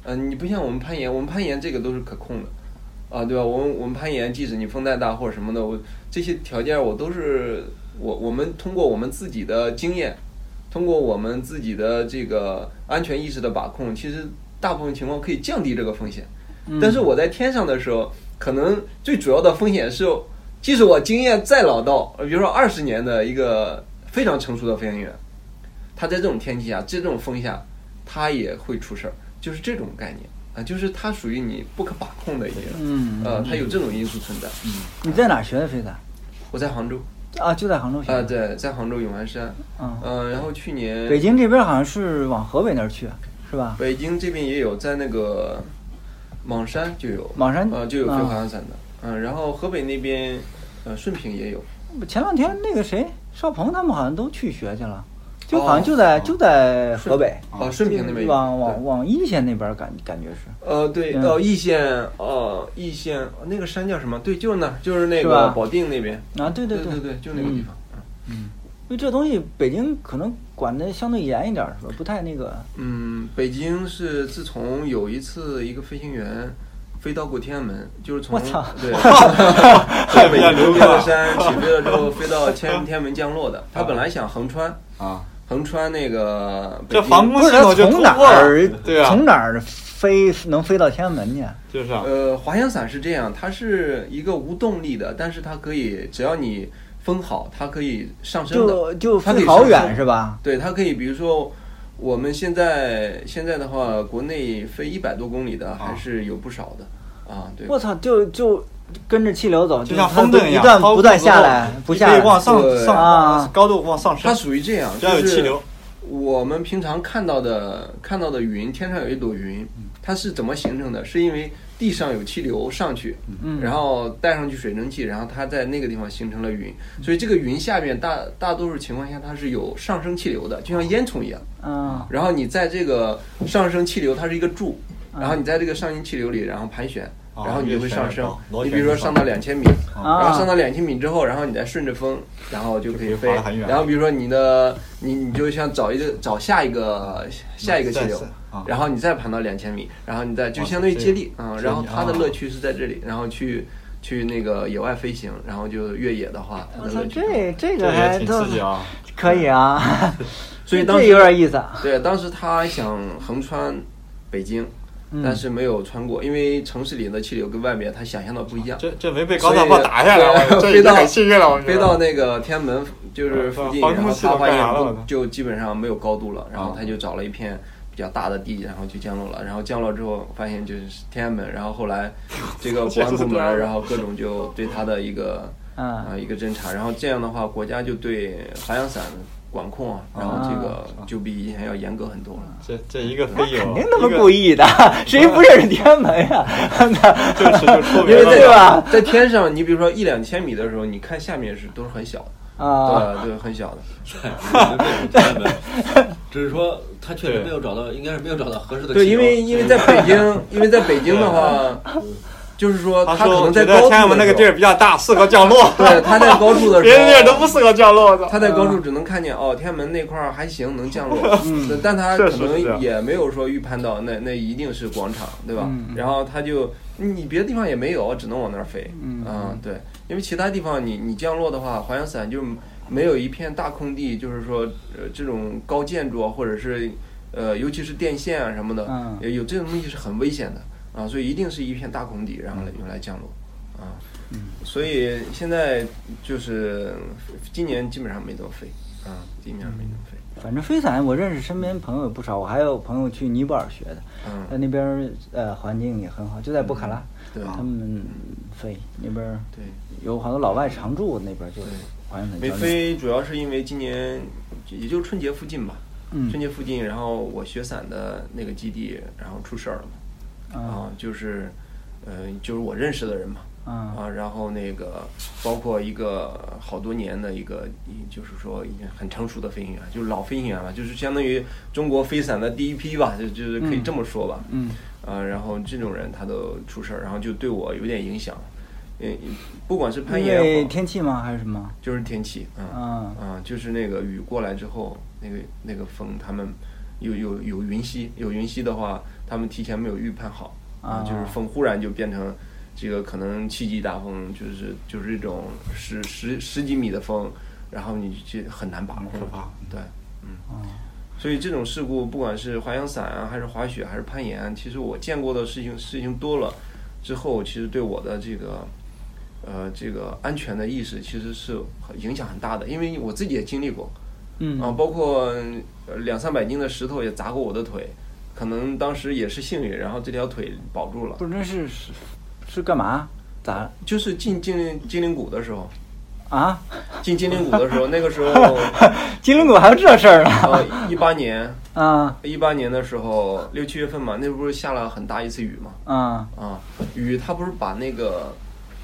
Speaker 3: 嗯、你不像我们攀岩，我们攀岩这个都是可控的，啊、对吧？我们我们攀岩，即使你风再大或者什么的，我这些条件我都是我我们通过我们自己的经验，通过我们自己的这个安全意识的把控，其实大部分情况可以降低这个风险。但是我在天上的时候，可能最主要的风险是，即使我经验再老道，呃比如说二十年的一个非常成熟的飞行员，他在这种天气下，这种风下，他也会出事儿，就是这种概念啊，就是它属于你不可把控的一个，
Speaker 1: 嗯
Speaker 3: 呃，它有这种因素存在。
Speaker 1: 你在哪儿学的飞伞？
Speaker 3: 我在杭州
Speaker 1: 啊，就在杭州学
Speaker 3: 啊，
Speaker 1: 的。
Speaker 3: 对，在杭州永安山，
Speaker 1: 嗯
Speaker 3: 嗯、然后去年
Speaker 1: 北京这边好像是往河北那儿去，是吧？
Speaker 3: 北京这边也有，在那个莽山就有，
Speaker 1: 莽山
Speaker 3: 呃就有飞
Speaker 1: 啊
Speaker 3: 滑翔伞的，嗯、然后河北那边呃顺平也有，
Speaker 1: 前两天那个谁，邵鹏他们好像都去学去了，就
Speaker 3: 哦
Speaker 1: 好像就在、就在河北，
Speaker 3: 啊顺平那边有，
Speaker 1: 往
Speaker 3: 对
Speaker 1: 往往一线那边感感觉是，
Speaker 3: 呃，对，
Speaker 1: 嗯
Speaker 3: 到易县，呃，易县呃那个山叫什么？对，就是那儿，就是那
Speaker 1: 是吧
Speaker 3: 个保定那边。
Speaker 1: 啊对对
Speaker 3: 对
Speaker 1: 对嗯
Speaker 3: 对对，就那个地方。
Speaker 1: 因为这东西北京可能管的相对严一点儿是吧？不太那个，
Speaker 3: 嗯，北京是自从有一次一个飞行员飞到过天安门，就是
Speaker 1: 我
Speaker 3: 从
Speaker 1: 操
Speaker 3: 对，从北
Speaker 2: 比较牛
Speaker 3: 京
Speaker 2: 逼
Speaker 3: 天
Speaker 2: 了
Speaker 3: 安山起飞了之后飞到天天安门降落的。他本来想横穿，
Speaker 2: 啊，
Speaker 3: 横穿那个北
Speaker 2: 这
Speaker 3: 京
Speaker 2: 防空
Speaker 1: 不是
Speaker 2: 系
Speaker 1: 他
Speaker 2: 统就
Speaker 1: 从
Speaker 2: 突
Speaker 1: 哪
Speaker 2: 破
Speaker 1: 儿
Speaker 2: 了，对啊，
Speaker 1: 从哪儿飞能飞到天安门去？
Speaker 2: 就是啊，
Speaker 3: 呃，滑翔伞是这样，它是一个无动力的，但是它可以，只要你封好，它可以上升的
Speaker 1: 就就
Speaker 3: 它可
Speaker 1: 飞
Speaker 3: 以
Speaker 1: 好
Speaker 3: 上
Speaker 1: 远
Speaker 3: 升
Speaker 1: 是吧？
Speaker 3: 对，它可以，比如说我们现在现在的话，国内飞一百多公里的还是有不少的啊。对，
Speaker 1: 我操，就就跟着气流走，
Speaker 2: 就像
Speaker 1: 它
Speaker 2: 风
Speaker 1: 不
Speaker 2: 筝一样，
Speaker 1: 不断
Speaker 2: 高
Speaker 1: 不
Speaker 2: 空
Speaker 1: 断
Speaker 2: 之
Speaker 1: 下
Speaker 2: 后
Speaker 1: 来，不
Speaker 2: 你
Speaker 1: 下
Speaker 2: 可
Speaker 1: 来
Speaker 2: 以往上
Speaker 3: 对
Speaker 1: 啊
Speaker 2: 上，高度往上
Speaker 3: 它
Speaker 2: 升，
Speaker 3: 属于这样，
Speaker 2: 只要有
Speaker 3: 就是
Speaker 2: 气流。
Speaker 3: 我们平常看到的看到的云，天上有一朵云，它是怎么形成的？是因为地上有气流上去，
Speaker 1: 嗯
Speaker 3: 然后带上去水蒸气，然后它在那个地方形成了云。所以这个云下面大大多数情况下它是有上升气流的，就像烟囱一样。
Speaker 2: 嗯
Speaker 1: 啊
Speaker 3: 然后你在这个上升气流，它是一个柱，然后你在这个上升气流里，然后盘旋，
Speaker 2: 嗯哦
Speaker 3: 然后你就会上升
Speaker 2: 越旋越高。嗯
Speaker 3: 你比如说上到两千米，
Speaker 1: 啊
Speaker 3: 然后上到两千米之后，然后你再顺着风，然后就可以
Speaker 2: 就可以
Speaker 3: 飞
Speaker 2: 滑得很。远
Speaker 3: 然后比如说你的，你你就像找一个找下一个下一个气流
Speaker 2: 再次啊，
Speaker 3: 然后你再盘到两千米，然后你再就相当于接力啊。嗯然后它的乐趣是在这里，然后去去那个野外飞行，然后就越野的话，它
Speaker 1: 我
Speaker 3: 的
Speaker 1: 操
Speaker 3: 乐，趣。
Speaker 1: 这这
Speaker 2: 这
Speaker 1: 个还
Speaker 3: 哎
Speaker 2: 也挺刺激啊！
Speaker 1: 可以啊，
Speaker 3: 所以
Speaker 1: 这
Speaker 3: 当时
Speaker 1: 有点意思啊。
Speaker 3: 对，当时他想横穿北京，
Speaker 2: 嗯
Speaker 3: 但是没有穿过，因为城市里的气流跟外面他想象的不一样。
Speaker 2: 啊这这没被
Speaker 3: 所
Speaker 2: 高
Speaker 3: 以
Speaker 2: 大炮打下来，
Speaker 3: 对啊
Speaker 2: 我这
Speaker 3: 飞
Speaker 2: 已经
Speaker 3: 到
Speaker 2: 很幸运了。我觉得啊
Speaker 3: 飞到那个天安门就是附近，
Speaker 2: 防空
Speaker 3: 然后
Speaker 2: 系统
Speaker 3: 他发
Speaker 2: 干啥了我啊
Speaker 3: 现
Speaker 2: 操
Speaker 3: 不就基本上没有高度了，然后他就找了一片比较大的地，然后去降落了。然后降落之后发现就是天安门，然后后来 这个国安部门，然后各种就对他的一个啊、
Speaker 1: 啊
Speaker 3: 一个侦查。然后这样的话，国家就对滑翔伞管控啊，然后这个就比以前要严格很多了。
Speaker 2: 这这一个飞友，
Speaker 1: 肯定他妈
Speaker 2: 哎一个
Speaker 1: 故意的，谁不认识天安门呀？
Speaker 2: 就是就出
Speaker 1: 因
Speaker 2: 名
Speaker 1: 为啊
Speaker 2: 了。
Speaker 1: 对吧？
Speaker 3: 在天上，你比如说一两千米的时候，你看下面是都是很小的，
Speaker 1: 啊，
Speaker 3: 对对，很小的。
Speaker 5: 只是说他确实没有找到，应该是没有找到合适的。
Speaker 3: 对，因为因为在北京，因为在北京的话，就是说
Speaker 2: 他
Speaker 3: 他可
Speaker 2: 说
Speaker 3: 能
Speaker 2: 我
Speaker 3: 在
Speaker 2: 觉
Speaker 3: 高
Speaker 2: 得
Speaker 3: 处
Speaker 2: 天安门那个地
Speaker 3: 的时
Speaker 2: 儿比较大，适合降 落，
Speaker 3: 候对，他在高处的时
Speaker 2: 别
Speaker 3: 候，
Speaker 2: 的地儿都不适合降落。我操！
Speaker 3: 他在高
Speaker 1: 嗯
Speaker 3: 处只能看见哦，天安门那块儿还行，能降落。嗯，但他
Speaker 2: 确
Speaker 3: 可
Speaker 2: 实是这
Speaker 3: 能
Speaker 2: 样
Speaker 3: 也没有说预判到那那一定是广场，对吧
Speaker 1: 嗯？
Speaker 3: 然后他就你别的地方也没有，只能往那儿飞。
Speaker 1: 嗯
Speaker 3: 啊，对，因为其他地方你你降落的话，滑翔伞就没有一片大空地，就是说呃这种高建筑啊，或者是呃尤其是电线啊什么的
Speaker 1: 嗯，
Speaker 3: 有有这种东西是很危险的啊，所以一定是一片大空地，然后来
Speaker 1: 嗯
Speaker 3: 用来降落啊。所以现在就是今年基本上没怎么飞啊，今年没怎么飞。
Speaker 1: 反正飞伞我认识身边朋友也不少，我还有朋友去尼泊尔学的，在
Speaker 3: 嗯，
Speaker 1: 那边儿呃环境也很好，就在布
Speaker 2: 嗯
Speaker 1: 卡拉，
Speaker 3: 对
Speaker 2: 啊
Speaker 1: 他们飞那边儿
Speaker 3: 对，
Speaker 1: 有好多老外常住那边儿就
Speaker 3: 对
Speaker 1: 好像很
Speaker 3: 没
Speaker 1: 交流
Speaker 3: 飞主要是因为今年也就春节附近吧，
Speaker 1: 嗯
Speaker 3: 春节附近，然后我雪伞的那个基地然后出事儿了
Speaker 1: 啊
Speaker 3: 嘛，啊，就是呃就是我认识的人嘛，
Speaker 1: 啊
Speaker 3: 啊，然后那个包括一个好多年的一个，一就是说已经很成熟的飞行员，就是老飞行员了，就是相当于中国飞伞的第一批吧，就就是可以这么说吧。
Speaker 1: 嗯
Speaker 3: 啊，然后这种人他都出事儿，然后就对我有点影响。嗯，不管是攀
Speaker 1: 因
Speaker 3: 岩也
Speaker 1: 为
Speaker 3: 好，
Speaker 1: 天气吗还是什么？
Speaker 3: 就是天气，嗯
Speaker 1: 啊
Speaker 3: 啊，就是那个雨过来之后，那个那个风，他们有有有云溪，有云溪的话，他们提前没有预判好
Speaker 1: 啊
Speaker 3: 就是风忽然就变成这个可能七级大风，就是就是这种十十十几米的风，然后你就很难把控，
Speaker 2: 很可怕
Speaker 3: 对，嗯。
Speaker 1: 哦
Speaker 3: 所以这种事故，不管是滑翔伞啊，还是滑雪，还是攀岩，啊其实我见过的事情事情多了之后，其实对我的这个呃这个安全的意识其实是很影响很大的，因为我自己也经历过
Speaker 1: 嗯
Speaker 3: 啊，包括呃两三百斤的石头也砸过我的腿，可能当时也是幸运，然后这条腿保住了
Speaker 1: 不，是那是是是干嘛？咋了
Speaker 3: 就是进精灵精灵谷的时候，
Speaker 1: 啊？
Speaker 3: 进精灵谷的时候，那个时候
Speaker 1: 金龙谷还有这事儿呢？
Speaker 3: 呃一八年
Speaker 1: 啊
Speaker 3: 一八年的时候六七月份嘛，那不是下了很大一次雨嘛。
Speaker 1: 啊
Speaker 3: 啊，雨它不是把那个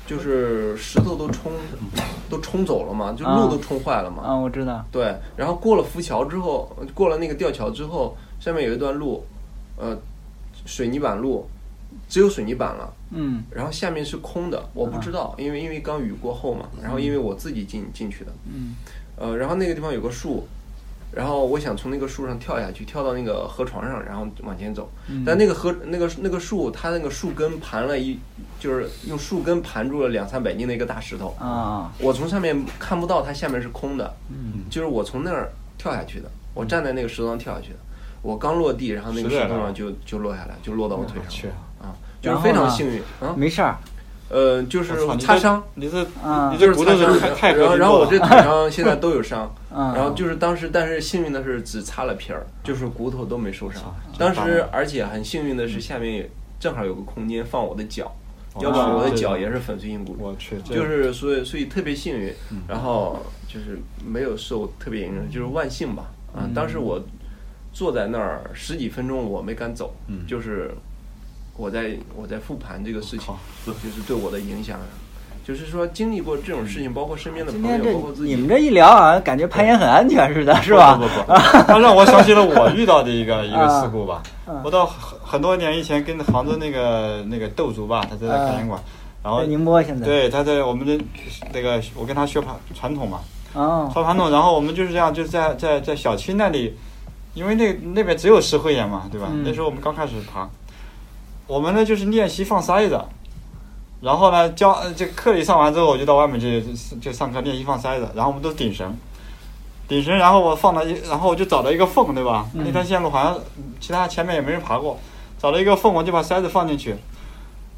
Speaker 3: 就是石头都冲都冲走了嘛，就
Speaker 1: 啊
Speaker 3: 路都冲坏了嘛。
Speaker 1: 啊！我知道
Speaker 3: 对，然后过了浮桥之后，过了那个吊桥之后，上面有一段路，呃，水泥板路，只有水泥板了。
Speaker 1: 嗯
Speaker 3: 然后下面是空的，我不知道，因为因为刚雨过后嘛，然后因为我自己进进去的，
Speaker 1: 嗯
Speaker 3: 呃，然后那个地方有个树，然后我想从那个树上跳下去，跳到那个河床上，然后往前走。但那个河那个那个树，它那个树根盘了一，就是用树根盘住了两三百斤的一个大石头。
Speaker 1: 啊
Speaker 3: 我从上面看不到，它下面是空的，
Speaker 1: 嗯
Speaker 3: 就是我从那儿跳下去的，我站在那个石头上跳下去的。我刚落地，然后那个
Speaker 2: 石
Speaker 3: 石
Speaker 2: 头
Speaker 3: 头
Speaker 2: 来了
Speaker 3: 上就就落下来，就落到我腿
Speaker 2: 我去
Speaker 3: 上了啊，就
Speaker 1: 然
Speaker 3: 是
Speaker 1: 后
Speaker 3: 非常
Speaker 1: 呢
Speaker 3: 幸运啊。
Speaker 1: 没事儿
Speaker 3: 呃，就是
Speaker 2: 我操
Speaker 3: 擦伤，，
Speaker 2: 你这
Speaker 1: 啊
Speaker 2: 你这
Speaker 3: 就
Speaker 2: 你这
Speaker 3: 是
Speaker 2: 骨头
Speaker 3: 擦伤
Speaker 2: 是太太
Speaker 3: 然
Speaker 2: 合
Speaker 3: 后
Speaker 2: 金
Speaker 3: 然后我
Speaker 2: 了
Speaker 3: 这。腿上现在都有伤，
Speaker 1: 啊
Speaker 3: 然后就是当时，但是幸运的是只擦了皮儿，就是骨头都没受伤。当
Speaker 2: 真
Speaker 3: 时
Speaker 2: 棒
Speaker 3: 而且很幸运的是下面也正好有个空间放我的脚，
Speaker 2: 哦
Speaker 3: 要不然我的
Speaker 2: 这
Speaker 3: 脚
Speaker 2: 个
Speaker 3: 也是粉碎性骨折。
Speaker 2: 我去，这嗯
Speaker 3: 就是所以所以特别幸运，然后就是没有受特别影响，就是万幸吧。啊，
Speaker 2: 嗯
Speaker 3: 当时我坐在那儿十几分钟，我没敢走，
Speaker 2: 嗯
Speaker 3: 就是我在我在复盘这个事情
Speaker 2: 靠，
Speaker 3: 就是对我的影响。啊就是说，经历过这种事情，包括身边的
Speaker 1: 今
Speaker 3: 朋
Speaker 1: 天
Speaker 3: 友，包括
Speaker 1: 这
Speaker 3: 自
Speaker 1: 你
Speaker 3: 己
Speaker 1: 们，这一聊啊，感觉攀岩很安全似的，是吧
Speaker 2: 不？不不， 他让我想起了我遇到的一个一个事故吧
Speaker 1: 啊。
Speaker 2: 我到很很多年以前跟杭州那个那个斗族吧，他在那
Speaker 1: 啊
Speaker 2: 开烟馆，然后
Speaker 1: 在宁波现在
Speaker 2: 对他在我们的那个我跟他学传传统嘛，
Speaker 1: 啊
Speaker 2: 传传统，然后我们就是这样，就在在在小区那里，因为那那边只有石灰岩嘛，对吧？
Speaker 1: 嗯
Speaker 2: 那时候我们刚开始爬，我们呢就是练习放塞子，然后呢教呃这课一上完之后，我就到外面去就上课练习放塞子，然后我们都顶绳，顶绳，然后我放了一，然后我就找了一个缝，对吧？
Speaker 1: 嗯
Speaker 2: 那条线路好像其他前面也没人爬过，找了一个缝，我就把塞子放进去。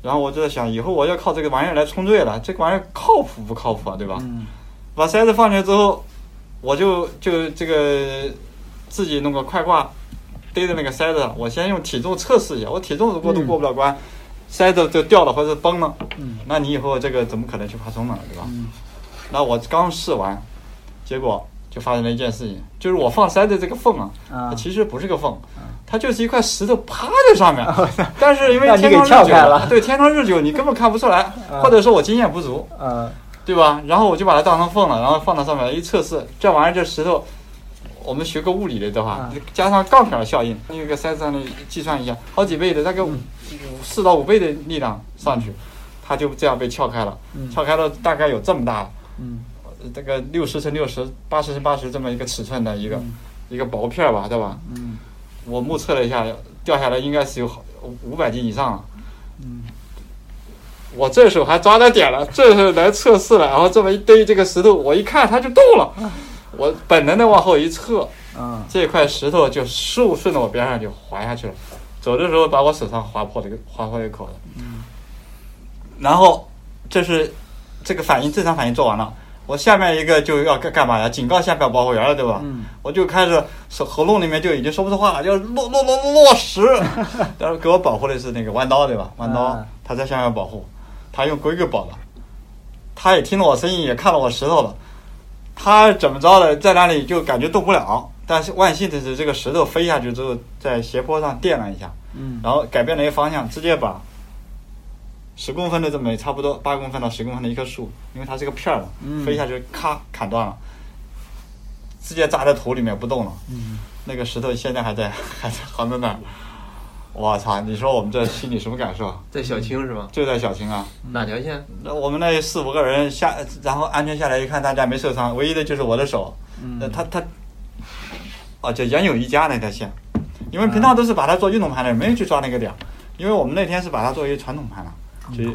Speaker 2: 然后我就在想，以后我要靠这个玩意儿来冲坠了，这个玩意儿靠谱不靠谱啊？对吧？
Speaker 1: 嗯
Speaker 2: 把塞子放下之后，我就就这个自己弄个快挂，逮着那个塞子了，我先用体重测试一下，我体重如果都过不了关，塞子就掉了或者崩了，
Speaker 1: 嗯
Speaker 2: 那你以后这个怎么可能去爬冲浪，对吧？那我刚试完，结果就发生了一件事情，就是我放塞的这个缝啊，
Speaker 1: 啊
Speaker 2: 它其实不是个缝，它就是一块石头趴在 上面，但是因为
Speaker 1: 让你
Speaker 2: 天
Speaker 1: 给
Speaker 2: 长日
Speaker 1: 撬
Speaker 2: 久，
Speaker 1: 开了
Speaker 2: 对天长日久你根本看不出来，
Speaker 1: 啊
Speaker 2: 或者说我经验不足，
Speaker 1: 呃，
Speaker 2: 对吧？然后我就把它当成缝了，然后放到上面一测试，这玩意儿这石头，我们学过物理的的话，
Speaker 1: 啊
Speaker 2: 加上杠杆效应，那个塞子上的计算一下，好几倍的大概五
Speaker 1: 嗯
Speaker 2: 四到五倍的力量上去，它就这样被撬开了，
Speaker 1: 嗯
Speaker 2: 撬开了大概有这么大，
Speaker 1: 嗯
Speaker 2: 呃大概六十乘六十、八十乘八十这么一个尺寸的一个、
Speaker 1: 嗯
Speaker 2: 一个薄片儿吧，对吧？
Speaker 1: 嗯
Speaker 2: 我目测了一下，掉下来应该是有五百斤以上了。
Speaker 1: 嗯，
Speaker 2: 我这时候还抓着点了，这时候来测试了，然后这么一堆这个石头，我一看它就动了，我本能的往后一侧，
Speaker 1: 啊，
Speaker 2: 这块石头就嗖顺着我边上就滑下去了，走的时候把我手上划破了一个划破一口了，嗯然后这是这个反应正常反应做完了，我下面一个就要干干嘛呀？警告下面保护员了，对吧？
Speaker 1: 嗯
Speaker 2: 我就开始手喉咙里面就已经说不出话了，就落落落落落 实。但是给我保护的是那个弯刀，对吧？弯刀
Speaker 1: 啊
Speaker 2: 他在下面保护，他用规矩保的，他也听了我声音，也看了我石头了。他怎么着的，在那里就感觉动不了，但是万幸的是，这个石头飞下去之后，在斜坡上垫了一下，
Speaker 1: 嗯
Speaker 2: 然后改变了一个方向，直接把十公分的这么差不多八公分到十公分的一棵树，因为它是个片儿嘛，
Speaker 1: 嗯
Speaker 2: 飞下去咔砍断了，直接扎在土里面不动了。
Speaker 1: 嗯，
Speaker 2: 那个石头现在还在还在横在那儿，我操！你说我们这心里什么感受？
Speaker 3: 在小青是吧？
Speaker 2: 就在小青啊，
Speaker 3: 哪条线？
Speaker 2: 那我们那四五个人下，然后安全下来一看，大家没受伤，唯一的就是我的手。
Speaker 1: 嗯
Speaker 2: 呃他他，哦，叫言有一家那条线，因为平常都是把它做运动盘的，没人去抓那个点儿，因为我们那天是把它作为传统盘了，所以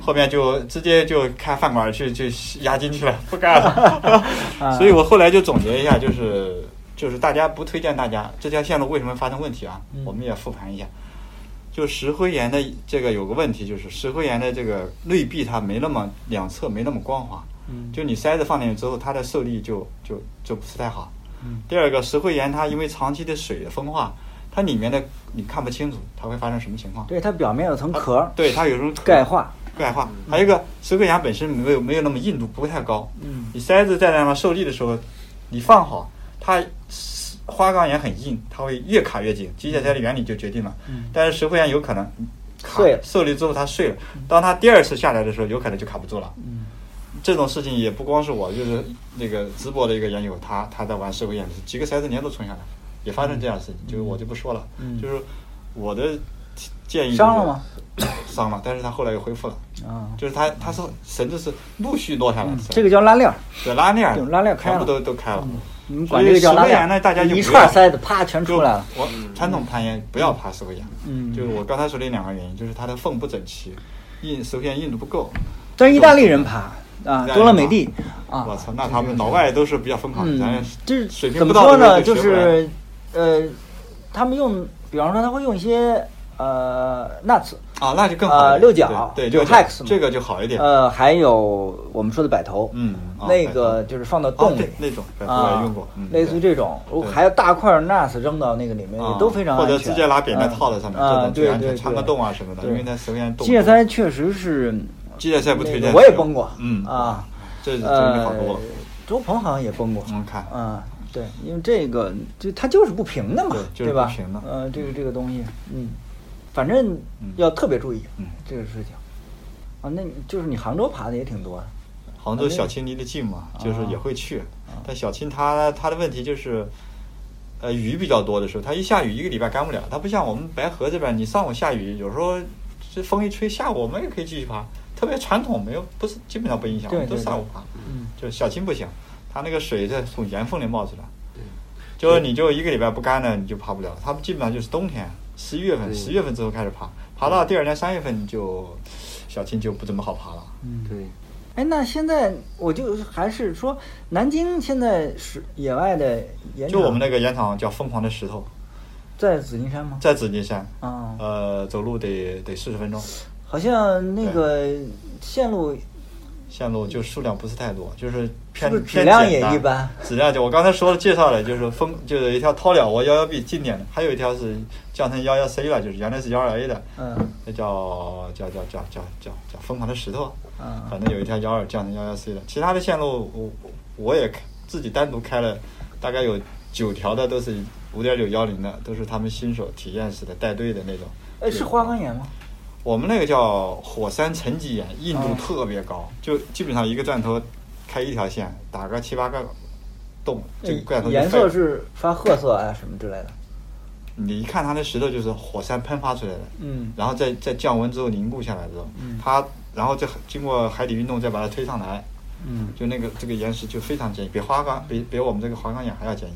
Speaker 2: 后面就直接就开饭馆去去押金去了，不干了。 所以我后来就总结一下，就是就是大家不推荐大家这条线路为什么发生问题啊？
Speaker 1: 嗯
Speaker 2: 我们也复盘一下。就石灰岩的这个有个问题，就是石灰岩的这个内壁它没那么两侧没那么光滑，
Speaker 1: 嗯
Speaker 2: 就你塞子放进去之后，它的受力就就就不是太好。
Speaker 1: 嗯
Speaker 2: 第二个，石灰岩它因为长期的水的风化，它里面的你看不清楚，它会发生什么情况？
Speaker 1: 对，它表面有层壳儿，
Speaker 2: 啊对，它有时候
Speaker 1: 钙化，
Speaker 2: 钙化。还有一个，石灰岩本身没有没有那么硬度，不会太高。
Speaker 1: 嗯
Speaker 2: 你塞子在那上受力的时候，你放好，它花岗岩很硬，它会越卡越紧。机械塞的原理就决定了。
Speaker 1: 嗯
Speaker 2: 但是石灰岩有可能卡
Speaker 1: 碎了
Speaker 2: 受力之后它碎了，当它第二次下来的时候，有可能就卡不住了。
Speaker 1: 嗯
Speaker 2: 这种事情也不光是我，就是那个淄博的一个研友，他他在玩社会演示，几个塞子年都冲下来，也发生这样的事情，就是我就不说了。
Speaker 1: 嗯
Speaker 2: 就是我的建议、就是、
Speaker 1: 伤了吗？
Speaker 2: 伤了，但是他后来又恢复了。
Speaker 1: 啊，
Speaker 2: 就是他他是绳子是陆续落下来的，
Speaker 1: 嗯这个叫拉链儿，
Speaker 2: 对拉链儿
Speaker 1: 对，拉链儿开了嗯
Speaker 2: 全部都都开了。
Speaker 1: 你们管这个叫拉
Speaker 2: 所以石灰
Speaker 1: 链儿
Speaker 2: 岩呢，大家就
Speaker 1: 一
Speaker 2: 不
Speaker 1: 串
Speaker 2: 要
Speaker 1: 塞子啪全
Speaker 2: 就
Speaker 1: 出来了。
Speaker 2: 我传统攀岩不要爬石灰岩，
Speaker 1: 嗯
Speaker 2: 就是我刚才说的两个原因，就是它的缝不整齐，硬石灰岩硬度不够。
Speaker 1: 但是意大利人爬啊，多了美地啊，
Speaker 2: 我操，那他们老外都是比较疯狂的，咱
Speaker 1: 嗯，这
Speaker 2: 水平
Speaker 1: 怎
Speaker 2: 不
Speaker 1: 么
Speaker 2: 到
Speaker 1: 说
Speaker 2: 的
Speaker 1: 呢？
Speaker 2: 人
Speaker 1: 就
Speaker 2: 学不来
Speaker 1: 是呃，他们用，比方说他会用一些呃 nuts，
Speaker 2: 啊，那就更好
Speaker 1: 呃
Speaker 2: 了
Speaker 1: 六角
Speaker 2: 对，对
Speaker 1: 就
Speaker 2: 六角
Speaker 1: hex 嘛
Speaker 2: 这个就好一点。
Speaker 1: 呃，还有我们说的摆头，
Speaker 2: 嗯哦
Speaker 1: 那
Speaker 2: 摆
Speaker 1: 个
Speaker 2: 头
Speaker 1: 就是放到洞
Speaker 2: 哦
Speaker 1: 里
Speaker 2: 对那种摆头我
Speaker 1: 啊
Speaker 2: 也用过嗯
Speaker 1: 类似于这
Speaker 2: 对
Speaker 1: 种
Speaker 2: 对，
Speaker 1: 还有大块 nuts 扔到那个里面
Speaker 2: 啊
Speaker 1: 也都非常
Speaker 2: 或者
Speaker 1: 安全
Speaker 2: 直接拿扁担套在上面，这
Speaker 1: 啊，
Speaker 2: 种最
Speaker 1: 对
Speaker 2: 安
Speaker 1: 对
Speaker 2: 全，
Speaker 1: 对，
Speaker 2: 穿个洞啊什么的，
Speaker 1: 对
Speaker 2: 因为它首先洞。
Speaker 1: 机械塞确实是，
Speaker 2: 机械塞不推
Speaker 1: 那
Speaker 2: 荐。
Speaker 1: 个我也崩过，
Speaker 2: 嗯
Speaker 1: 啊，
Speaker 2: 这是这就好多
Speaker 1: 呃
Speaker 2: 了。，
Speaker 1: 周鹏好像也崩过，
Speaker 2: 嗯看
Speaker 1: 啊，对，因为这个就它就是不平的嘛
Speaker 2: 对，就是
Speaker 1: 对吧？
Speaker 2: 不平的
Speaker 1: 呃，这个这个东西，嗯，反正
Speaker 2: 嗯
Speaker 1: 要特别注意
Speaker 2: 嗯
Speaker 1: 这个事情。啊，那你就是你杭州爬的也挺多的，
Speaker 2: 杭州小青离得近嘛，就是也会去
Speaker 1: 啊，
Speaker 2: 但小青它它的问题就是。呃，雨比较多的时候，它一下雨一个礼拜干不了。它不像我们白河这边，你上午下雨，有时候这风一吹，下午我们也可以继续爬。特别传统，没有不是基本上不影响，
Speaker 1: 对
Speaker 2: 都
Speaker 1: 对
Speaker 2: 上
Speaker 1: 对
Speaker 2: 午爬。
Speaker 1: 嗯，
Speaker 2: 就小青不行，它那个水是从岩缝里冒出来，就是你就一个礼拜不干了，你就爬不了。它基本上就是冬天，十一月份、
Speaker 3: 对
Speaker 2: 十月份之后开始爬，爬到第二年三月份你就小青就不怎么好爬了。
Speaker 3: 对，
Speaker 1: 哎，那现在我就还是说，南京现在是野外的岩
Speaker 2: 就我们
Speaker 1: 场
Speaker 2: 那个岩场叫疯狂的石头，
Speaker 1: 在紫金山吗？
Speaker 2: 在紫金山，
Speaker 1: 啊
Speaker 2: 呃，走路得得四十分钟，
Speaker 1: 好像那个线路
Speaker 2: 线路就数量不是太多，就是偏
Speaker 1: 是不是质
Speaker 2: 偏
Speaker 1: 量
Speaker 2: 简
Speaker 1: 也
Speaker 2: 单
Speaker 1: 一般
Speaker 2: 质量就我刚才说了介绍了，就是风就是一条涛鸟窝幺幺 B 经典的，还有一条是降成幺幺 C 了，就是原来是幺二 A 的，
Speaker 1: 嗯，
Speaker 2: 那叫叫叫叫叫叫叫疯狂的石头，
Speaker 1: 嗯
Speaker 2: 反正有一条幺二降成幺幺 C 的，其他的线路我我也开自己单独开了，大概有九条的都是五点九幺零的，都是他们新手体验式的带队的那种。
Speaker 1: 哎，是花岗岩吗？
Speaker 2: 我们那个叫火山沉积岩，硬度特别高，
Speaker 1: 嗯
Speaker 2: 就基本上一个钻头开一条线，打个七八个洞，这个钻头就
Speaker 1: 哎呃颜
Speaker 2: 废
Speaker 1: 色
Speaker 2: 了。
Speaker 1: 是发褐色啊什么之类的。
Speaker 2: 你一看它那石头就是火山喷发出来的，
Speaker 1: 嗯
Speaker 2: 然后再再降温之后凝固下来之后，
Speaker 1: 嗯
Speaker 2: 它然后再经过海底运动再把它推上来，
Speaker 1: 嗯
Speaker 2: 就那个这个岩石就非常坚硬，比花岗比比我们这个花岗岩还要坚硬，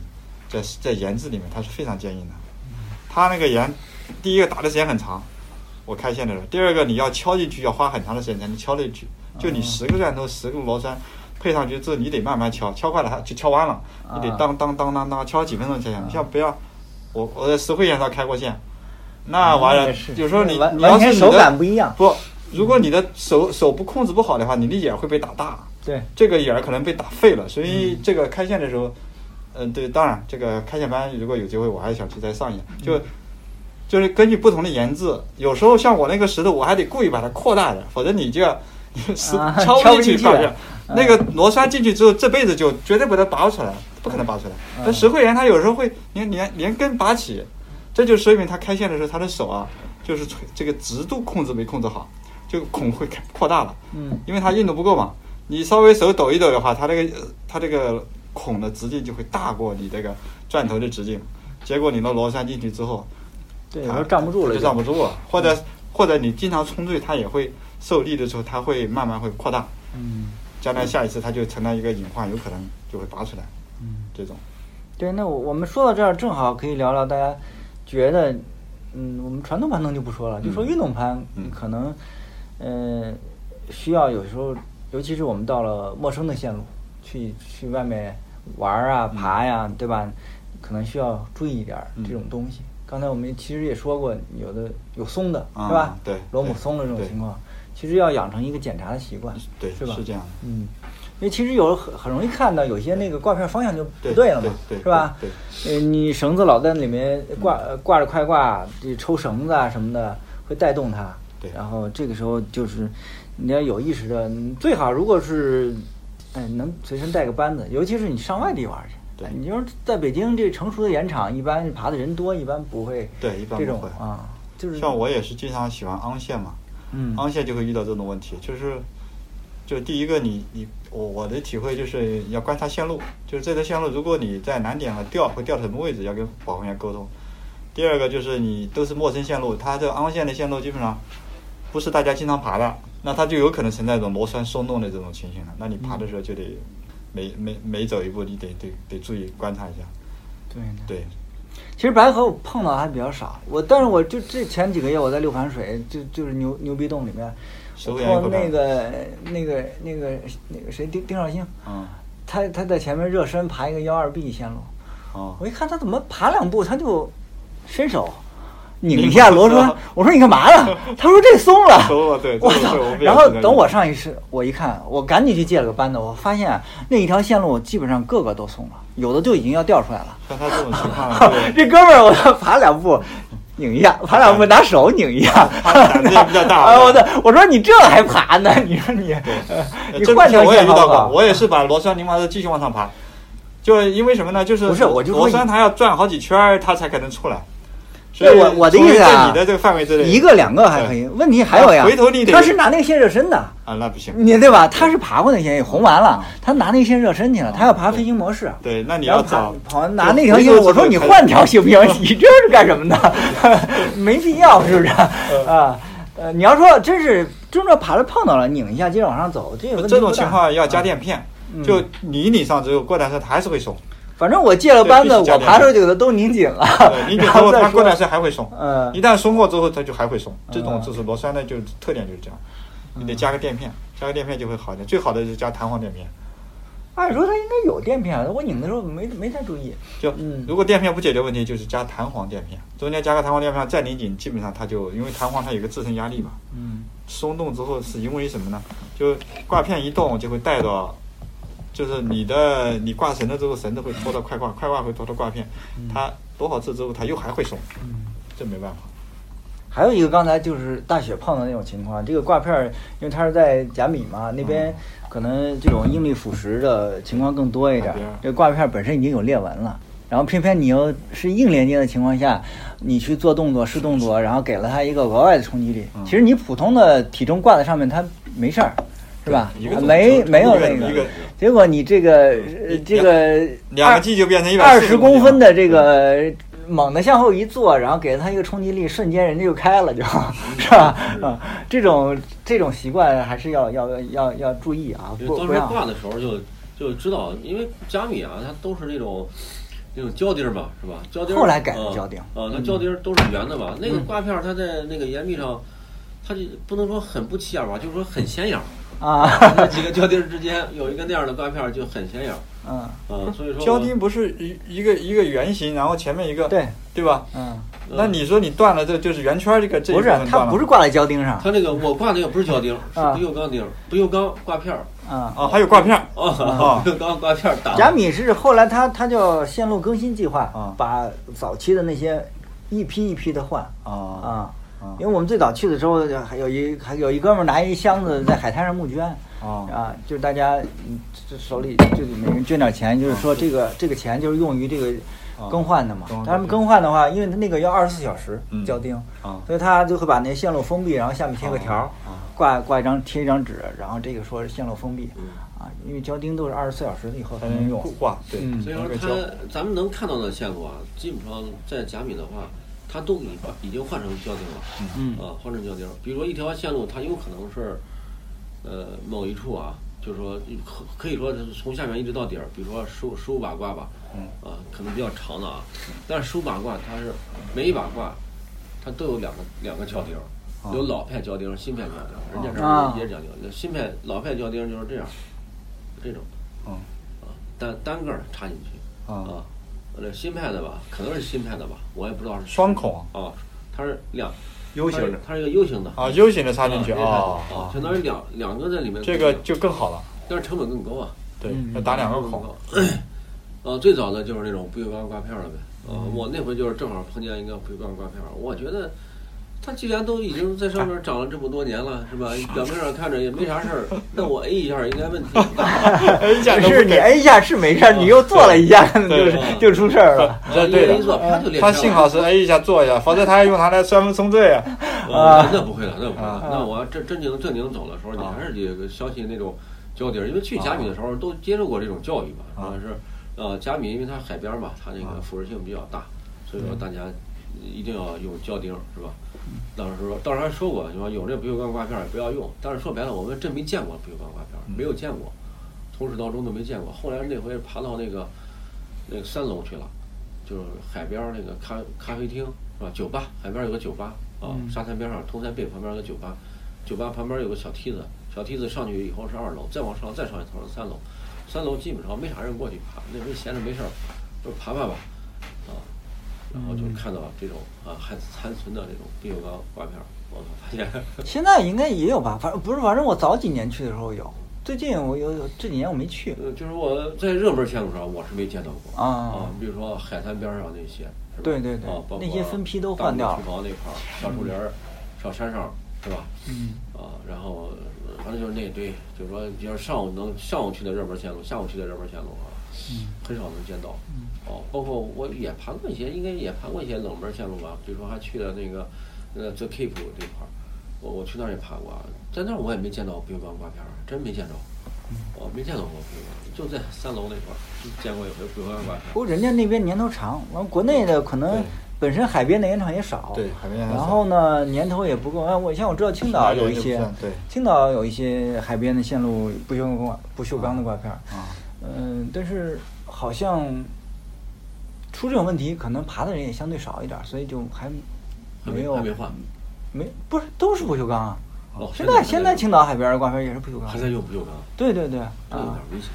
Speaker 2: 在在岩质里面它是非常坚硬的。
Speaker 1: 嗯
Speaker 2: 它那个岩，第一个打的时间很长，我开线的时候；第二个你要敲进去要花很长的时间才能敲进去，就
Speaker 1: 哦
Speaker 2: 你十个钻头十个螺栓配上去之后，你得慢慢敲，敲坏了它就敲弯了，你得
Speaker 1: 啊
Speaker 2: 当当当当当敲几分钟才行。你像不要，我我在石灰岩上开过线，那完了，
Speaker 1: 嗯是
Speaker 2: 有时候你
Speaker 1: 完
Speaker 2: 你
Speaker 1: 完
Speaker 2: 要是
Speaker 1: 全
Speaker 2: 你
Speaker 1: 手
Speaker 2: 的
Speaker 1: 感不一样
Speaker 2: 不，如果你的手手不控制不好的话，你的眼会被打大。
Speaker 1: 对，
Speaker 2: 这个眼儿可能被打废了，所以这个开线的时候，嗯、对，当然这个开线班如果有机会，我还想去再上一下，就、就是根据不同的研制，有时候像我那个石头，我还得故意把它扩大点，否则你就要 是
Speaker 1: 啊
Speaker 2: 敲
Speaker 1: 敲
Speaker 2: 不
Speaker 1: 不
Speaker 2: 进
Speaker 1: 进
Speaker 2: 去，嗯
Speaker 1: 去
Speaker 2: 搞不定那个螺栓进去之后，这辈子就绝对不能拔出来，不可能拔出来。但石灰岩它有时候会连连连根拔起，这就说明它开线的时候，它的手啊，就是这个直度控制没控制好，就孔会开扩大了。
Speaker 1: 嗯
Speaker 2: 因为它硬度不够嘛，你稍微手抖一抖的话，它那个呃它这个孔的直径就会大过你这个钻头的直径，结果你的螺栓进去之后，
Speaker 1: 对，有时
Speaker 2: 它
Speaker 1: 候站不住了
Speaker 2: 它就站不住了，或者或者你经常冲坠，它也会受力的时候，它会慢慢会扩大，
Speaker 1: 嗯
Speaker 2: 将来下一次它就承担一个隐患，有可能就会拔出来，
Speaker 1: 嗯，
Speaker 2: 这种。
Speaker 1: 对，那我我们说到这儿，正好可以聊聊大家觉得，嗯，我们传统攀登就不说了，就说运动攀
Speaker 2: 嗯
Speaker 1: 可能，呃，需要有时候，尤其是我们到了陌生的线路，去去外面玩儿啊、爬呀、
Speaker 2: 嗯
Speaker 1: 对吧？可能需要注意一点儿这种东西。刚才我们其实也说过，有的有松的，
Speaker 2: 啊
Speaker 1: 是吧？
Speaker 2: 对
Speaker 1: 螺母
Speaker 2: 对
Speaker 1: 松的这种
Speaker 2: 对
Speaker 1: 情况，其实要养成一个检查的习惯，
Speaker 2: 对
Speaker 1: 是吧？
Speaker 2: 是这样的
Speaker 1: 嗯，因为其实有很很容易看到有些那个挂片方向就不
Speaker 2: 对
Speaker 1: 对了嘛，
Speaker 2: 对对
Speaker 1: 是吧？
Speaker 2: 对嗯
Speaker 1: 呃，你绳子老在里面挂呃挂着快挂，这抽绳子啊什么的会带动它。
Speaker 2: 对
Speaker 1: 然后这个时候就是你要有意识的，你最好如果是哎能随身带个扳子，尤其是你上外地玩去。
Speaker 2: 对
Speaker 1: 哎你就是在北京这成熟的岩场，一般爬的人多，一般不会
Speaker 2: 对一般
Speaker 1: 这
Speaker 2: 不
Speaker 1: 种
Speaker 2: 会
Speaker 1: 啊，就是
Speaker 2: 像我也是经常喜欢昂线嘛，
Speaker 1: 嗯
Speaker 2: 昂线就会遇到这种问题，就是，就第一个你你我我的体会就是要观察线路，就是这条线路如果你在难点了掉会掉到什么位置，要跟保护员沟通。第二个就是你都是陌生线路，它这个昂线的线路基本上不是大家经常爬的，那它就有可能存在一种螺栓松动的这种情形了。那你爬的时候就
Speaker 1: 嗯
Speaker 2: 得每每每走一步，你得得得注意观察一下。
Speaker 1: 对
Speaker 2: 对，
Speaker 1: 其实白河我碰到还比较少，我但是我就这前几个月我在六盘水，就就是牛牛逼洞里面，
Speaker 2: 手
Speaker 1: 我
Speaker 2: 眼也
Speaker 1: 碰
Speaker 2: 不
Speaker 1: 那
Speaker 2: 敢
Speaker 1: 个那个那个那个谁丁丁少兴，
Speaker 2: 嗯，
Speaker 1: 他他在前面热身爬一个幺二 B 线路，
Speaker 2: 哦
Speaker 1: 我，一看他怎么爬两步他就伸手拧一下螺栓，我说你干嘛呢？他说这松了，
Speaker 2: 松了对
Speaker 1: 我
Speaker 2: 这个
Speaker 1: 操
Speaker 2: 对我们！也
Speaker 1: 然后
Speaker 2: 是这样
Speaker 1: 等我上一次我一看，我赶紧去借了个扳子，我发现那一条线路基本上个个都松了，有的就已经要掉出来了。。
Speaker 2: 像他这种情况啊，对
Speaker 1: 这哥们儿，我要爬两步，拧一下，爬两步拿手拧一下。
Speaker 2: 他胆子也比较大
Speaker 1: 哎我的，我说你这还爬呢？你说你，
Speaker 2: 呃
Speaker 1: 你
Speaker 2: 这
Speaker 1: 换条
Speaker 2: 我也
Speaker 1: 线
Speaker 2: 遇
Speaker 1: 好
Speaker 2: 到
Speaker 1: 不
Speaker 2: 过，
Speaker 1: 好？
Speaker 2: 我也是把螺栓拧完之后继续往上爬，就是因为什么呢？就是
Speaker 1: 不是我就说
Speaker 2: 螺
Speaker 1: 你
Speaker 2: 栓它要转好几圈儿它才可能出来。所
Speaker 1: 对
Speaker 2: 以
Speaker 1: 我我的
Speaker 2: 除
Speaker 1: 意
Speaker 2: 非
Speaker 1: 思
Speaker 2: 在
Speaker 1: 啊，
Speaker 2: 你的这个范围之内，
Speaker 1: 一个两个还可以。问题还有呀，
Speaker 2: 回头你得
Speaker 1: 他是拿那个线热身的，
Speaker 2: 啊，那不行。
Speaker 1: 你对吧？他是爬过那线，也红完了，他拿那线热身去了，他要爬飞行模式。
Speaker 2: 对，那你
Speaker 1: 然
Speaker 2: 要
Speaker 1: 后爬
Speaker 2: 找
Speaker 1: 跑
Speaker 2: 就
Speaker 1: 拿那条
Speaker 2: 回
Speaker 1: 线，
Speaker 2: 头
Speaker 1: 我
Speaker 2: 之
Speaker 1: 说
Speaker 2: 内
Speaker 1: 你
Speaker 2: 才
Speaker 1: 换条行不行？你这是干什么呢？ 没必要，是不是？
Speaker 2: 嗯
Speaker 1: 啊，呃，你要说真是真正爬着碰到了，拧一下接着往上走，这个问题
Speaker 2: 这种
Speaker 1: 不大
Speaker 2: 情况要加垫片，
Speaker 1: 嗯
Speaker 2: 就你拧上之后，过段时间它还是 会松，
Speaker 1: 反正我借了扳子，
Speaker 2: 对必须加
Speaker 1: 我
Speaker 2: 点
Speaker 1: 爬出去的都拧紧了
Speaker 2: 对，拧紧
Speaker 1: 然
Speaker 2: 之后
Speaker 1: 后再
Speaker 2: 它过
Speaker 1: 说
Speaker 2: 段时间还会松，
Speaker 1: 嗯
Speaker 2: 一旦松过之后它就还会松。这种
Speaker 1: 嗯
Speaker 2: 就是螺栓的，就是特点就是这样，你得加个垫片，加个垫片就会好一点。最好的就是加弹簧垫片，
Speaker 1: 按说它应该有垫片，我拧的时候没没太注意。
Speaker 2: 就
Speaker 1: 嗯
Speaker 2: 如果垫片不解决问题，就是加弹簧垫片，中间加个弹簧垫片再拧紧，基本上它就因为弹簧它有个自身压力嘛，
Speaker 1: 嗯，
Speaker 2: 松动之后，是因为什么呢？就挂片一动就会带到，就是你的你挂绳了之后，绳子会拖到快挂，快挂会拖到挂片，
Speaker 1: 嗯
Speaker 2: 它多少次之后它又还会松，这没办法。
Speaker 1: 还有一个刚才就是大雪碰到那种情况，这个挂片儿，因为它是在甲米嘛，
Speaker 2: 嗯
Speaker 1: 那边可能这种应力腐蚀的情况更多一点儿
Speaker 2: 海边儿。
Speaker 1: 这个挂片儿本身已经有裂纹了，然后偏偏你又是硬连接的情况下，你去做动作是动作，然后给了它一个额外的冲击力。
Speaker 2: 嗯
Speaker 1: 其实你普通的体重挂在上面，它没事儿，是吧
Speaker 2: 对一个？
Speaker 1: 没
Speaker 2: 重
Speaker 1: 没有
Speaker 2: 一个
Speaker 1: 那
Speaker 2: 一个
Speaker 1: 结果你这个呃这个
Speaker 2: 两个 G 就变成140
Speaker 1: 二十公分的这个猛地向后一坐，然后给了他一个冲击力，瞬间人家就开了就，
Speaker 2: 嗯
Speaker 1: 是吧？啊，这种这种习惯还是要要要要注意啊，
Speaker 5: 因为
Speaker 1: 不
Speaker 5: 当
Speaker 1: 不
Speaker 5: 时
Speaker 1: 要
Speaker 5: 挂的时候就就知道，因为加米啊，它都是那种那种胶钉儿嘛，是吧？胶钉儿
Speaker 1: 后来改的
Speaker 5: 嗯
Speaker 1: 胶钉嗯
Speaker 5: 啊，它胶钉儿都是圆的嘛。那个挂片儿它在那个岩壁上，它就不能说很不起眼吧，就是说很 显眼儿。
Speaker 1: 啊，
Speaker 5: 那几个胶钉儿之间有一个那样的挂片儿就很显眼儿。
Speaker 1: 嗯，
Speaker 5: 嗯，所以说
Speaker 2: 胶钉不是一一个一个圆形，然后前面一个
Speaker 1: 对，
Speaker 2: 对吧？
Speaker 1: 嗯，
Speaker 2: 那你说你断了，这就是圆圈这个这一
Speaker 1: 不
Speaker 2: 部
Speaker 1: 是，
Speaker 2: 分
Speaker 1: 它
Speaker 2: 断了
Speaker 1: 不是挂在胶钉上
Speaker 5: 它那个我挂那个不是胶钉儿，
Speaker 1: 啊
Speaker 5: 是不锈钢钉儿，不锈钢挂片儿。
Speaker 1: 啊。
Speaker 2: 啊，还有挂片儿
Speaker 5: 哦，不锈钢挂片儿打
Speaker 1: 贾米是后来他他叫线路更新计划，
Speaker 2: 啊
Speaker 1: 把早期的那些一批一批的换
Speaker 2: 啊
Speaker 1: 啊
Speaker 2: 啊，
Speaker 1: 因为我们最早去的时候，还有一还有一哥们儿拿一箱子在海滩上募捐，
Speaker 2: 啊
Speaker 1: 啊，就是大家嗯这手里就每人捐点钱，就是说这个这个钱就是用于这个
Speaker 2: 啊
Speaker 1: 更换的嘛
Speaker 2: 更。换
Speaker 1: 他们更换的话，因为他那个要二十四小时
Speaker 2: 嗯
Speaker 1: 交钉，
Speaker 2: 啊
Speaker 1: 所以他就会把那线路封闭，然后下面贴个条儿
Speaker 2: 啊啊，
Speaker 1: 挂挂一张贴一张纸，然后这个说是线路封
Speaker 2: 嗯
Speaker 1: 闭啊，因为胶钉都是二十四小时以后才
Speaker 2: 才
Speaker 1: 能
Speaker 2: 能
Speaker 1: 用
Speaker 2: 固。化，对，
Speaker 1: 嗯
Speaker 5: 所以说
Speaker 2: 能够
Speaker 5: 它
Speaker 2: 胶
Speaker 5: 咱们能看到的线路啊，基本上在甲米的话，它都已把已经换成胶钉了，
Speaker 1: 嗯
Speaker 5: 啊，换成胶钉。比如说一条线路，它有可能是，呃，某一处啊，就是说可可以说是从下面一直到底儿，比如说十五十五把挂吧，
Speaker 2: 嗯
Speaker 5: 啊，可能比较长的啊，但是十五把挂它是每一把挂，它都有两个两个胶钉儿。
Speaker 2: 哦
Speaker 5: 有老派胶钉儿、新派胶钉儿，人家
Speaker 1: 啊
Speaker 5: 这儿也是胶钉儿，新派老派胶钉儿就是这样，这种，
Speaker 2: 嗯
Speaker 5: 啊，单单个儿插进去，
Speaker 2: 啊
Speaker 5: 啊，这新派的吧，可能是新派的吧，我也不知道是
Speaker 2: 双孔
Speaker 5: 啊，它是两
Speaker 3: U 型的
Speaker 5: 它是一个 U 型的
Speaker 2: 啊 U 型的插进去
Speaker 5: 啊
Speaker 2: 啊
Speaker 5: 啊，相当于两两个在里面，
Speaker 2: 这个就更好了，
Speaker 5: 但是成本更高啊，
Speaker 2: 对
Speaker 1: 嗯，
Speaker 2: 要打两个
Speaker 5: 成本
Speaker 2: 孔
Speaker 5: 更，高。呃，最早的就是那种不锈钢挂片儿了呗。呃，
Speaker 2: 嗯
Speaker 5: 我那回就是正好碰见一个不锈钢挂片儿，我觉得它既然都已经在上面长了这么多年了，是吧？表面上看着也没啥事儿，那我 A 一下儿应该问 题不大。
Speaker 2: 哎，一下
Speaker 1: 只
Speaker 2: 都
Speaker 1: 是
Speaker 2: 不
Speaker 1: 你啊
Speaker 2: 给。啊
Speaker 1: 摁一下是没事儿，你又做了一下，可能
Speaker 2: 对
Speaker 1: 就是
Speaker 5: 对
Speaker 1: 就出事儿 了。
Speaker 2: 你这对
Speaker 5: 一做
Speaker 2: 的，
Speaker 5: 啪就裂开
Speaker 2: 他
Speaker 5: 了。
Speaker 2: 幸好是 A 一下做一下，否则他还用它来摔门松罪啊。
Speaker 5: 啊，那不会了，那不会了
Speaker 2: 啊。
Speaker 5: 那我要真真正正经走的时候，你还是得相信那种胶底儿，因为去甲米的时候都接受过这种教育嘛，主
Speaker 2: 啊
Speaker 5: 要是呃甲米，因为它海边儿嘛，它那个腐蚀性比较大，所以说大家一定要用胶钉儿，是吧？当时说，当时还说过，就说有这不锈钢挂片儿也不要用，但是说白了，我们真没见过不锈钢挂片儿，没有见过，从始到终都没见过。后来那回爬到那个那个三楼去了，就是海边儿那个咖咖啡厅是吧？酒吧，海边儿有个酒吧啊，沙滩边上，通山贝旁边有个酒吧，酒吧旁边有个小梯子，小梯子上去以后是二楼，再往上再上一层是三楼，三楼基本上没啥人过去爬，那时候闲着没事儿，就爬爬吧，啊，然后就看到这种啊还残存的这种不锈钢挂片儿，我发现
Speaker 1: 现在应该也有吧，反正不是，反正我早几年去的时候有，最近我有有这几年我没去。
Speaker 5: 呃就是我在热门线路上我是没见到过
Speaker 1: 啊
Speaker 5: 你比如说海滩边上那些，是吧
Speaker 1: 对对对
Speaker 5: 啊，包括
Speaker 1: 那些分批都换掉了
Speaker 5: 大木厨房那块儿，小树林儿，小山上，是吧？
Speaker 1: 嗯。
Speaker 5: 啊，然后呃反正就是那堆，就是说，比如上午能上午去的热门线路，下午去的热门线路啊，
Speaker 2: 嗯
Speaker 5: 很少能见到。
Speaker 1: 嗯
Speaker 5: 哦，包括我也爬过一些，应该也爬过一些冷门线路吧，比如说还去了那个呃 The Keep 这块儿，我我去那儿也爬过，啊，在那儿我也没见到不锈钢挂片儿，真没见着，
Speaker 1: 嗯
Speaker 5: 我没见到过不锈钢，就在三楼那块儿就见过有回不锈钢挂片儿。
Speaker 1: 不过人家那边年头长，完国内的可能
Speaker 2: 对
Speaker 1: 本身海边的烟厂也少，
Speaker 2: 对海边烟厂
Speaker 1: 然后呢年头也不够。啊，我像我知道青岛有一些
Speaker 2: 青岛也不算对，
Speaker 1: 青岛有一些海边的线路不锈钢挂不锈钢的挂片儿，
Speaker 2: 啊
Speaker 1: 嗯，但是好像出这种问题，可能爬的人也相对少一点儿，所以就还
Speaker 5: 还没
Speaker 1: 没有
Speaker 5: 还没换
Speaker 1: 没不是都是不锈钢啊。
Speaker 5: 哦
Speaker 1: 现
Speaker 5: 现
Speaker 1: 在
Speaker 5: 在还在
Speaker 1: 现在
Speaker 5: 用
Speaker 1: 青岛海边的挂片儿也是不锈钢
Speaker 5: 还，在用不锈钢，
Speaker 1: 对对对，啊、
Speaker 5: 这有点危险。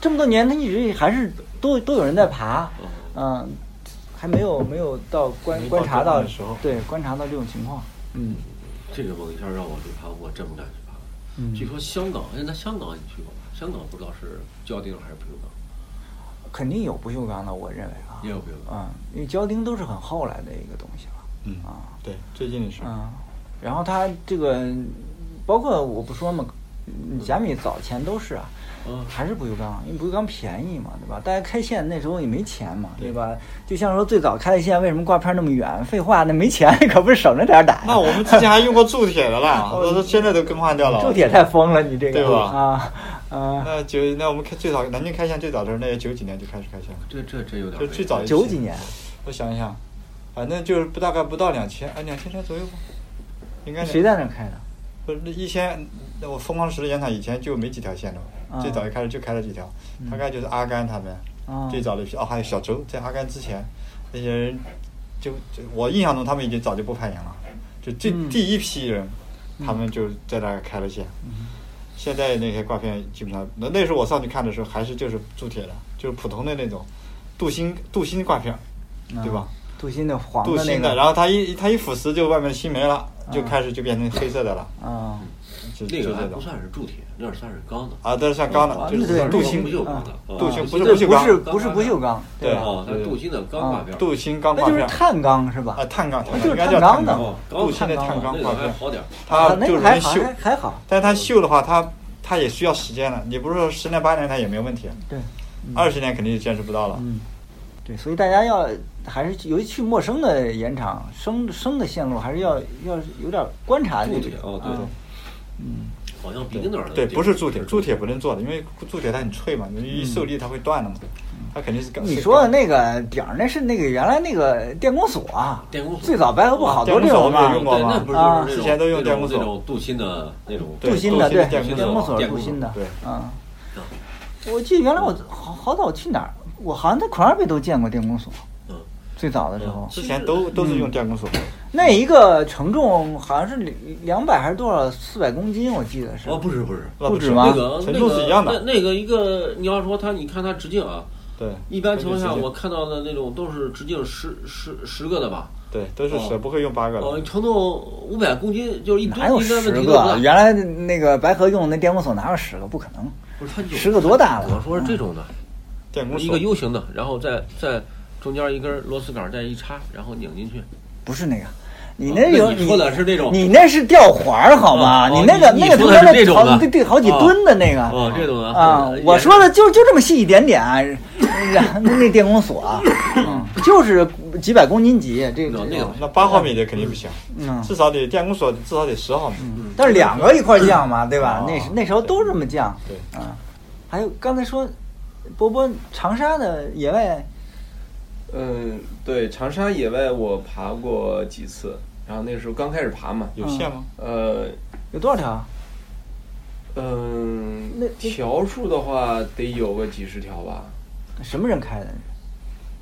Speaker 1: 这么多年，它一直还是都都有人在爬，嗯，还没有没有到观
Speaker 2: 没到
Speaker 1: 观察到
Speaker 2: 这种时候
Speaker 1: 对观察到这种情况，嗯，
Speaker 5: 这个梦一下让我对韩国真不敢去爬。
Speaker 1: 嗯
Speaker 5: 据说香港，哎，那香港你去过吗？香港不知道是胶钉还是不锈钢，
Speaker 1: 肯定有不锈钢的，我认为啊，
Speaker 5: 也有不锈钢
Speaker 1: 嗯，因为胶钉都是很后来的一个东西了，
Speaker 2: 嗯
Speaker 1: 啊，
Speaker 2: 对，最近的事。
Speaker 1: 嗯，然后它这个，包括我不说嘛，嗯贾米早前都是啊，
Speaker 5: 嗯
Speaker 1: 还是不锈钢，因为不锈钢便宜嘛，对吧？大家开线那时候也没钱嘛，
Speaker 2: 对
Speaker 1: 对吧？就像说最早开的线为什么挂片那么远？废话，那没钱 可不是省着点儿打呀。
Speaker 2: 那我们之前还用过铸铁的啦，我说现在都更换掉了。
Speaker 1: 哦铸铁太疯了，你这个
Speaker 2: 哦对吧
Speaker 1: 啊啊，
Speaker 2: 那九，那我们开最早南京开线最早的时候，那也九几年就开始开线了。
Speaker 5: 这这真有点
Speaker 2: 就
Speaker 5: 儿。
Speaker 2: 最早一
Speaker 1: 九
Speaker 2: 期
Speaker 1: 几年，
Speaker 2: 我想一想，反正就是不大概不到两千，哎，两千年左右吧，应该
Speaker 1: 谁在那儿开的？
Speaker 2: 不是一千，那我疯狂石的原厂以前就没几条线路，
Speaker 1: 啊
Speaker 2: 最早一开始就开了几条，
Speaker 1: 嗯
Speaker 2: 大概就是阿甘他们、
Speaker 1: 啊
Speaker 2: 最早的一批，哦，还有小周，在阿甘之前那些人就，就我印象中他们已经早就不攀岩了，就最、
Speaker 1: 嗯
Speaker 2: 第一批人，他们就在那儿开了线。
Speaker 1: 嗯
Speaker 2: 现在那些挂片基本上，那那时候我上去看的时候还是就是铸铁的，就是普通的那种镀锌镀锌挂片，对吧？
Speaker 1: 镀锌的啊黄
Speaker 2: 镀
Speaker 1: 的那
Speaker 2: 锌
Speaker 1: 个，
Speaker 2: 的，然后它一它一腐蚀就外面的锌没了，就开始就变成黑色的了，
Speaker 1: 啊，
Speaker 2: 就
Speaker 5: 那
Speaker 2: 就
Speaker 5: 个
Speaker 2: 这
Speaker 5: 还
Speaker 2: 种
Speaker 5: 不。算是铸铁，那算是钢的。
Speaker 2: 啊，但是像钢
Speaker 5: 啊
Speaker 1: 那
Speaker 2: 的，就
Speaker 1: 对
Speaker 2: 是镀锌
Speaker 5: 不锈钢的，
Speaker 2: 镀锌
Speaker 5: 啊
Speaker 2: 不是
Speaker 1: 对
Speaker 2: 不锈
Speaker 1: 不是
Speaker 2: 钢，
Speaker 1: 不是不锈钢，
Speaker 2: 对啊
Speaker 1: 吧？
Speaker 5: 哦，那镀锌的钢挂片，
Speaker 2: 镀锌钢
Speaker 1: 那
Speaker 2: 挂
Speaker 1: 就是
Speaker 2: 片，
Speaker 1: 碳钢是吧
Speaker 2: 啊，？碳钢，
Speaker 1: 那
Speaker 2: 碳
Speaker 1: 就是
Speaker 2: 应该
Speaker 1: 碳
Speaker 2: 叫
Speaker 1: 钢
Speaker 2: 碳
Speaker 1: 的
Speaker 2: 钢，
Speaker 5: 哦
Speaker 2: 镀锌的碳钢
Speaker 5: 那
Speaker 2: 挂
Speaker 5: 个还
Speaker 2: 片，
Speaker 5: 好点儿。
Speaker 1: 啊
Speaker 2: 它
Speaker 1: 那个
Speaker 2: 就容
Speaker 1: 还
Speaker 2: 易
Speaker 1: 好，
Speaker 2: 锈
Speaker 1: 还，还好，
Speaker 2: 但是它锈的话，它它也需要时间了，你不是说十年八年它也没问题，
Speaker 1: 对，
Speaker 2: 二十年肯定就坚持不到了。
Speaker 1: 嗯，对，所以大家要还是尤其去陌生的盐场、生生的线路，还是要要有点观察这
Speaker 5: 铸
Speaker 1: 个
Speaker 5: 铁哦，对
Speaker 1: 啊
Speaker 5: 对，
Speaker 1: 嗯，
Speaker 5: 好像鼻子那儿的
Speaker 2: 对，
Speaker 5: 地
Speaker 2: 不
Speaker 5: 方
Speaker 2: 是铸铁，铸铁不能做的，因为铸铁它很脆嘛，你一受力它会断的嘛，它肯定是钢。
Speaker 1: 嗯你
Speaker 2: 是
Speaker 1: 说的
Speaker 2: 钢
Speaker 1: 那个顶儿，那是那个原来那个电工所啊，
Speaker 5: 电工所
Speaker 1: 最早白河部好多
Speaker 2: 啊电
Speaker 1: 这
Speaker 2: 工所
Speaker 1: 种
Speaker 2: 我们也
Speaker 1: 嘛
Speaker 2: 用过
Speaker 5: 对，
Speaker 2: 吗
Speaker 5: 那不是
Speaker 1: 啊
Speaker 5: 就是那种
Speaker 2: 之前都用
Speaker 5: 那种
Speaker 2: 电工锁
Speaker 5: 那种镀锌的那种，
Speaker 2: 对
Speaker 1: 镀锌
Speaker 2: 镀
Speaker 1: 的，
Speaker 2: 锌的
Speaker 1: 对，
Speaker 2: 电工
Speaker 1: 电工
Speaker 5: 所
Speaker 1: 所
Speaker 5: 电
Speaker 1: 镀
Speaker 5: 工
Speaker 1: 锌的
Speaker 2: 所对，
Speaker 1: 嗯，
Speaker 5: 嗯
Speaker 1: 我记得原来我好好早去哪儿，我好像在孔二贝都见过电工所，
Speaker 5: 嗯，
Speaker 1: 最早的时候，
Speaker 2: 之前都都
Speaker 1: 嗯
Speaker 2: 是用电工锁，
Speaker 1: 那一个承重好像是两两百还是多少，四百公斤，我记得是。
Speaker 5: 哦，不是不是，
Speaker 2: 那
Speaker 1: 不
Speaker 2: 啊不
Speaker 1: 止
Speaker 2: 是
Speaker 1: 吗
Speaker 5: 那个
Speaker 2: 程
Speaker 5: 那
Speaker 2: 度
Speaker 5: 个
Speaker 2: 是一样的
Speaker 5: 那那个一个，你要说它，你看它直径啊，
Speaker 2: 对，
Speaker 5: 一般情况下
Speaker 2: 根据时间
Speaker 5: 我看到的那种都是直径十十十个的吧，
Speaker 2: 对都是
Speaker 5: 哦
Speaker 2: 十，不会用八个
Speaker 5: 呃，
Speaker 2: 的。
Speaker 5: 承重五百公斤就是一吨，啊
Speaker 1: 哪有
Speaker 5: 应该
Speaker 1: 十
Speaker 5: 问题都不
Speaker 1: 个？啊
Speaker 5: 大。
Speaker 1: 原来那个白河用的那电工锁哪有十个？不可能。
Speaker 5: 不是它有
Speaker 1: 十个多大了嗯
Speaker 5: 我说是这种的，
Speaker 2: 电工
Speaker 5: 一
Speaker 2: 锁
Speaker 5: 个 U 型的，然后再再中间一根螺丝杆儿再一插，然后拧进去。
Speaker 1: 不是那个，你
Speaker 5: 哦
Speaker 1: 那
Speaker 5: 那
Speaker 1: 有
Speaker 5: 你说的是那种
Speaker 1: 你那是吊环儿好吗？
Speaker 5: 哦哦
Speaker 1: 你那个
Speaker 5: 你
Speaker 1: 那个
Speaker 5: 你说
Speaker 1: 中
Speaker 5: 的
Speaker 1: 间那
Speaker 5: 是这种的
Speaker 1: 好对对好几吨的那个
Speaker 5: 哦，这种的
Speaker 1: 啊
Speaker 5: 也，
Speaker 1: 我说的就就这么细一点点，然后那电工锁 啊，嗯就是几百公斤级，这
Speaker 5: 那
Speaker 1: 个
Speaker 5: 那个
Speaker 2: 那八毫米的肯定不行，
Speaker 1: 嗯
Speaker 2: 至少得电工锁至少得十毫米。
Speaker 1: 但是两个一块儿降嘛，对吧
Speaker 2: 哦？
Speaker 1: 那时那时候都这么降。
Speaker 2: 对
Speaker 1: 啊，还有刚才说，波波长沙的野外，
Speaker 3: 嗯，对，长沙野外我爬过几次，然后那时候刚开始爬嘛，
Speaker 1: 嗯
Speaker 2: 有线吗？
Speaker 3: 呃，
Speaker 1: 有多少条？
Speaker 3: 嗯
Speaker 1: 那，那
Speaker 3: 条数的话得有个几十条吧。
Speaker 1: 什么人开的？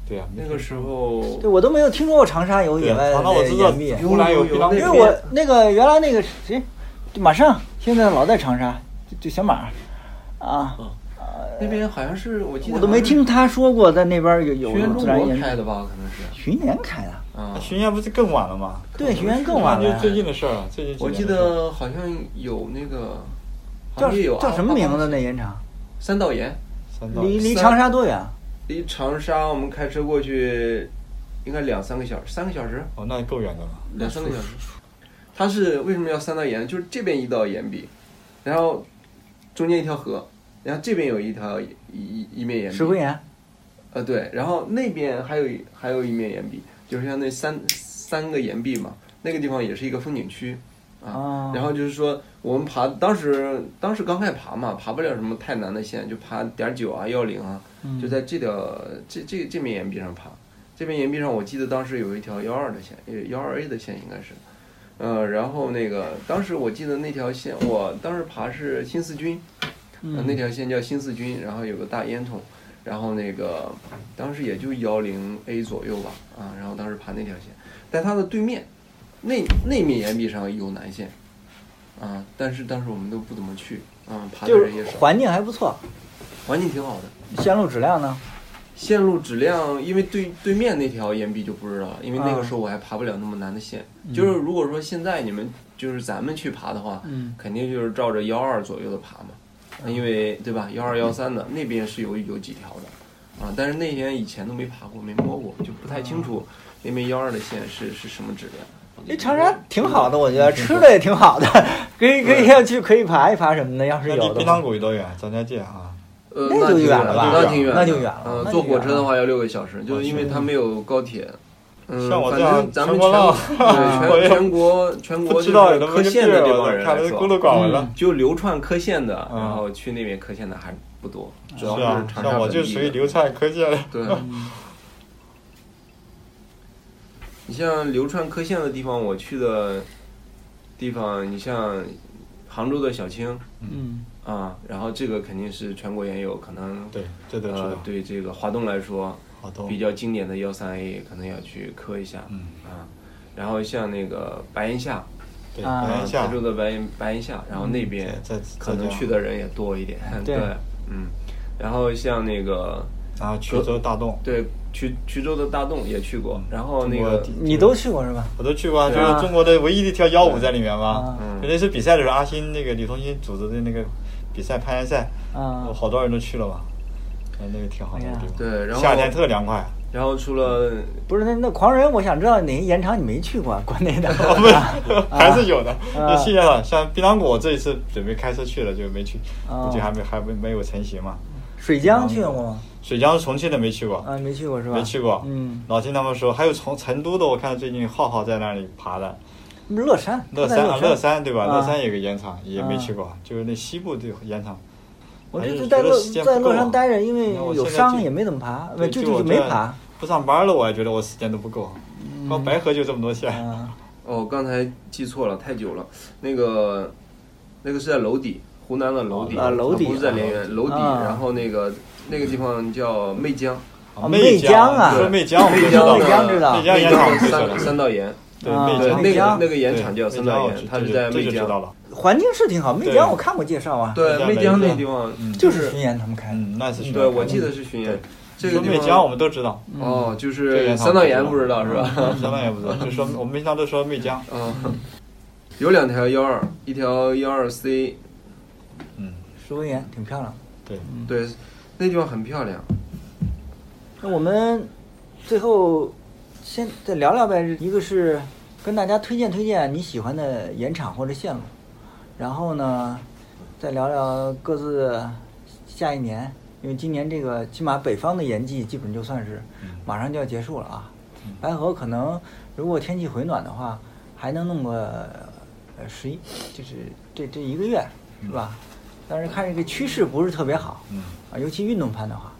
Speaker 2: 对啊呀，
Speaker 3: 那个时候
Speaker 1: 对，我都没有听说过长沙有野外的
Speaker 2: 对啊长沙我知道
Speaker 1: 岩壁，
Speaker 2: 湖南有槟榔
Speaker 1: 因
Speaker 2: 那
Speaker 1: 为
Speaker 2: 边
Speaker 1: 我那个原来那个谁，就马上现在老在长沙，就就小马，啊，
Speaker 2: 嗯
Speaker 3: 那边好像是我记得
Speaker 1: 我都没听他说过在那边有
Speaker 3: 学
Speaker 1: 有
Speaker 3: 中
Speaker 1: 自然
Speaker 3: 国
Speaker 1: 岩
Speaker 3: 开
Speaker 1: 壁。
Speaker 3: 的吧，可能是
Speaker 1: 巡演开的，
Speaker 3: 啊。
Speaker 2: 巡演不是更晚了吗？
Speaker 1: 对，巡演更晚
Speaker 2: 那
Speaker 1: 了
Speaker 2: 就。最近的事儿了，最近几
Speaker 3: 我
Speaker 2: 年的事
Speaker 3: 记
Speaker 2: 儿
Speaker 3: 得好像有那个，好
Speaker 1: 叫
Speaker 3: 哦像也有
Speaker 1: 叫什么名字？
Speaker 3: 那
Speaker 1: 那盐场？
Speaker 3: 三道岩，
Speaker 2: 三道
Speaker 1: 离离
Speaker 3: 三
Speaker 1: 长沙多远啊？
Speaker 3: 离长沙我们开车过去，应该两三个小时，三个小时，
Speaker 2: 哦，那够远的了。
Speaker 3: 两三个小时。它是为什么要三道岩？就是这边一道岩壁，然后中间一条河，然后这边有一条一一一面岩壁。
Speaker 1: 石灰岩。
Speaker 3: 呃，对，然后那边还有一还有一面岩壁，就是像那三三个岩壁嘛，那个地方也是一个风景区啊
Speaker 1: 哦。
Speaker 3: 然后就是说，我们爬当时当时刚开始爬嘛，爬不了什么太难的线，就爬点儿九啊、幺零啊，就在这条这这这面岩壁上爬。这边岩壁上，我记得当时有一条幺二的线，呃幺二 A 的线应该是，呃，然后那个当时我记得那条线，我当时爬是新四军，呃
Speaker 2: 嗯
Speaker 1: 嗯
Speaker 3: 那条线叫新四军，然后有个大烟囱，然后那个当时也就幺零 A 左右吧，啊，然后当时爬那条线，在它的对面，那那面岩壁上有南线，啊，但是当时我们都不怎么去，啊，爬
Speaker 1: 嗯
Speaker 3: 的
Speaker 1: 就
Speaker 3: 人也
Speaker 1: 是
Speaker 3: 少，
Speaker 1: 环境还不错，
Speaker 3: 环境挺好的。
Speaker 1: 线路质量呢？
Speaker 3: 线路质量，因为对对面那条岩壁就不知道了，因为那
Speaker 1: 啊
Speaker 3: 个时候我还爬不了那么难的线。就是如果说现在你们就是咱们去爬的话，
Speaker 1: 嗯
Speaker 3: 肯定就是照着幺二左右的爬嘛，因为对吧？幺二幺三的那边是有有几条的啊，但是那边以前都没爬过，没摸过，就不太清楚那边幺二的线是是什么质量。
Speaker 6: 这长沙挺好的，我觉得
Speaker 3: 嗯
Speaker 6: 吃的也挺好 的，可以可以要去可以爬一爬什么的，要是
Speaker 2: 那
Speaker 6: 有
Speaker 2: 离
Speaker 6: 的
Speaker 2: 槟
Speaker 6: 话
Speaker 2: 榔，谷有多远？咱家界啊，
Speaker 3: 呃，
Speaker 6: 那就
Speaker 3: 挺
Speaker 6: 远了
Speaker 3: 了
Speaker 6: 吧
Speaker 3: 那挺远，
Speaker 6: 那就远了。哦
Speaker 3: 嗯
Speaker 6: 那，就
Speaker 3: 坐火
Speaker 6: 远
Speaker 3: 车
Speaker 6: 了
Speaker 3: 的话要六个小时，就是因为它没有高铁。嗯，
Speaker 2: 像我
Speaker 3: 反
Speaker 2: 这样
Speaker 3: 正咱们
Speaker 2: 全国浪 我
Speaker 3: 对
Speaker 2: 也
Speaker 3: 全全国全
Speaker 2: 不
Speaker 3: 国
Speaker 2: 知道
Speaker 3: 就是
Speaker 2: 有那么
Speaker 3: 科
Speaker 2: 个地
Speaker 3: 县的
Speaker 2: 儿，
Speaker 3: 这
Speaker 2: 我
Speaker 3: 帮人
Speaker 2: 操看
Speaker 3: 来
Speaker 2: 来
Speaker 3: 说嗯
Speaker 2: 孤陋寡闻了。
Speaker 3: 就流窜科县的，
Speaker 2: 嗯
Speaker 3: 然后去那边科县的还不多，主要
Speaker 2: 是啊，
Speaker 3: 长沙
Speaker 2: 像我
Speaker 3: 本
Speaker 2: 就
Speaker 3: 地
Speaker 2: 属于
Speaker 3: 的。
Speaker 2: 流嗯窜科技了。
Speaker 3: 对，你像流窜科县的地方，我去的地方，你像杭州的小青
Speaker 1: 嗯
Speaker 3: 啊，然后这个肯定是全国也有，可能
Speaker 2: 对，这都知
Speaker 3: 呃
Speaker 2: 道，
Speaker 3: 对这个华东来说，
Speaker 2: 好多
Speaker 3: 比。较经典的幺三 A 可能要去磕一下，
Speaker 2: 嗯
Speaker 3: 啊，然后像那个白岩下，
Speaker 2: 对，
Speaker 1: 啊
Speaker 2: 白
Speaker 3: 啊
Speaker 2: 岩下嗯
Speaker 3: 台州的白岩白岩下，然后那边
Speaker 2: 在
Speaker 3: 可能去，
Speaker 2: 在
Speaker 3: 的人也多一点，
Speaker 1: 对
Speaker 3: 对，嗯，然后像那个
Speaker 2: 这样然后衢州大洞，
Speaker 3: 对衢衢州的大洞也去过，然后那
Speaker 2: 嗯中国
Speaker 3: 个
Speaker 2: 第
Speaker 1: 你都去过是吧？
Speaker 2: 我都去过啊，就
Speaker 3: 对
Speaker 1: 啊
Speaker 2: 是中国的唯一的一条幺五在里面嘛
Speaker 1: 啊。
Speaker 3: 嗯
Speaker 2: 就那次比赛的时候，阿星那个李同新组织的那个比赛攀岩赛，
Speaker 1: 啊
Speaker 2: 我好多人都去了吧？哎那个挺好的地方，
Speaker 3: 对，然后
Speaker 2: 夏天特凉快。
Speaker 3: 然后除了
Speaker 1: 不是那那狂人，我想知道哪些盐场你没去过， 国内 的。
Speaker 2: 啊，不， 还是有的。
Speaker 1: 啊
Speaker 2: 那现在了，像槟榔谷，我这一次准备开车去了，就没去，
Speaker 1: 哦
Speaker 2: 估计还没还没没有成型嘛。
Speaker 1: 水
Speaker 3: 嗯
Speaker 1: 江去过吗？
Speaker 2: 水江是重庆的，没去过，
Speaker 1: 啊，没去过是吧？
Speaker 2: 没去过。
Speaker 1: 嗯，
Speaker 2: 老听他们说，还有从成都的，我看最近浩浩在那里爬的，
Speaker 1: 乐山，
Speaker 2: 乐
Speaker 1: 在
Speaker 2: 山啊，乐
Speaker 1: 乐
Speaker 2: 山对吧？乐山
Speaker 1: 啊
Speaker 2: 有个盐场，也
Speaker 1: 啊
Speaker 2: 没去过，就是那西部的盐场。
Speaker 1: 我
Speaker 2: 还
Speaker 1: 这
Speaker 2: 是
Speaker 1: 次
Speaker 2: 觉
Speaker 1: 在
Speaker 2: 得
Speaker 1: 乐
Speaker 2: 时间
Speaker 1: 在
Speaker 2: 不够
Speaker 1: 乐山
Speaker 2: 啊
Speaker 1: 待着，因为
Speaker 2: 你看我
Speaker 1: 有
Speaker 2: 现在
Speaker 1: 伤
Speaker 2: 就
Speaker 1: 也没怎么爬，不
Speaker 2: 对
Speaker 1: 就
Speaker 2: 就我
Speaker 1: 就没
Speaker 2: 这
Speaker 1: 爬。嗯
Speaker 2: 不上班了，我还觉得我时间都不够，光白河就这么多线。
Speaker 1: 啊，
Speaker 3: 哦，刚才记错了，太久了，那个那个是在娄底，湖南的娄
Speaker 2: 哦
Speaker 3: 底
Speaker 1: 啊娄底
Speaker 3: 不是在涟源，娄底，
Speaker 1: 啊
Speaker 3: 然后那个那个地方叫媚江，
Speaker 1: 啊
Speaker 2: 媚
Speaker 1: 媚江啊
Speaker 2: 说媚江，我们
Speaker 1: 媚
Speaker 2: 就
Speaker 1: 江
Speaker 2: 知道
Speaker 1: 媚江
Speaker 2: 了
Speaker 1: 知道
Speaker 2: 媚江
Speaker 3: 媚
Speaker 2: 盐场我
Speaker 3: 江
Speaker 2: 们
Speaker 3: 是
Speaker 2: 就知道
Speaker 3: 三
Speaker 2: 了
Speaker 3: 三道盐，
Speaker 2: 对，
Speaker 1: 啊
Speaker 2: 媚
Speaker 3: 对，
Speaker 2: 江
Speaker 3: 那
Speaker 1: 媚江
Speaker 3: 个那个盐场
Speaker 2: 对
Speaker 3: 叫三
Speaker 2: 媚江
Speaker 3: 道
Speaker 2: 我
Speaker 3: 盐
Speaker 2: 知，
Speaker 3: 它
Speaker 2: 这
Speaker 3: 是
Speaker 2: 就
Speaker 3: 在
Speaker 2: 这
Speaker 3: 媚
Speaker 2: 就知道
Speaker 3: 江，
Speaker 2: 了。
Speaker 1: 环境是挺好，媚江我看过介绍啊，
Speaker 3: 对，
Speaker 2: 媚江
Speaker 3: 媚江
Speaker 2: 美
Speaker 3: 那
Speaker 2: 江
Speaker 3: 地方，
Speaker 2: 嗯
Speaker 1: 就是巡演他们开的。
Speaker 2: 嗯，那是
Speaker 3: 对，我记得是巡演，这个
Speaker 2: 说
Speaker 3: 地
Speaker 2: 媚
Speaker 3: 方
Speaker 2: 江我们都知道，
Speaker 3: 哦，就
Speaker 2: 这个
Speaker 3: 是
Speaker 2: 盐场
Speaker 3: 三道
Speaker 2: 不知
Speaker 3: 盐
Speaker 2: 道嗯
Speaker 3: 不知道是吧？
Speaker 2: 相当也不知道，就说我们平常都说媚江，
Speaker 3: 嗯，有两条幺二，一条幺二 C，
Speaker 2: 嗯，
Speaker 1: 石灰岩挺漂亮的。
Speaker 2: 对，
Speaker 1: 嗯
Speaker 3: 对，那地方很漂亮。
Speaker 1: 那我们最后先再聊聊呗，一个是跟大家推荐推荐你喜欢的盐场或者线路，然后呢，再聊聊各自下一年，因为今年这个起码北方的盐季基本就算是
Speaker 2: 嗯
Speaker 1: 马上就要结束了啊。白河可能如果天气回暖的话，还能弄个呃十一，就是这这一个月是吧？但是看这个趋势不是特别好，
Speaker 2: 嗯
Speaker 1: 啊，尤其运动攀的话，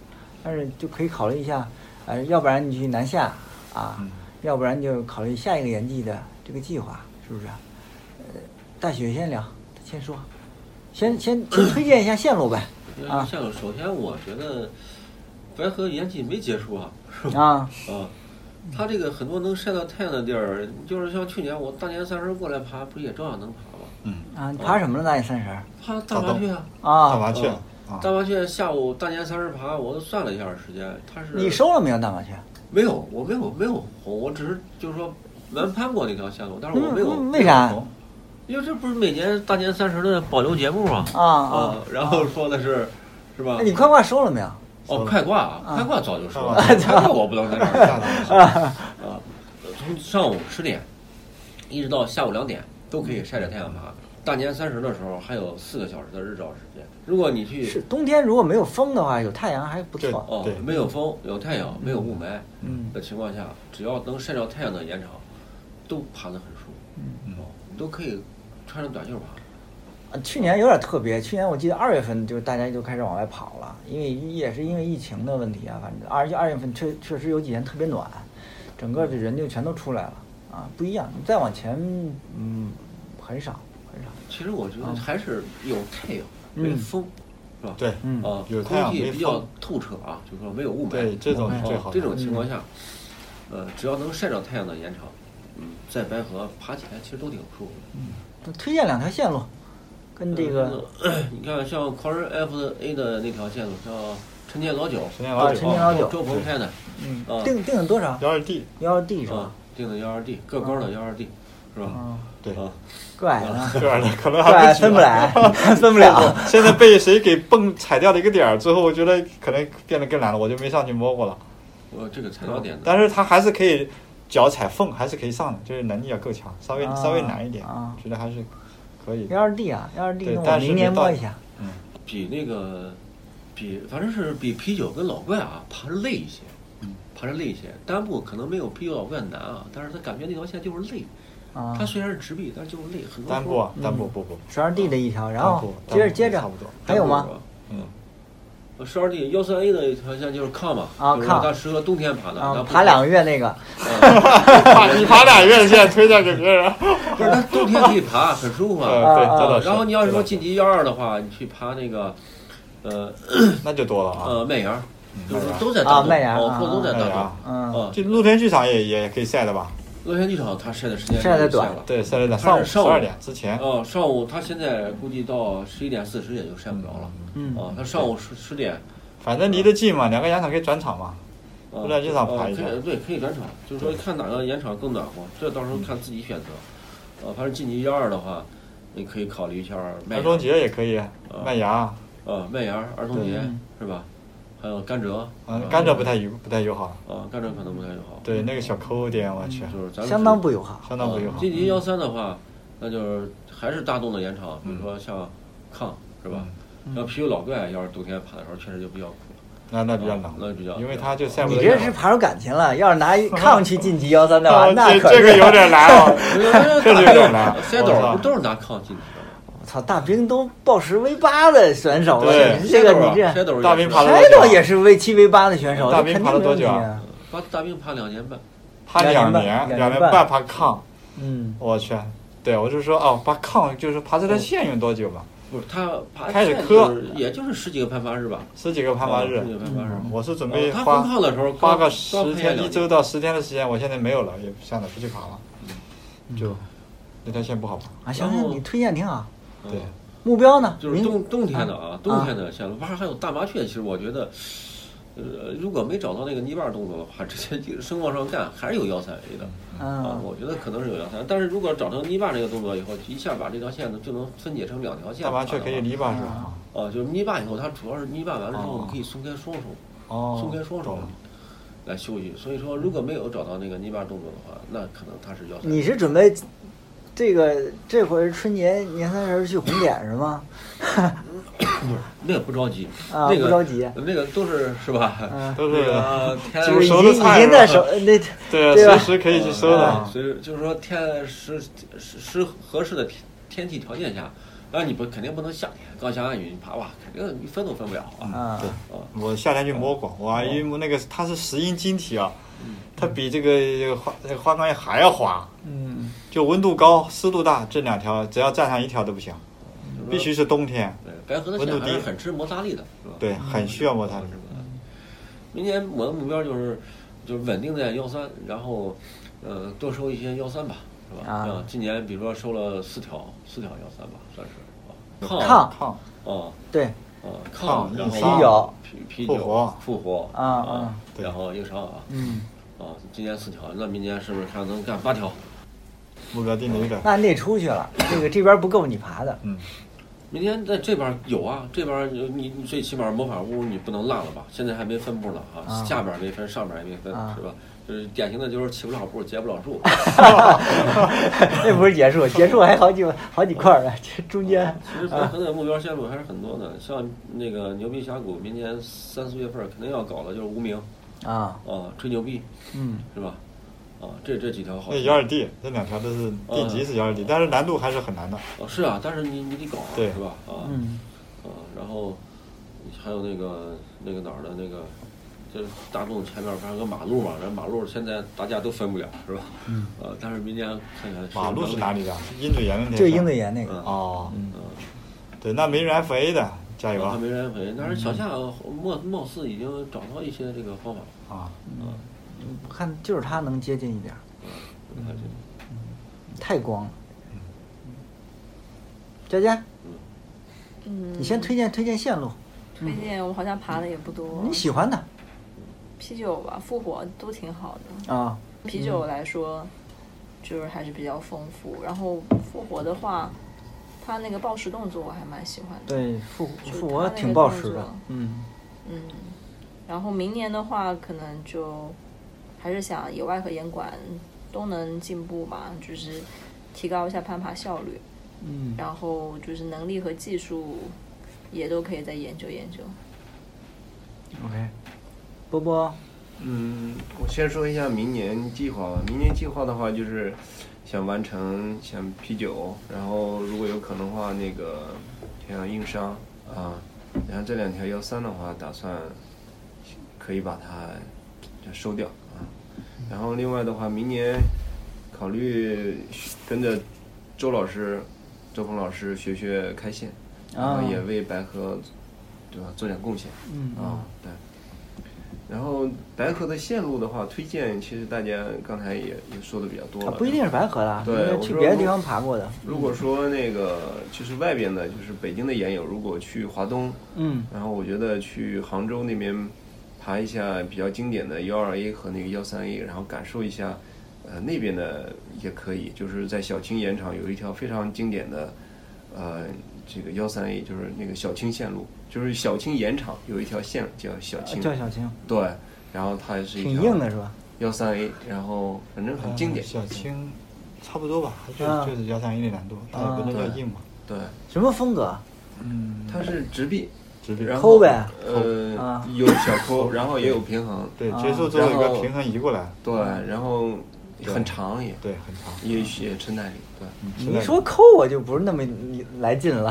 Speaker 1: 但是就可以考虑一下，呃，要不然你去南下啊，
Speaker 2: 嗯
Speaker 1: 要不然就考虑下一个延季的这个计划，是不是？呃，大雪先聊，先说，先先先推荐一下线路呗，啊
Speaker 5: 像首先我觉得白河延季没结束啊，是吧？
Speaker 1: 啊，
Speaker 5: 啊，它这个很多能晒到太阳的地儿，就是像去年我大年三十过来爬，不是也照样能爬吗？
Speaker 2: 嗯，
Speaker 1: 啊，你爬什么了？大爷三十儿
Speaker 5: 爬大麻雀啊，
Speaker 2: 大
Speaker 1: 啊，
Speaker 2: 麻雀
Speaker 5: 嗯
Speaker 2: 啊，
Speaker 5: 大麻雀下午大年三十爬，我都算了一下时间，它是
Speaker 1: 你收了没有大麻雀？
Speaker 5: 没有？我没有没有红，我只是就是说南攀过那条线路，但是我没有。
Speaker 1: 嗯嗯为啥
Speaker 2: 哦
Speaker 5: 没有红因为这不是每年大年三十的保留节目吗？
Speaker 1: 啊啊？
Speaker 5: 然后说的是，是吧
Speaker 1: 那？你快挂收了没有？
Speaker 5: 哦，快挂，啊，快挂早就说了，
Speaker 2: 啊
Speaker 5: 快挂我不能在 这儿
Speaker 2: 下
Speaker 5: 下
Speaker 2: 次再说
Speaker 5: 啊，从上午十点一直到下午两点都可以晒着太阳爬。大年三十的时候还有四个小时的日照时间，如果你
Speaker 1: 是
Speaker 5: 去
Speaker 1: 冬天如果没有风的话，有太阳还不错。
Speaker 5: 哦
Speaker 2: 对
Speaker 5: 没有风、有太阳、没有雾霾
Speaker 1: 嗯
Speaker 5: 的情况下，只要能晒到太阳的延长，都爬得很舒服，
Speaker 2: 嗯
Speaker 5: 哦，你都可以穿着短袖爬。
Speaker 1: 啊，去年有点特别，去年我记得二月份就大家就开始往外跑了，因为也是因为疫情的问题啊，反正二二月份确确实有几天特别暖，整个的人就全都出来了啊，不一样。你再往前，嗯，很少很少。
Speaker 5: 其实我觉得
Speaker 1: 啊
Speaker 5: 还是有太阳没
Speaker 1: 嗯
Speaker 5: 风，是吧？
Speaker 2: 对，
Speaker 1: 嗯
Speaker 5: 啊，
Speaker 2: 有太阳
Speaker 5: 空
Speaker 2: 没
Speaker 5: 气比较
Speaker 2: 风
Speaker 5: 透彻啊，就是说没有雾霾。啊
Speaker 2: 对，这种
Speaker 1: 哎
Speaker 2: 是最好
Speaker 5: 这
Speaker 2: 的。嗯
Speaker 5: 种情况下，呃，只要能晒到太阳的延长，嗯，在白河爬起来其实都挺舒服的。
Speaker 1: 那推荐两条线路，
Speaker 2: 嗯
Speaker 1: 跟这个
Speaker 5: 呃、你看像狂人 F 的 A 的那条线路叫陈年老酒，
Speaker 2: 陈年
Speaker 1: 啊
Speaker 2: 老
Speaker 1: 陈
Speaker 2: 酒
Speaker 1: 年老酒
Speaker 5: 周鹏开的，
Speaker 1: 嗯
Speaker 5: 啊
Speaker 1: 定定的多少
Speaker 2: 幺二 D，
Speaker 1: 幺二 D 是吧
Speaker 5: 啊？，定的幺二 D，各高的幺二 D，是吧？
Speaker 7: 嗯，
Speaker 2: 对，
Speaker 5: 啊，
Speaker 1: 怪了，
Speaker 2: 个儿的可乐还
Speaker 1: 怪
Speaker 2: 没起
Speaker 1: 分不 来，分不了。
Speaker 2: 现在被谁给蹦踩掉了一个点儿，最后我觉得可能变得更难了，我就没上去摸过了。
Speaker 5: 我这个踩到点的，
Speaker 2: 但是他还是可以脚踩缝，还是可以上的，就是能力要够强，稍微、
Speaker 1: 啊
Speaker 2: 稍微难一点，
Speaker 1: 啊
Speaker 2: 觉得还是可以的。
Speaker 1: 幺二 D 啊，幺二 D，
Speaker 2: 对
Speaker 1: 那我
Speaker 2: 但是
Speaker 1: 明年
Speaker 2: 没到
Speaker 1: 摸一下。
Speaker 2: 嗯，
Speaker 5: 比那个比反正是比啤酒跟老怪啊爬着累一些，
Speaker 2: 嗯
Speaker 5: 爬着累一些。单步可能没有啤酒老怪难啊，但是他感觉那条线就是累。
Speaker 1: 啊
Speaker 5: 它，虽然是直臂，但是就是累，很多
Speaker 2: 单
Speaker 5: 时
Speaker 2: 步
Speaker 5: 候
Speaker 1: 嗯
Speaker 2: 啊，单步不 不，
Speaker 1: 十二 D 的一条，然
Speaker 2: 单
Speaker 1: 后
Speaker 2: 步
Speaker 1: 接
Speaker 2: 单
Speaker 1: 着
Speaker 2: 步
Speaker 1: 接
Speaker 2: 也
Speaker 1: 着
Speaker 2: 差不多，
Speaker 1: 还有吗
Speaker 5: 单步？是吧啊呃
Speaker 2: 嗯，
Speaker 5: 十二 D 幺三 A 的一条线就是炕嘛，
Speaker 1: 啊
Speaker 5: 就是
Speaker 1: 炕
Speaker 5: 它适合冬天爬的，然
Speaker 1: 啊，
Speaker 5: 后
Speaker 1: 爬两个月那个
Speaker 2: 爬你爬俩月现在推荐给别人，
Speaker 5: 不是，它冬天可以爬，很舒服啊。
Speaker 2: 呃，对，
Speaker 1: 啊
Speaker 2: 这倒
Speaker 5: 呃
Speaker 2: 是。
Speaker 5: 然后你要是说
Speaker 2: 这倒
Speaker 5: 晋级幺二的话，你去爬那个，呃
Speaker 2: 那就多了啊，
Speaker 5: 呃麦芽，就是
Speaker 2: 麦芽
Speaker 5: 都在大
Speaker 1: 啊麦芽
Speaker 5: 哦，
Speaker 1: 啊
Speaker 5: 或者都在
Speaker 2: 那
Speaker 5: 大
Speaker 2: 呀
Speaker 5: 洞。，
Speaker 1: 嗯，
Speaker 5: 啊，
Speaker 2: 就露天剧场也也可以晒的吧？
Speaker 5: 乐天剧场它晒的时间
Speaker 1: 晒得短哎
Speaker 5: 了，
Speaker 2: 对，晒得到
Speaker 5: 它
Speaker 2: 上
Speaker 5: 是
Speaker 2: 午十
Speaker 5: 上午
Speaker 2: 二点之前，
Speaker 5: 哦，上午它现在估计到十一点四十也就晒不着了。
Speaker 1: 嗯
Speaker 2: 啊
Speaker 5: 哦，它上午十十点，
Speaker 2: 反正离得近嘛，两个羊场可以转场嘛。
Speaker 5: 呃
Speaker 2: 不在这上爬一下
Speaker 5: 呃可以对，可以转场，就是说看哪个延场更暖和，这到时
Speaker 2: 嗯
Speaker 5: 候看自己选择。呃，反正晋级幺二的话，你可以考虑一下麦
Speaker 2: 儿童
Speaker 5: 芽，
Speaker 2: 节也可以，麦芽，
Speaker 5: 呃，麦芽儿童节是吧？还有甘蔗，
Speaker 2: 嗯，甘蔗不太友不太友好，
Speaker 5: 啊，甘蔗可能不太友好。
Speaker 2: 对，那个小抠点，我去，
Speaker 5: 就是咱们
Speaker 1: 相当不友好。
Speaker 2: 相当不友好
Speaker 5: 晋。级嗯幺三的话，那就是还是大动的延长，比如
Speaker 2: 嗯
Speaker 5: 说像炕是吧？要
Speaker 1: 嗯
Speaker 5: 啤酒老怪，要是冬天爬的时候，确实就比较 苦了。
Speaker 2: 那那比较冷，
Speaker 5: 那比较
Speaker 2: 因为它就晒不
Speaker 1: 你
Speaker 2: 到
Speaker 1: 这
Speaker 2: 阳
Speaker 1: 是
Speaker 2: 光。
Speaker 1: 爬出感情 了，要是拿炕去晋级幺三的话，
Speaker 2: 哦
Speaker 1: 那
Speaker 2: 这
Speaker 1: 可
Speaker 2: 这个
Speaker 1: 是
Speaker 2: 有点难 哦，这
Speaker 5: 这
Speaker 2: 就有点难
Speaker 5: 塞
Speaker 2: 我
Speaker 5: 斗
Speaker 2: 操
Speaker 5: 不都是拿炕进去的吗？
Speaker 1: 我 操，大兵都报十 V 八的选手了，
Speaker 2: 对
Speaker 1: 你这个你
Speaker 5: 塞
Speaker 1: 这
Speaker 5: 斗
Speaker 2: 大兵爬了啊
Speaker 1: 开导也是 V 七 V 八的选手，
Speaker 2: 大
Speaker 1: 这
Speaker 2: 兵
Speaker 1: 肯定
Speaker 2: 爬了
Speaker 1: 没
Speaker 2: 多
Speaker 1: 问题
Speaker 2: 久啊
Speaker 1: 啊。
Speaker 5: 大大兵爬两年半，
Speaker 2: 他
Speaker 1: 两
Speaker 2: 两
Speaker 1: 年
Speaker 2: 年
Speaker 1: 半两
Speaker 2: 两
Speaker 1: 年
Speaker 2: 年
Speaker 1: 半
Speaker 2: 半爬炕，
Speaker 1: 嗯，
Speaker 2: 我去，对我就说哦，爬炕就是爬
Speaker 5: 哦
Speaker 2: 这条线用多久吧？
Speaker 5: 不是他爬
Speaker 2: 开始
Speaker 5: 线
Speaker 2: 磕
Speaker 5: 就是也就是十几个攀爬日吧，
Speaker 2: 十几个攀爬日嗯
Speaker 5: 啊十几，个攀爬日。
Speaker 2: 我是准
Speaker 5: 哦
Speaker 2: 备
Speaker 5: 他
Speaker 2: 花
Speaker 5: 封炕的时候
Speaker 2: 花个
Speaker 5: 刚刚
Speaker 2: 十
Speaker 5: 攀岩
Speaker 2: 天
Speaker 5: 两
Speaker 2: 一周到十天的时间，我现在没有了，也不想着不去爬了，
Speaker 5: 嗯
Speaker 2: 就那条线不好爬。
Speaker 1: 啊，行
Speaker 5: 然后
Speaker 1: 行，你推荐挺好。
Speaker 5: 嗯
Speaker 2: 对，
Speaker 1: 目标呢？
Speaker 5: 就是
Speaker 1: 明
Speaker 5: 冬冬天的啊，冬天的线路，哇，还有大麻雀，其实我觉得，呃，如果没找到那个泥巴动作的话，直接就生往上干，还是有幺三 A 的啊，
Speaker 1: 嗯，
Speaker 5: 我觉得可能是有幺三，但是如果找成泥巴这个动作以后，一下把这条线呢就能分解成两条线
Speaker 2: 大
Speaker 5: 爬的话，
Speaker 2: 麻雀可以泥巴是吧？
Speaker 5: 哦，就是泥巴以后，它主要是泥巴完了之后，
Speaker 2: 哦
Speaker 5: 你可以松开双手，
Speaker 2: 哦，
Speaker 5: 松开双手
Speaker 2: 懂了
Speaker 5: 来休息。所以说，如果没有找到那个泥巴动作的话，那可能它是幺三 A。
Speaker 1: 你是准备这个这回春节年三十儿去红点是吗？
Speaker 5: 那个不着急，
Speaker 1: 啊
Speaker 5: 那个
Speaker 1: 不着急
Speaker 5: 那个都是是吧？
Speaker 1: 嗯
Speaker 2: 都是
Speaker 5: 那个天
Speaker 1: 就是已
Speaker 2: 熟
Speaker 1: 经
Speaker 2: 的
Speaker 1: 已
Speaker 2: 菜
Speaker 1: 经
Speaker 2: 是
Speaker 1: 在
Speaker 2: 吧
Speaker 1: 手那
Speaker 2: 对，啊
Speaker 1: 对吧
Speaker 2: 随时可以去收的
Speaker 5: 啊
Speaker 2: 啊。
Speaker 5: 所以就是说天时时时合适的天天气条件下，那你不肯定不能夏天刚下完雨你爬吧，肯定你分都分不了啊。
Speaker 1: 啊，
Speaker 2: 我夏天去摸过，我一摸那个它是石英晶体啊，它比这个花这个花岗岩还要滑，
Speaker 1: 嗯，
Speaker 2: 就温度高、湿度大，这两条只要站上一条都不行，
Speaker 5: 就是说
Speaker 2: 必须是冬天。
Speaker 5: 对白河的
Speaker 2: 温
Speaker 5: 线
Speaker 2: 度
Speaker 5: 还是
Speaker 2: 低
Speaker 5: 很吃摩擦力的，是吧？
Speaker 2: 对，嗯很需要摩擦力。
Speaker 5: 明年我的目标就是就是稳定在幺三，然后呃多收一些幺三吧，是吧？
Speaker 1: 啊
Speaker 5: 像今年比如说收了四条四条幺三吧，算是啊。
Speaker 1: 炕
Speaker 2: 炕，
Speaker 5: 哦
Speaker 1: 对，嗯
Speaker 5: 哦
Speaker 2: 炕
Speaker 5: 炕，然后
Speaker 2: 啤
Speaker 1: 酒
Speaker 5: 啤啤
Speaker 2: 复
Speaker 5: 酒
Speaker 2: 活
Speaker 5: 复活
Speaker 1: 啊啊，
Speaker 2: 对
Speaker 5: 然后硬伤啊
Speaker 1: 嗯，
Speaker 5: 啊，今年四条，那明年是不是看能干八条？
Speaker 2: 目标定的有点，
Speaker 1: 那你得出去了，这个这边不够你爬的。
Speaker 2: 嗯，
Speaker 5: 明年在这边儿有啊，这边儿有你你最起码魔法屋你不能落了吧？现在还没分布呢啊，
Speaker 1: 啊
Speaker 5: 下边儿没分，上边儿也没分，
Speaker 1: 啊
Speaker 5: 是吧？就是典型的就是起不了步，结不了 树。
Speaker 1: 那不是结束，结束还好几好几块儿呢， 这中间
Speaker 5: 其实白河的目标线路还是很多的，像那个牛逼峡谷，明年三四月份儿肯定要搞的就是无名
Speaker 1: 啊，
Speaker 5: 啊，吹牛逼
Speaker 1: 嗯，
Speaker 5: 是吧？啊，这这几条好
Speaker 2: 那。幺二 D 这两条都是定级是幺二 D，但是难度还是很难的。
Speaker 5: 哦，是啊，但是你你得搞啊，
Speaker 2: 对
Speaker 5: 是吧？啊，
Speaker 1: 嗯，
Speaker 5: 啊，然后还有那个那个哪儿的那个，就是大众前面不是有个马路嘛？然后马路现在大家都分不了，是吧？嗯。呃，但是明年看看
Speaker 2: 马路是
Speaker 5: 能
Speaker 2: 哪里的？鹰嗯嘴岩的那条。
Speaker 1: 就鹰嘴岩那个
Speaker 5: 嗯
Speaker 2: 哦，
Speaker 5: 嗯，
Speaker 2: 对，那没人 FA 的，加油
Speaker 5: 然后还
Speaker 2: 啊！
Speaker 5: 没人回。但是小夏貌貌似已经找到一些这个方法了。
Speaker 2: 啊，
Speaker 1: 我看就是他能接近一点儿，
Speaker 5: 嗯
Speaker 1: 太光了。佳佳，
Speaker 4: 嗯，
Speaker 1: 你先推荐推荐线路，
Speaker 4: 推荐我好像爬的也不多
Speaker 1: 你，喜欢的
Speaker 4: 啤酒吧、复活都挺好的。
Speaker 1: 啊，
Speaker 4: 啤酒来说，就是还是比较丰富。然后复活的话，他那个暴食动作我还蛮喜欢的。
Speaker 6: 对，复
Speaker 4: 就是
Speaker 6: 复
Speaker 4: 他
Speaker 6: 活
Speaker 4: 那个
Speaker 6: 挺暴
Speaker 4: 动
Speaker 6: 食的
Speaker 4: 作，
Speaker 6: 嗯，
Speaker 4: 嗯，然后明年的话，可能就还是想野外和严管都能进步嘛，就是提高一下攀爬效率，
Speaker 6: 嗯，
Speaker 4: 然后就是能力和技术也都可以再研究研究。
Speaker 6: OK，波波，
Speaker 3: 嗯，我先说一下明年计划吧。明年计划的话，就是想完成像啤酒，然后如果有可能的话，那个像硬伤啊，然后这两条幺三的话，打算可以把它就收掉啊。然后另外的话，明年考虑跟着周老师、周鹏老师学学开线，然后也为白河对吧做点贡献。
Speaker 6: 嗯
Speaker 3: 啊，对。然后白河的线路的话，推荐其实大家刚才也也说的比较多
Speaker 6: 啊
Speaker 3: 了，
Speaker 6: 不一定是白河的，
Speaker 3: 对
Speaker 6: 因为
Speaker 3: 我
Speaker 6: 去
Speaker 3: 说
Speaker 6: 别的
Speaker 3: 如
Speaker 6: 地方爬过的，
Speaker 3: 如果说那个就是外边的，就是北京的研友，如果去华东，
Speaker 6: 嗯
Speaker 3: 然后我觉得去杭州那边爬一下比较经典的幺二 A 和那个幺三 A，然后感受一下，呃，那边的也可以，就是在小青盐场有一条非常经典的，呃，这个幺三 A 就是那个小青线路，就是小青盐场有一条线叫小青，
Speaker 6: 啊叫小青，
Speaker 3: 对，然后它是一
Speaker 6: 挺
Speaker 3: 条
Speaker 6: 硬的是吧？嗯
Speaker 3: 幺三 A，然后反正很经典。
Speaker 2: 呃小青差不多吧，就
Speaker 6: 啊
Speaker 2: 就是幺三一的难度，它也不能叫硬嘛。
Speaker 3: 对，
Speaker 6: 什么风格？
Speaker 2: 嗯，
Speaker 3: 它是直臂，
Speaker 2: 直臂
Speaker 3: 然后
Speaker 6: 抠呗
Speaker 3: 呃
Speaker 6: 啊，
Speaker 3: 有小抠，然后也有平衡，
Speaker 2: 对
Speaker 6: 啊
Speaker 2: 结束之后有
Speaker 3: 然
Speaker 2: 个
Speaker 3: 后
Speaker 2: 平衡移过来，
Speaker 3: 对，然后很长也，
Speaker 2: 对，很长。
Speaker 3: 也也撑耐力，对，
Speaker 2: 嗯
Speaker 6: 你一说，抠我就不是那么来劲了，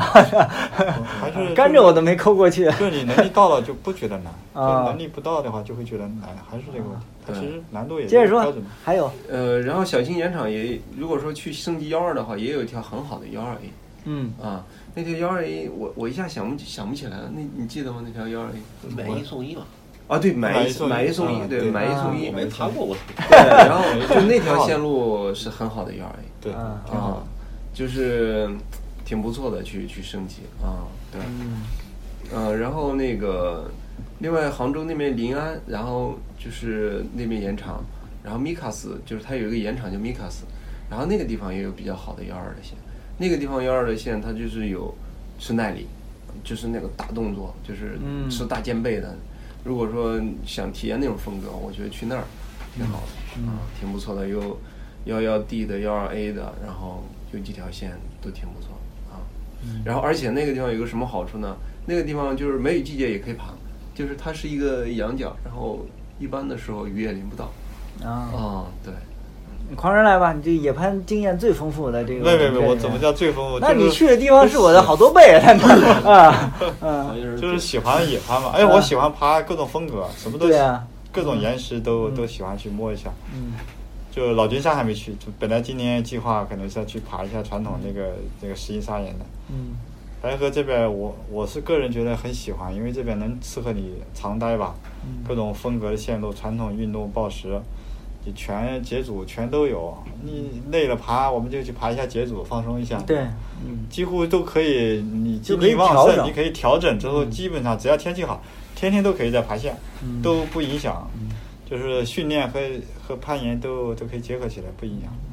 Speaker 2: 还 是
Speaker 6: 甘蔗我都没抠过去。
Speaker 2: 就是你能力到了就不觉得难，
Speaker 6: 啊
Speaker 2: 就能力不到的话就会觉得难，还是这个问题。它
Speaker 3: 对
Speaker 2: 其实难度也
Speaker 6: 接着
Speaker 2: 标
Speaker 6: 说
Speaker 2: 准嘛，
Speaker 6: 还有，
Speaker 3: 呃，然后小青盐场也，如果说去升级幺二的话，也有一条很好的幺二 A
Speaker 6: 嗯，
Speaker 3: 啊，那条幺二 A 我我一下想不起想不起来了，那你记得吗？那条幺二 A
Speaker 2: 嗯
Speaker 5: 买一送一嘛，
Speaker 3: 啊，对，
Speaker 2: 买
Speaker 3: 买
Speaker 2: 一送一
Speaker 3: 买一送
Speaker 2: 啊
Speaker 3: 一，对，
Speaker 2: 对
Speaker 3: 买一送一
Speaker 5: 我，没爬过，我
Speaker 2: 嗯
Speaker 3: 对，然后就那条线路是很好的幺二 A。
Speaker 2: 对，
Speaker 6: 啊
Speaker 2: 挺好
Speaker 3: 啊
Speaker 2: 的。，
Speaker 3: 就是挺不错的，去去升级啊，对，
Speaker 6: 嗯
Speaker 3: 呃，然后那个，另外杭州那边临安，然后就是那边盐场，然后米卡斯就是它有一个盐场叫米卡斯，然后那个地方也有比较好的幺二的线，那个地方幺二的线它就是有吃耐力，就是那个大动作，就是
Speaker 6: 嗯
Speaker 3: 吃大肩背的。如果说想体验那种风格，我觉得去那儿挺好的、啊，挺不错的，有幺幺 D 的、幺二 A 的，然后有几条线都挺不错啊。然后而且那个地方有个什么好处呢？那个地方就是梅雨季节也可以爬，就是它是一个羊角，然后一般的时候雨也淋不到。
Speaker 1: 嗯
Speaker 2: 哦
Speaker 6: 啊，
Speaker 3: 啊，对，
Speaker 6: 狂人来吧，你这野攀经验最丰富的这个。
Speaker 2: 没没没，我怎么叫？最丰富？
Speaker 6: 那
Speaker 2: 就是
Speaker 6: 你去的地方是我的好多倍啊！啊啊
Speaker 1: 嗯
Speaker 5: 好，像
Speaker 2: 就是是喜欢野攀嘛，哎，我喜欢爬各种风格，什么都
Speaker 6: 对啊
Speaker 2: 各种岩石都都喜欢去摸一下。
Speaker 6: 嗯，
Speaker 2: 就老君山还没去，就本来今年计划可能是要去爬一下传统那个那个石英砂岩的。
Speaker 6: 嗯
Speaker 2: 白河这边我我是个人觉得很喜欢，因为这边能适合你常待吧，
Speaker 6: 嗯
Speaker 2: 各种风格的线路、传统运动、暴食，你全解组全都有。你累了爬，我们就去爬一下解组，放松一下。
Speaker 6: 对，嗯
Speaker 2: 几乎都可以，你
Speaker 6: 就
Speaker 2: 精
Speaker 6: 可以
Speaker 2: 力旺
Speaker 6: 调整
Speaker 2: 盛，你可以调整之后，基本上只要天气好，天天都可以在爬线，
Speaker 6: 嗯
Speaker 2: 都不影响，就是训练和和攀岩都都可以结合起来，不影响。
Speaker 6: 嗯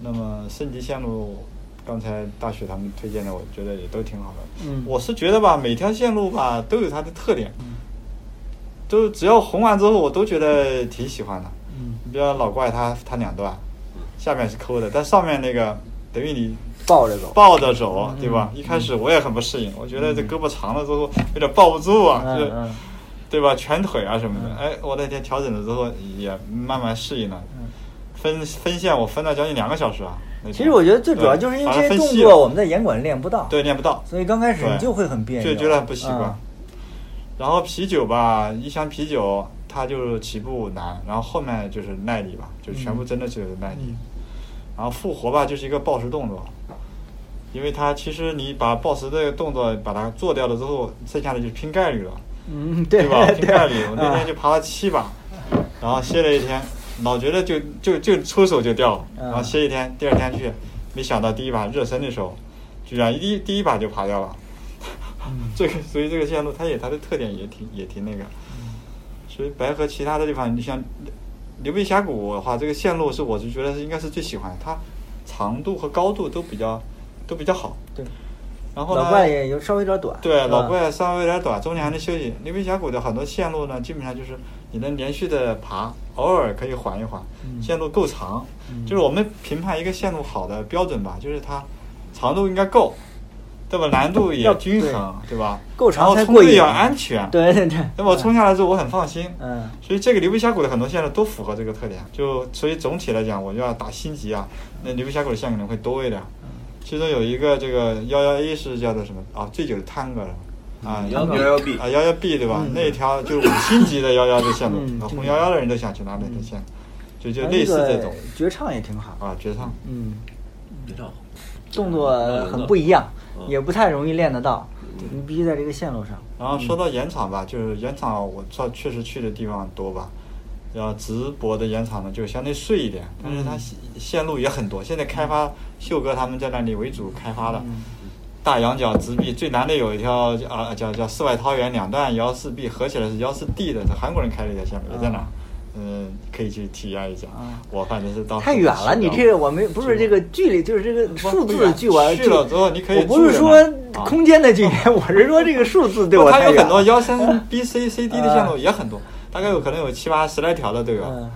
Speaker 2: 那么升级线路，刚才大雪他们推荐的，我觉得也都挺好的。
Speaker 6: 嗯
Speaker 2: 我是觉得吧，每条线路吧都有它的特点，都只要红完之后，我都觉得挺喜欢的。
Speaker 6: 嗯，
Speaker 2: 你比方老怪它，它两段，下面是抠的，但上面那个等于你
Speaker 6: 抱着走。
Speaker 2: 抱着走，
Speaker 6: 嗯
Speaker 2: 对吧？一开始我也很不适应，我觉得这胳膊长了之后有点抱不住啊，
Speaker 6: 嗯
Speaker 2: 就是
Speaker 6: 嗯
Speaker 2: 对吧？全腿啊什么的，哎，我那天调整了之后也慢慢适应了。分分线我分了将近两个小时啊。那
Speaker 6: 嗯
Speaker 2: 天
Speaker 6: 其实我觉得最主要
Speaker 2: 对
Speaker 6: 就是因为
Speaker 2: 反
Speaker 6: 这些
Speaker 2: 正分
Speaker 6: 动
Speaker 2: 析
Speaker 6: 作
Speaker 2: 了
Speaker 6: 我们在严管练不到，
Speaker 2: 对练不到，
Speaker 6: 所以刚开始
Speaker 2: 对
Speaker 6: 你就会很
Speaker 1: 啊
Speaker 6: 别扭，
Speaker 2: 就觉得很不习惯。
Speaker 6: 嗯
Speaker 2: 然后啤酒吧，一箱啤酒它就是起步难，然后后面就是耐力吧，就全部真的是耐
Speaker 6: 嗯
Speaker 2: 力。然后复活吧，就是一个暴食动作，因为它其实你把暴食这个动作把它做掉了之后，剩下的就是拼概率了，
Speaker 6: 嗯，对啊
Speaker 2: 吧？拼概率，我那天
Speaker 6: 对，
Speaker 2: 就爬了七把，然后歇了一天，老觉得就就就出手就掉了，
Speaker 6: 嗯
Speaker 2: 然后歇一天，第二天去，没想到第一把热身的时候，居然第一第一把就爬掉了。
Speaker 1: 嗯
Speaker 2: 这个所以这个线
Speaker 1: 嗯
Speaker 2: 路它也它的特点也挺也挺那个，所以白河其他的地方，你像刘备峡谷啊的话，这个线路是我就觉得是应该是最喜欢，它长度和高度都比较都比较好。
Speaker 1: 对，
Speaker 2: 然后呢，
Speaker 1: 老怪也有稍微有点短，啊是
Speaker 2: 对，
Speaker 1: 吧
Speaker 2: 老怪稍微有点短，中间还能休息。溜冰峡谷的很多线路呢，基本上就是你能连续的爬，偶尔可以缓一缓。
Speaker 1: 嗯
Speaker 2: 线路够长，就是我们评判一个线路好的标准吧，就是它长度应该够，对吧？难度也
Speaker 1: 要
Speaker 2: 均衡，对吧？
Speaker 1: 够长
Speaker 2: 然后
Speaker 1: 才
Speaker 2: 冲
Speaker 1: 过
Speaker 2: 刺
Speaker 1: 瘾
Speaker 2: 要安全。，
Speaker 1: 对对对，
Speaker 2: 那么我冲下来之后我很放心。
Speaker 1: 嗯，
Speaker 2: 所以这个牛背峡谷的很多线路都符合这个特点，就所以总体来讲，我就要打星级啊，那牛背峡谷的线可能会多一点。其中有一个这个幺幺 A 是叫做什么啊？最久的探戈了啊，
Speaker 5: 11
Speaker 3: 嗯幺幺 B
Speaker 2: 啊幺幺 B 对吧？那一条就是五星级的幺幺的线路
Speaker 1: 嗯，
Speaker 2: 啊
Speaker 1: 对
Speaker 2: 红幺幺的人都想去拿那条线，就就
Speaker 1: 然后
Speaker 2: 类似
Speaker 1: 那个
Speaker 2: 这种
Speaker 1: 绝唱也挺好，
Speaker 2: 啊绝唱。
Speaker 1: 嗯，
Speaker 5: 别唱好。
Speaker 1: 动作很不一样，
Speaker 5: 嗯
Speaker 1: 也不太容易练得到，
Speaker 2: 嗯
Speaker 1: 你必须在这个线路上。
Speaker 2: 然后说到盐场吧，就是盐场，我知确实去的地方多吧。然后直播的盐场呢，就相对碎一点，但是它
Speaker 1: 嗯
Speaker 2: 线线路也很多。现在开发秀哥他们在那里为主开发的，
Speaker 1: 嗯
Speaker 2: 大羊角直壁最南的有一条叫啊叫叫世外桃源，两段幺四 B 合起来是幺四 D 的，是韩国人开的一条线路，也在哪儿？嗯，可以去体验一下
Speaker 1: 啊。
Speaker 2: 我反正是到
Speaker 1: 太远了，你这个我没不是这个距离，就是这个数
Speaker 2: 不
Speaker 1: 字
Speaker 2: 远
Speaker 1: 距我
Speaker 2: 去了之后你可以
Speaker 1: 我不是
Speaker 2: 住
Speaker 1: 说
Speaker 2: 着嘛啊
Speaker 1: 空间的距离，我是说这个数字对我
Speaker 2: 它
Speaker 1: 太
Speaker 2: 有
Speaker 1: 远
Speaker 2: 很多
Speaker 1: 了。
Speaker 2: 幺三 B C C D 的线路
Speaker 1: 啊
Speaker 2: 也很多，大概有可能有七八十来条的都有。
Speaker 1: 嗯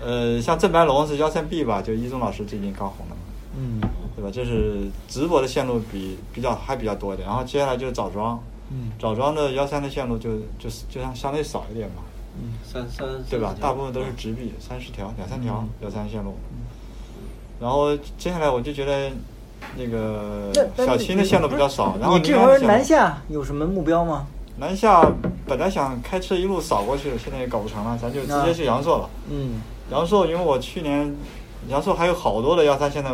Speaker 2: 呃，像郑白龙是幺三 B 吧，就一中老师最近刚红的嘛，
Speaker 1: 嗯
Speaker 2: 对吧？就是直播的线路比比较还比较多一点，然后接下来就是枣庄，
Speaker 1: 嗯
Speaker 2: 枣庄的幺三的线路就就是就相相对少一点嘛，
Speaker 1: 嗯
Speaker 5: 三三
Speaker 2: 嗯对吧
Speaker 5: 三？
Speaker 2: 大部分都是直臂，三十条、两三条幺三线路。
Speaker 1: 嗯
Speaker 2: 然后接下来我就觉得那个
Speaker 1: 那那
Speaker 2: 呃小
Speaker 1: 你
Speaker 2: 青的线路比较少，然后
Speaker 1: 你这
Speaker 2: 宁
Speaker 1: 会
Speaker 2: 安的
Speaker 1: 儿
Speaker 2: 线路
Speaker 1: 南下有什么目标吗？
Speaker 2: 南下本来想开车一路扫过去，现在也搞不成了，咱就直接去阳朔了。
Speaker 1: 啊嗯，
Speaker 2: 阳朔，因为我去年阳朔还有好多的幺三线的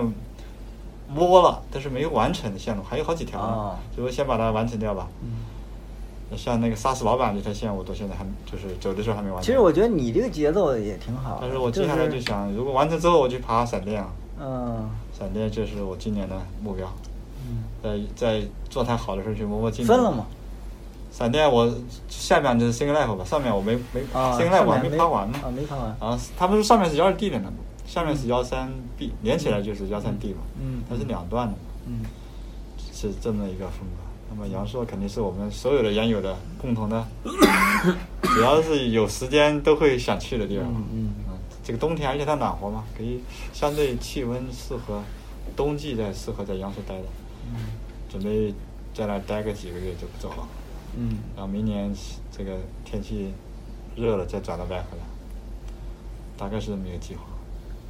Speaker 2: 摸了，但是没有完成的线路，还有好几条呢，
Speaker 1: 哦
Speaker 2: 所以我先把它完成掉吧。
Speaker 1: 嗯
Speaker 2: 像那个杀死老板这条线，我到现在还就是走的时候还没完成。
Speaker 1: 其实我觉得你这个节奏也挺好的。
Speaker 2: 但是我接下来就是想，如果完成之后，我去爬闪电啊，
Speaker 1: 嗯，
Speaker 2: 闪电这是我今年的目标。在在状态好的时候去摸摸镜。
Speaker 1: 分了吗？？
Speaker 2: 闪电我下面就是 single life 吧，上面我没没、
Speaker 1: 啊，
Speaker 2: single life 我还
Speaker 1: 上面
Speaker 2: 没爬完呢。
Speaker 1: 啊，没爬完。
Speaker 2: 然后他们是上面是幺二 D 的呢，下面是幺三 B，连起来就是幺三 D 嘛。
Speaker 1: 嗯
Speaker 2: 它是两段的，
Speaker 1: 嗯，
Speaker 2: 是这么一个风格。那么杨烁肯定是我们所有的研友的共同 的，只要是有时间都会想去的地方。
Speaker 1: 嗯嗯
Speaker 2: 这个冬天，而且它暖和嘛，可以相对气温适合，冬季在适合在杨烁待的。准备在那儿待个几个月就不走了。
Speaker 1: 嗯，
Speaker 2: 然后明年这个天气热了再转到外回来，大概是这么一个计划。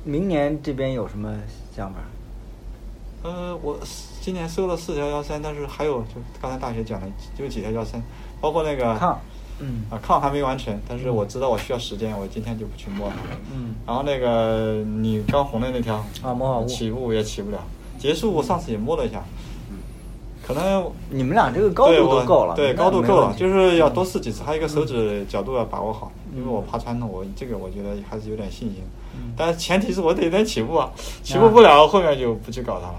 Speaker 1: 明年这边有什么想法？
Speaker 2: 呃，我今年收了四条幺三，但是还有就刚才大学讲的有几条幺三，包括那个
Speaker 1: 抗，嗯
Speaker 2: 啊抗还没完成，但是我知道我需要时间，我今天就不去摸它了。
Speaker 1: 嗯
Speaker 2: 然后那个你刚红的那条
Speaker 1: 啊魔法屋
Speaker 2: 起步也起不了，结束我上次也摸了一下，
Speaker 1: 嗯
Speaker 2: 可能
Speaker 1: 你们俩这个高度
Speaker 2: 对
Speaker 1: 都
Speaker 2: 我
Speaker 1: 够了，
Speaker 2: 对，
Speaker 1: 那
Speaker 2: 高度
Speaker 1: 没
Speaker 2: 够
Speaker 1: 问
Speaker 2: 了，
Speaker 1: 题
Speaker 2: 就是要多试几次。还有一个手指角度要把握好，因为
Speaker 1: 嗯
Speaker 2: 我爬传统，我这个我觉得还是有点信心。但是前提是我得能起步啊，起步不了，后面就不去搞它了。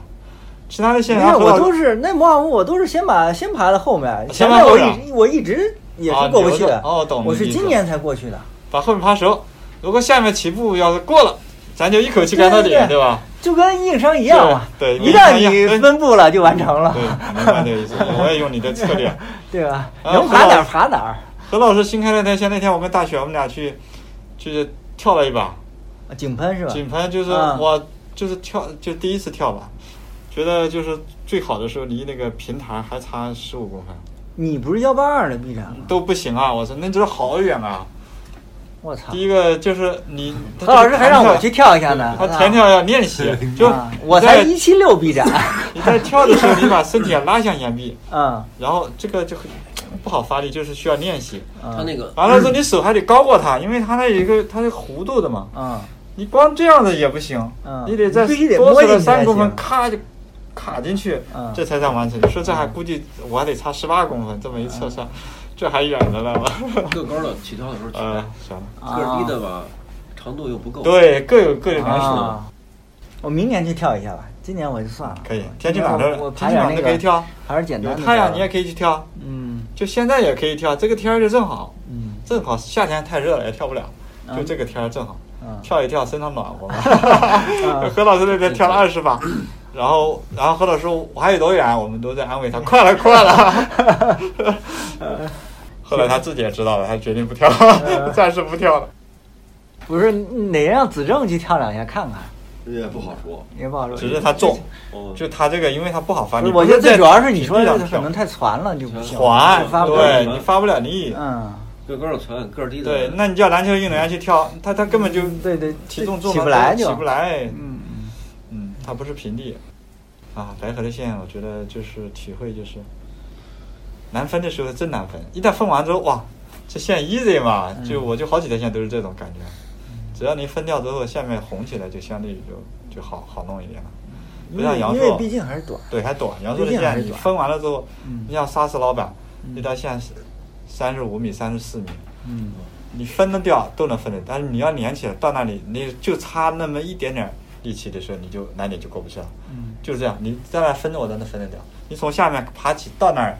Speaker 2: 其他的线
Speaker 1: 没
Speaker 2: 然
Speaker 1: 有，
Speaker 2: 后
Speaker 1: 我都是那魔法屋，我都是先把先爬到后面，前
Speaker 2: 先
Speaker 1: 面
Speaker 2: 爬后
Speaker 1: 我
Speaker 2: 面
Speaker 1: 一我一直也
Speaker 2: 啊
Speaker 1: 是过不去
Speaker 2: 留
Speaker 1: 的
Speaker 2: 着。哦懂了
Speaker 1: 我是
Speaker 2: 你意思
Speaker 1: 今年才过去的，
Speaker 2: 把后面爬熟。如果下面起步要是过了，咱就一口气干到底，
Speaker 1: 对对对
Speaker 2: 对 吧？
Speaker 1: 就跟硬伤一样嘛。
Speaker 2: 对对
Speaker 1: 一旦
Speaker 2: 跟硬伤一
Speaker 1: 你
Speaker 2: 样
Speaker 1: 分布了就完成了
Speaker 2: 对，，明白这个意思。我也用你的策略。
Speaker 1: 对吧？
Speaker 2: 啊
Speaker 1: 能爬哪儿爬哪儿。
Speaker 2: 何老师新开的那天，那天我跟大雪我们俩去，去跳了一把，
Speaker 1: 啊井喷是吧？
Speaker 2: 井喷就是
Speaker 1: 啊
Speaker 2: 我就是跳，就第一次跳吧，觉得就是最好的时候离那个平台还差十五公分，
Speaker 1: 你不是幺八二的 B 站吗？
Speaker 2: 都不行啊！我说那就是好远啊！
Speaker 1: 我操！
Speaker 2: 第一个就是你，
Speaker 1: 何老师还让我去跳一下呢。
Speaker 2: 他
Speaker 1: 啊
Speaker 2: 弹跳要练习， 就
Speaker 1: 啊我才一七六 B 站。
Speaker 2: 你在跳的时候，你把身体要拉向岩壁，
Speaker 1: 嗯
Speaker 2: 然后这个就很不好发力，就是需要练习。
Speaker 1: 嗯
Speaker 5: 他那个
Speaker 2: 完了之后，你手还得高过它，因为它那有一个它是弧度的嘛，
Speaker 1: 嗯
Speaker 2: 你光这样子也不行，
Speaker 1: 嗯
Speaker 2: 你得在
Speaker 1: 你必须得
Speaker 2: 多
Speaker 1: 摸
Speaker 2: 出
Speaker 1: 进
Speaker 2: 来
Speaker 1: 去才
Speaker 2: 三公分，
Speaker 1: 行
Speaker 2: 咔就卡进去，
Speaker 1: 嗯
Speaker 2: 这才算完成。你说这还估计我还得差十八公分，这么一测
Speaker 1: 嗯
Speaker 2: 算， 这还远着呢吧？
Speaker 5: 更高的起跳的时候起
Speaker 2: 呃
Speaker 5: 来，，
Speaker 2: 行了，
Speaker 1: 啊
Speaker 5: 个低的吧，长度又不够。，
Speaker 2: 啊对，各有各的难处，
Speaker 1: 啊，我明年去跳一下吧，今年我就算了。
Speaker 2: 可以。天气暖
Speaker 1: 我我
Speaker 2: 和，
Speaker 1: 爬
Speaker 2: 天气
Speaker 1: 点
Speaker 2: 暖
Speaker 1: 那
Speaker 2: 和
Speaker 1: 个
Speaker 2: 可以跳，
Speaker 1: 还是简单
Speaker 2: 有
Speaker 1: 的。
Speaker 2: 太阳你也可以去跳，
Speaker 1: 嗯
Speaker 2: 就现在也可以跳，这个天儿就正好，
Speaker 1: 嗯
Speaker 2: 正好夏天太热了也跳不了，
Speaker 1: 嗯
Speaker 2: 就这个天儿正好。
Speaker 1: 嗯
Speaker 6: 嗯
Speaker 2: 跳一跳身上暖和
Speaker 6: 啊
Speaker 2: 嘛。 何老师那边跳了二十把，然后然后何老师说我还有多远，我们都在安慰他，快了快了。 后来他自己也知道了，他决定不跳，
Speaker 6: 嗯
Speaker 2: 暂时不跳了。
Speaker 6: 不是你得让子正去跳两下看看，
Speaker 5: 也不好说。
Speaker 6: 也不好说。
Speaker 2: 只是他重，
Speaker 5: 哦，
Speaker 2: 就他这个，因为他不好发
Speaker 6: 不
Speaker 2: 力。
Speaker 6: 是，我觉得最主要是你说
Speaker 2: 这
Speaker 6: 的
Speaker 2: 样
Speaker 6: 可
Speaker 2: 跳
Speaker 6: 能太传了，就不行，
Speaker 2: 缓，
Speaker 6: 发不了
Speaker 2: 对
Speaker 6: 力。
Speaker 2: 你发不了力。
Speaker 6: 嗯，
Speaker 5: 个高的拳，个儿低的
Speaker 2: 对，那你叫篮球运动员去跳，他他根本就
Speaker 6: 嗯对对，
Speaker 2: 体重重
Speaker 6: 起
Speaker 2: 了
Speaker 6: 不来就
Speaker 2: 起不。来。
Speaker 6: 嗯，嗯
Speaker 2: 嗯，它不是平地。啊，白河的线，我觉得就是体会就是，难分的时候真难分，一旦分完之后，哇，这线 easy 嘛，
Speaker 6: 嗯
Speaker 2: 就我就好几条线都是这种感觉。只要你分掉之后，下面红起来就相对就就好好弄一点了。不像杨
Speaker 6: 因
Speaker 2: 硕，
Speaker 6: 为毕竟还是短。
Speaker 2: 对，还短。杨树的
Speaker 6: 毕竟还是
Speaker 2: 线你
Speaker 6: 短
Speaker 2: 分完了之后，
Speaker 6: 嗯
Speaker 2: 你像杀死老板，那条线是三十五米、三十四米，
Speaker 6: 嗯，
Speaker 2: 你分得掉都能分得，但是你要连起来到那里，你就差那么一点点力气的时候，你就难点就过不去了。
Speaker 6: 嗯，
Speaker 2: 就是这样，你在那分我都能分得掉，你从下面爬起到那儿，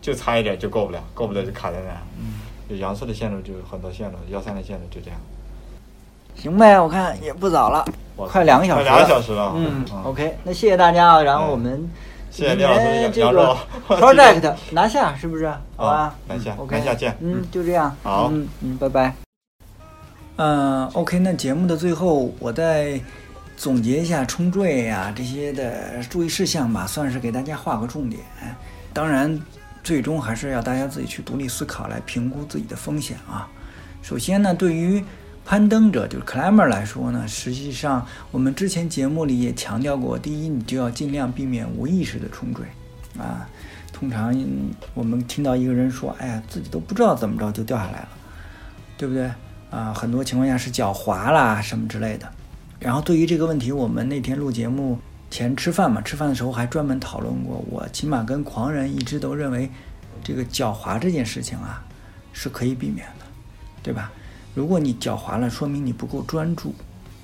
Speaker 2: 就差一点就过不了，过不了就卡在那儿。嗯，就杨树的线路就很多线路，幺三的线路就这样。
Speaker 6: 行呗，我看也不早了，
Speaker 2: 哇
Speaker 6: 快两个小时了，
Speaker 2: 快两个小时了
Speaker 6: 嗯
Speaker 2: 嗯
Speaker 6: ，OK，那谢谢大家啊，然后我们
Speaker 2: 谢谢廖老师
Speaker 6: 明年这
Speaker 2: 杨
Speaker 6: 个
Speaker 2: 老
Speaker 6: project 拿下是不是？好吧，
Speaker 2: 南啊下，
Speaker 6: OK，
Speaker 2: 南下见。
Speaker 6: 嗯，就这样，
Speaker 2: 好
Speaker 6: 嗯嗯，拜拜。
Speaker 1: 嗯，OK，那节目的最后，我再总结一下冲坠呀、这些的注意事项吧，算是给大家画个重点。当然，最终还是要大家自己去独立思考，来评估自己的风险啊。首先呢，对于攀登者就是 climber 来说呢，实际上我们之前节目里也强调过，第一，你就要尽量避免无意识的冲坠啊。通常嗯我们听到一个人说：“哎呀，自己都不知道怎么着就掉下来了。”对不对？啊，很多情况下是脚滑啦什么之类的。然后对于这个问题，我们那天录节目前吃饭嘛，吃饭的时候还专门讨论过。我起码跟狂人一直都认为，这个脚滑这件事情啊，是可以避免的，对吧？如果你脚滑了，说明你不够专注，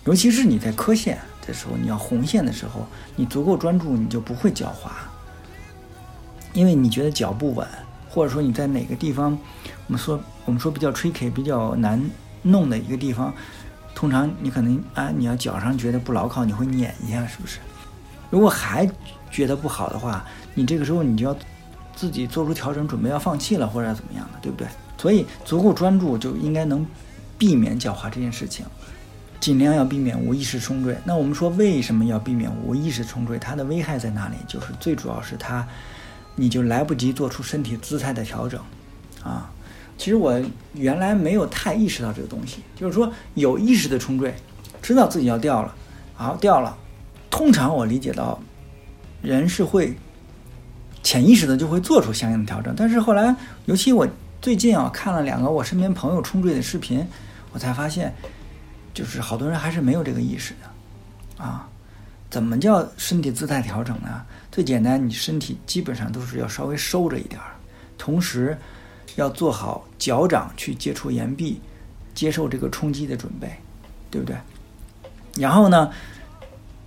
Speaker 1: 尤其是你在磕线的时候，你要红线的时候，你足够专注，你就不会脚滑。因为你觉得脚不稳，或者说你在哪个地方，我们说我们说比较 tricky、比较难弄的一个地方，通常你可能啊，你要脚上觉得不牢靠，你会碾一下，是不是？如果还觉得不好的话，你这个时候你就要自己做出调整，准备要放弃了或者怎么样的，对不对？所以足够专注就应该能避免脚滑这件事情。尽量要避免无意识冲坠。那我们说为什么要避免无意识冲坠？它的危害在哪里？就是最主要是它，你就来不及做出身体姿态的调整，啊。其实我原来没有太意识到这个东西，就是说有意识的冲坠，知道自己要掉了，好掉了。通常我理解到，人是会潜意识的就会做出相应的调整。但是后来，尤其我最近啊看了两个我身边朋友冲坠的视频，我才发现，就是好多人还是没有这个意识的，啊，怎么叫身体姿态调整呢？最简单，你身体基本上都是要稍微收着一点儿，同时要做好脚掌去接触岩壁、接受这个冲击的准备，对不对？然后呢，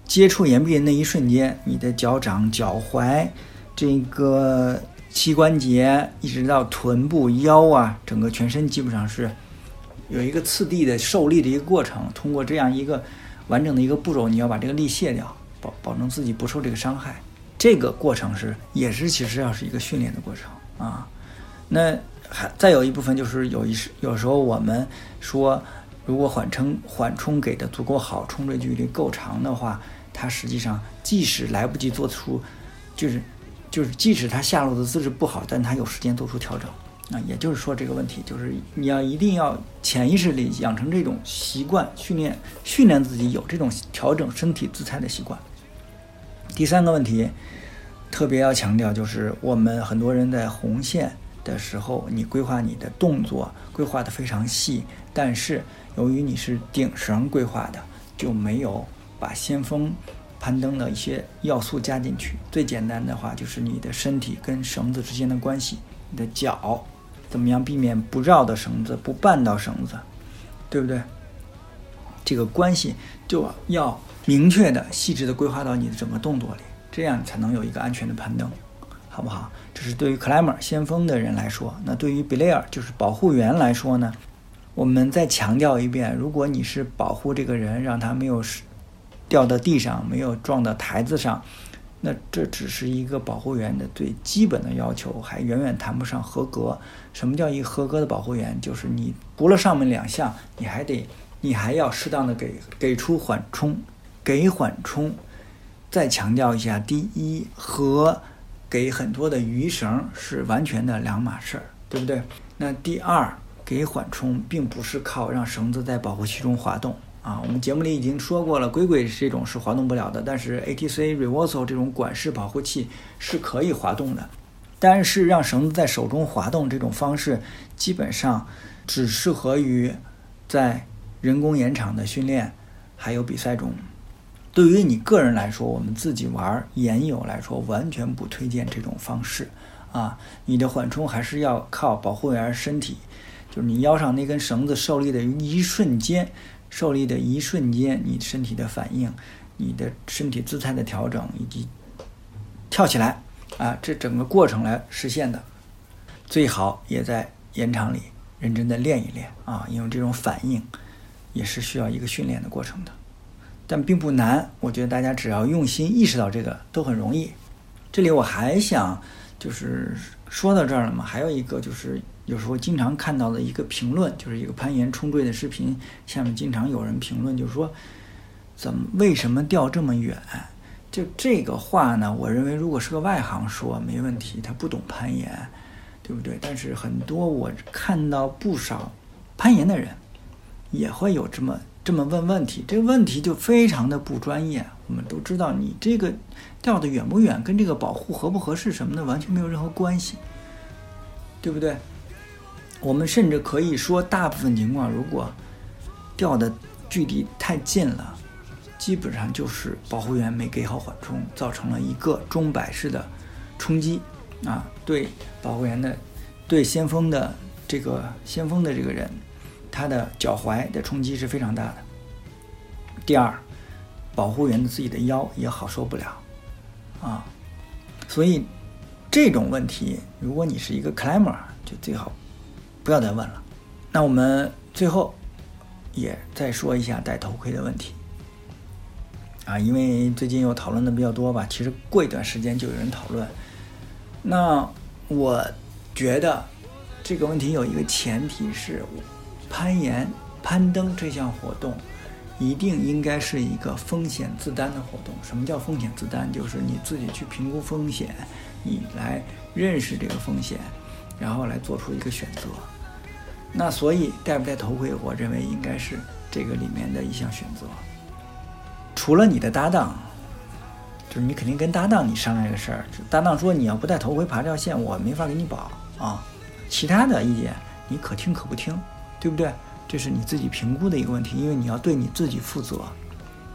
Speaker 1: 接触岩壁的那一瞬间，你的脚掌、脚踝、这个膝关节，一直到臀部、腰啊，整个全身基本上是有一个次第的受力的一个过程。通过这样一个完整的一个步骤，你要把这个力卸掉，保保证自己不受这个伤害。这个过程是也是其实要是一个训练的过程啊。那还再有一部分就是有一时有时候我们说，如果缓冲缓冲给的足够好，冲坠距离够长的话，它实际上即使来不及做出，就是就是即使它下落的姿势不好，但它有时间做出调整。啊，也就是说这个问题就是你要一定要潜意识里养成这种习惯，训练训练自己有这种调整身体姿态的习惯。第三个问题，特别要强调就是，我们很多人在红线的时候，你规划你的动作规划的非常细，但是由于你是顶绳规划的，就没有把先锋攀登的一些要素加进去。最简单的话就是你的身体跟绳子之间的关系，你的脚怎么样避免不绕到绳子，不绊到绳子，对不对？这个关系就要明确的、细致的规划到你的整个动作里，这样才能有一个安全的攀登，好不好？这是对于 climber 先锋的人来说。那对于 belayer 就是保护员来说呢，我们再强调一遍，如果你是保护这个人，让他没有失掉到地上，没有撞到台子上，那这只是一个保护员的最基本的要求，还远远谈不上合格。什么叫一合格的保护员？就是你除了上面两项，你还得你还要适当的给给出缓冲，给缓冲。再强调一下，第一和给很多的鱼绳是完全的两码事儿，对不对？那第二，给缓冲并不是靠让绳子在保护区中滑动啊。我们节目里已经说过了，龟龟这种是滑动不了的，但是 ATC Reverso 这种管式保护器是可以滑动的。但是让绳子在手中滑动这种方式，基本上只适合于在人工岩场的训练还有比赛中。对于你个人来说，我们自己玩儿研友来说，完全不推荐这种方式啊。你的缓冲还是要靠保护员身体，就是你腰上那根绳子受力的一瞬间，受力的一瞬间，你身体的反应、你的身体姿态的调整以及跳起来啊，这整个过程来实现的。最好也在延长里认真的练一练啊，因为这种反应也是需要一个训练的过程的。但并不难。我觉得大家只要用心意识到这个，都很容易。这里我还想就是说到这儿了嘛，还有一个就是有时候经常看到的一个评论，就是一个攀岩冲坠的视频，下面经常有人评论，就是说怎么为什么掉这么远？就这个话呢，我认为如果是个外行说没问题，他不懂攀岩，对不对？但是很多我看到不少攀岩的人也会有这么这么问问题，这个问题就非常的不专业。我们都知道，你这个掉的远不远，跟这个保护合不合适什么的完全没有任何关系，对不对？我们甚至可以说，大部分情况，如果掉的距离太近了，基本上就是保护员没给好缓冲，造成了一个钟摆式的冲击啊，对保护员的、对先锋的这个先锋的这个人，他的脚踝的冲击是非常大的。第二，保护员的自己的腰也好受不了，啊，所以这种问题，如果你是一个 climber，就最好不要再问了。那我们最后也再说一下戴头盔的问题，啊，因为最近又讨论的比较多吧，其实过一段时间就有人讨论。那我觉得这个问题有一个前提是，攀岩、攀登这项活动一定应该是一个风险自担的活动。什么叫风险自担？就是你自己去评估风险，你来认识这个风险，然后来做出一个选择。那所以戴不戴头盔，我认为应该是这个里面的一项选择。除了你的搭档，就是你肯定跟搭档你商量这个事儿，搭档说你要不戴头盔爬这条线，我没法给你保啊。其他的意见你可听可不听，对不对？这是你自己评估的一个问题，因为你要对你自己负责。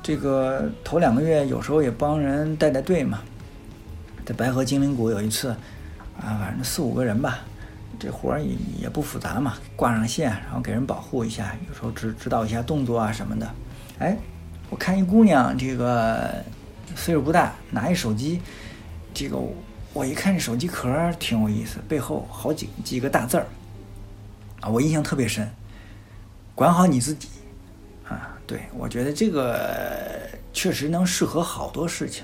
Speaker 1: 这个头两个月有时候也帮人带带队嘛，在白河精灵谷有一次，啊，反正四五个人吧，这活儿也也不复杂嘛，挂上线，然后给人保护一下，有时候指指导一下动作啊什么的。哎，我看一姑娘，这个岁数不大，拿一手机，这个我我一看这手机壳儿挺有意思，背后好几几个大字儿，啊，我印象特别深。管好你自己，啊，对我觉得这个确实能适合好多事情，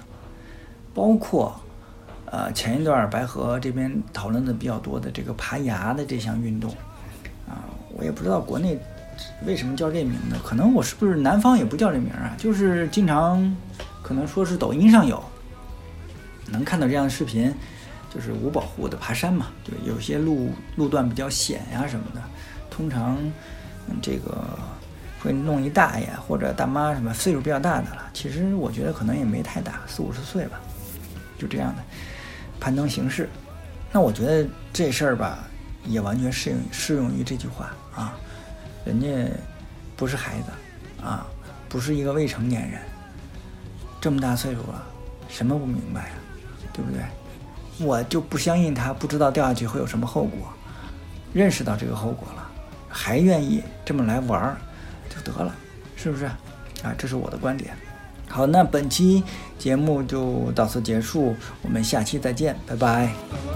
Speaker 1: 包括呃前一段白河这边讨论的比较多的这个爬崖的这项运动，啊，我也不知道国内为什么叫这名字，可能我是不是南方也不叫这名啊，就是经常可能说是抖音上有能看到这样的视频，就是无保护的爬山嘛，对，有些路路段比较险呀、什么的，通常。嗯，这个会弄一大爷或者大妈什么岁数比较大的了。其实我觉得可能也没太大，四五十岁吧，就这样的攀登形式。那我觉得这事儿吧，也完全适用适用于这句话啊，人家不是孩子啊，不是一个未成年人，这么大岁数了，什么不明白啊，对不对？我就不相信他不知道掉下去会有什么后果，认识到这个后果了，还愿意这么来玩儿，就得了，是不是？啊，这是我的观点。好，那本期节目就到此结束，我们下期再见，拜拜。
Speaker 8: 「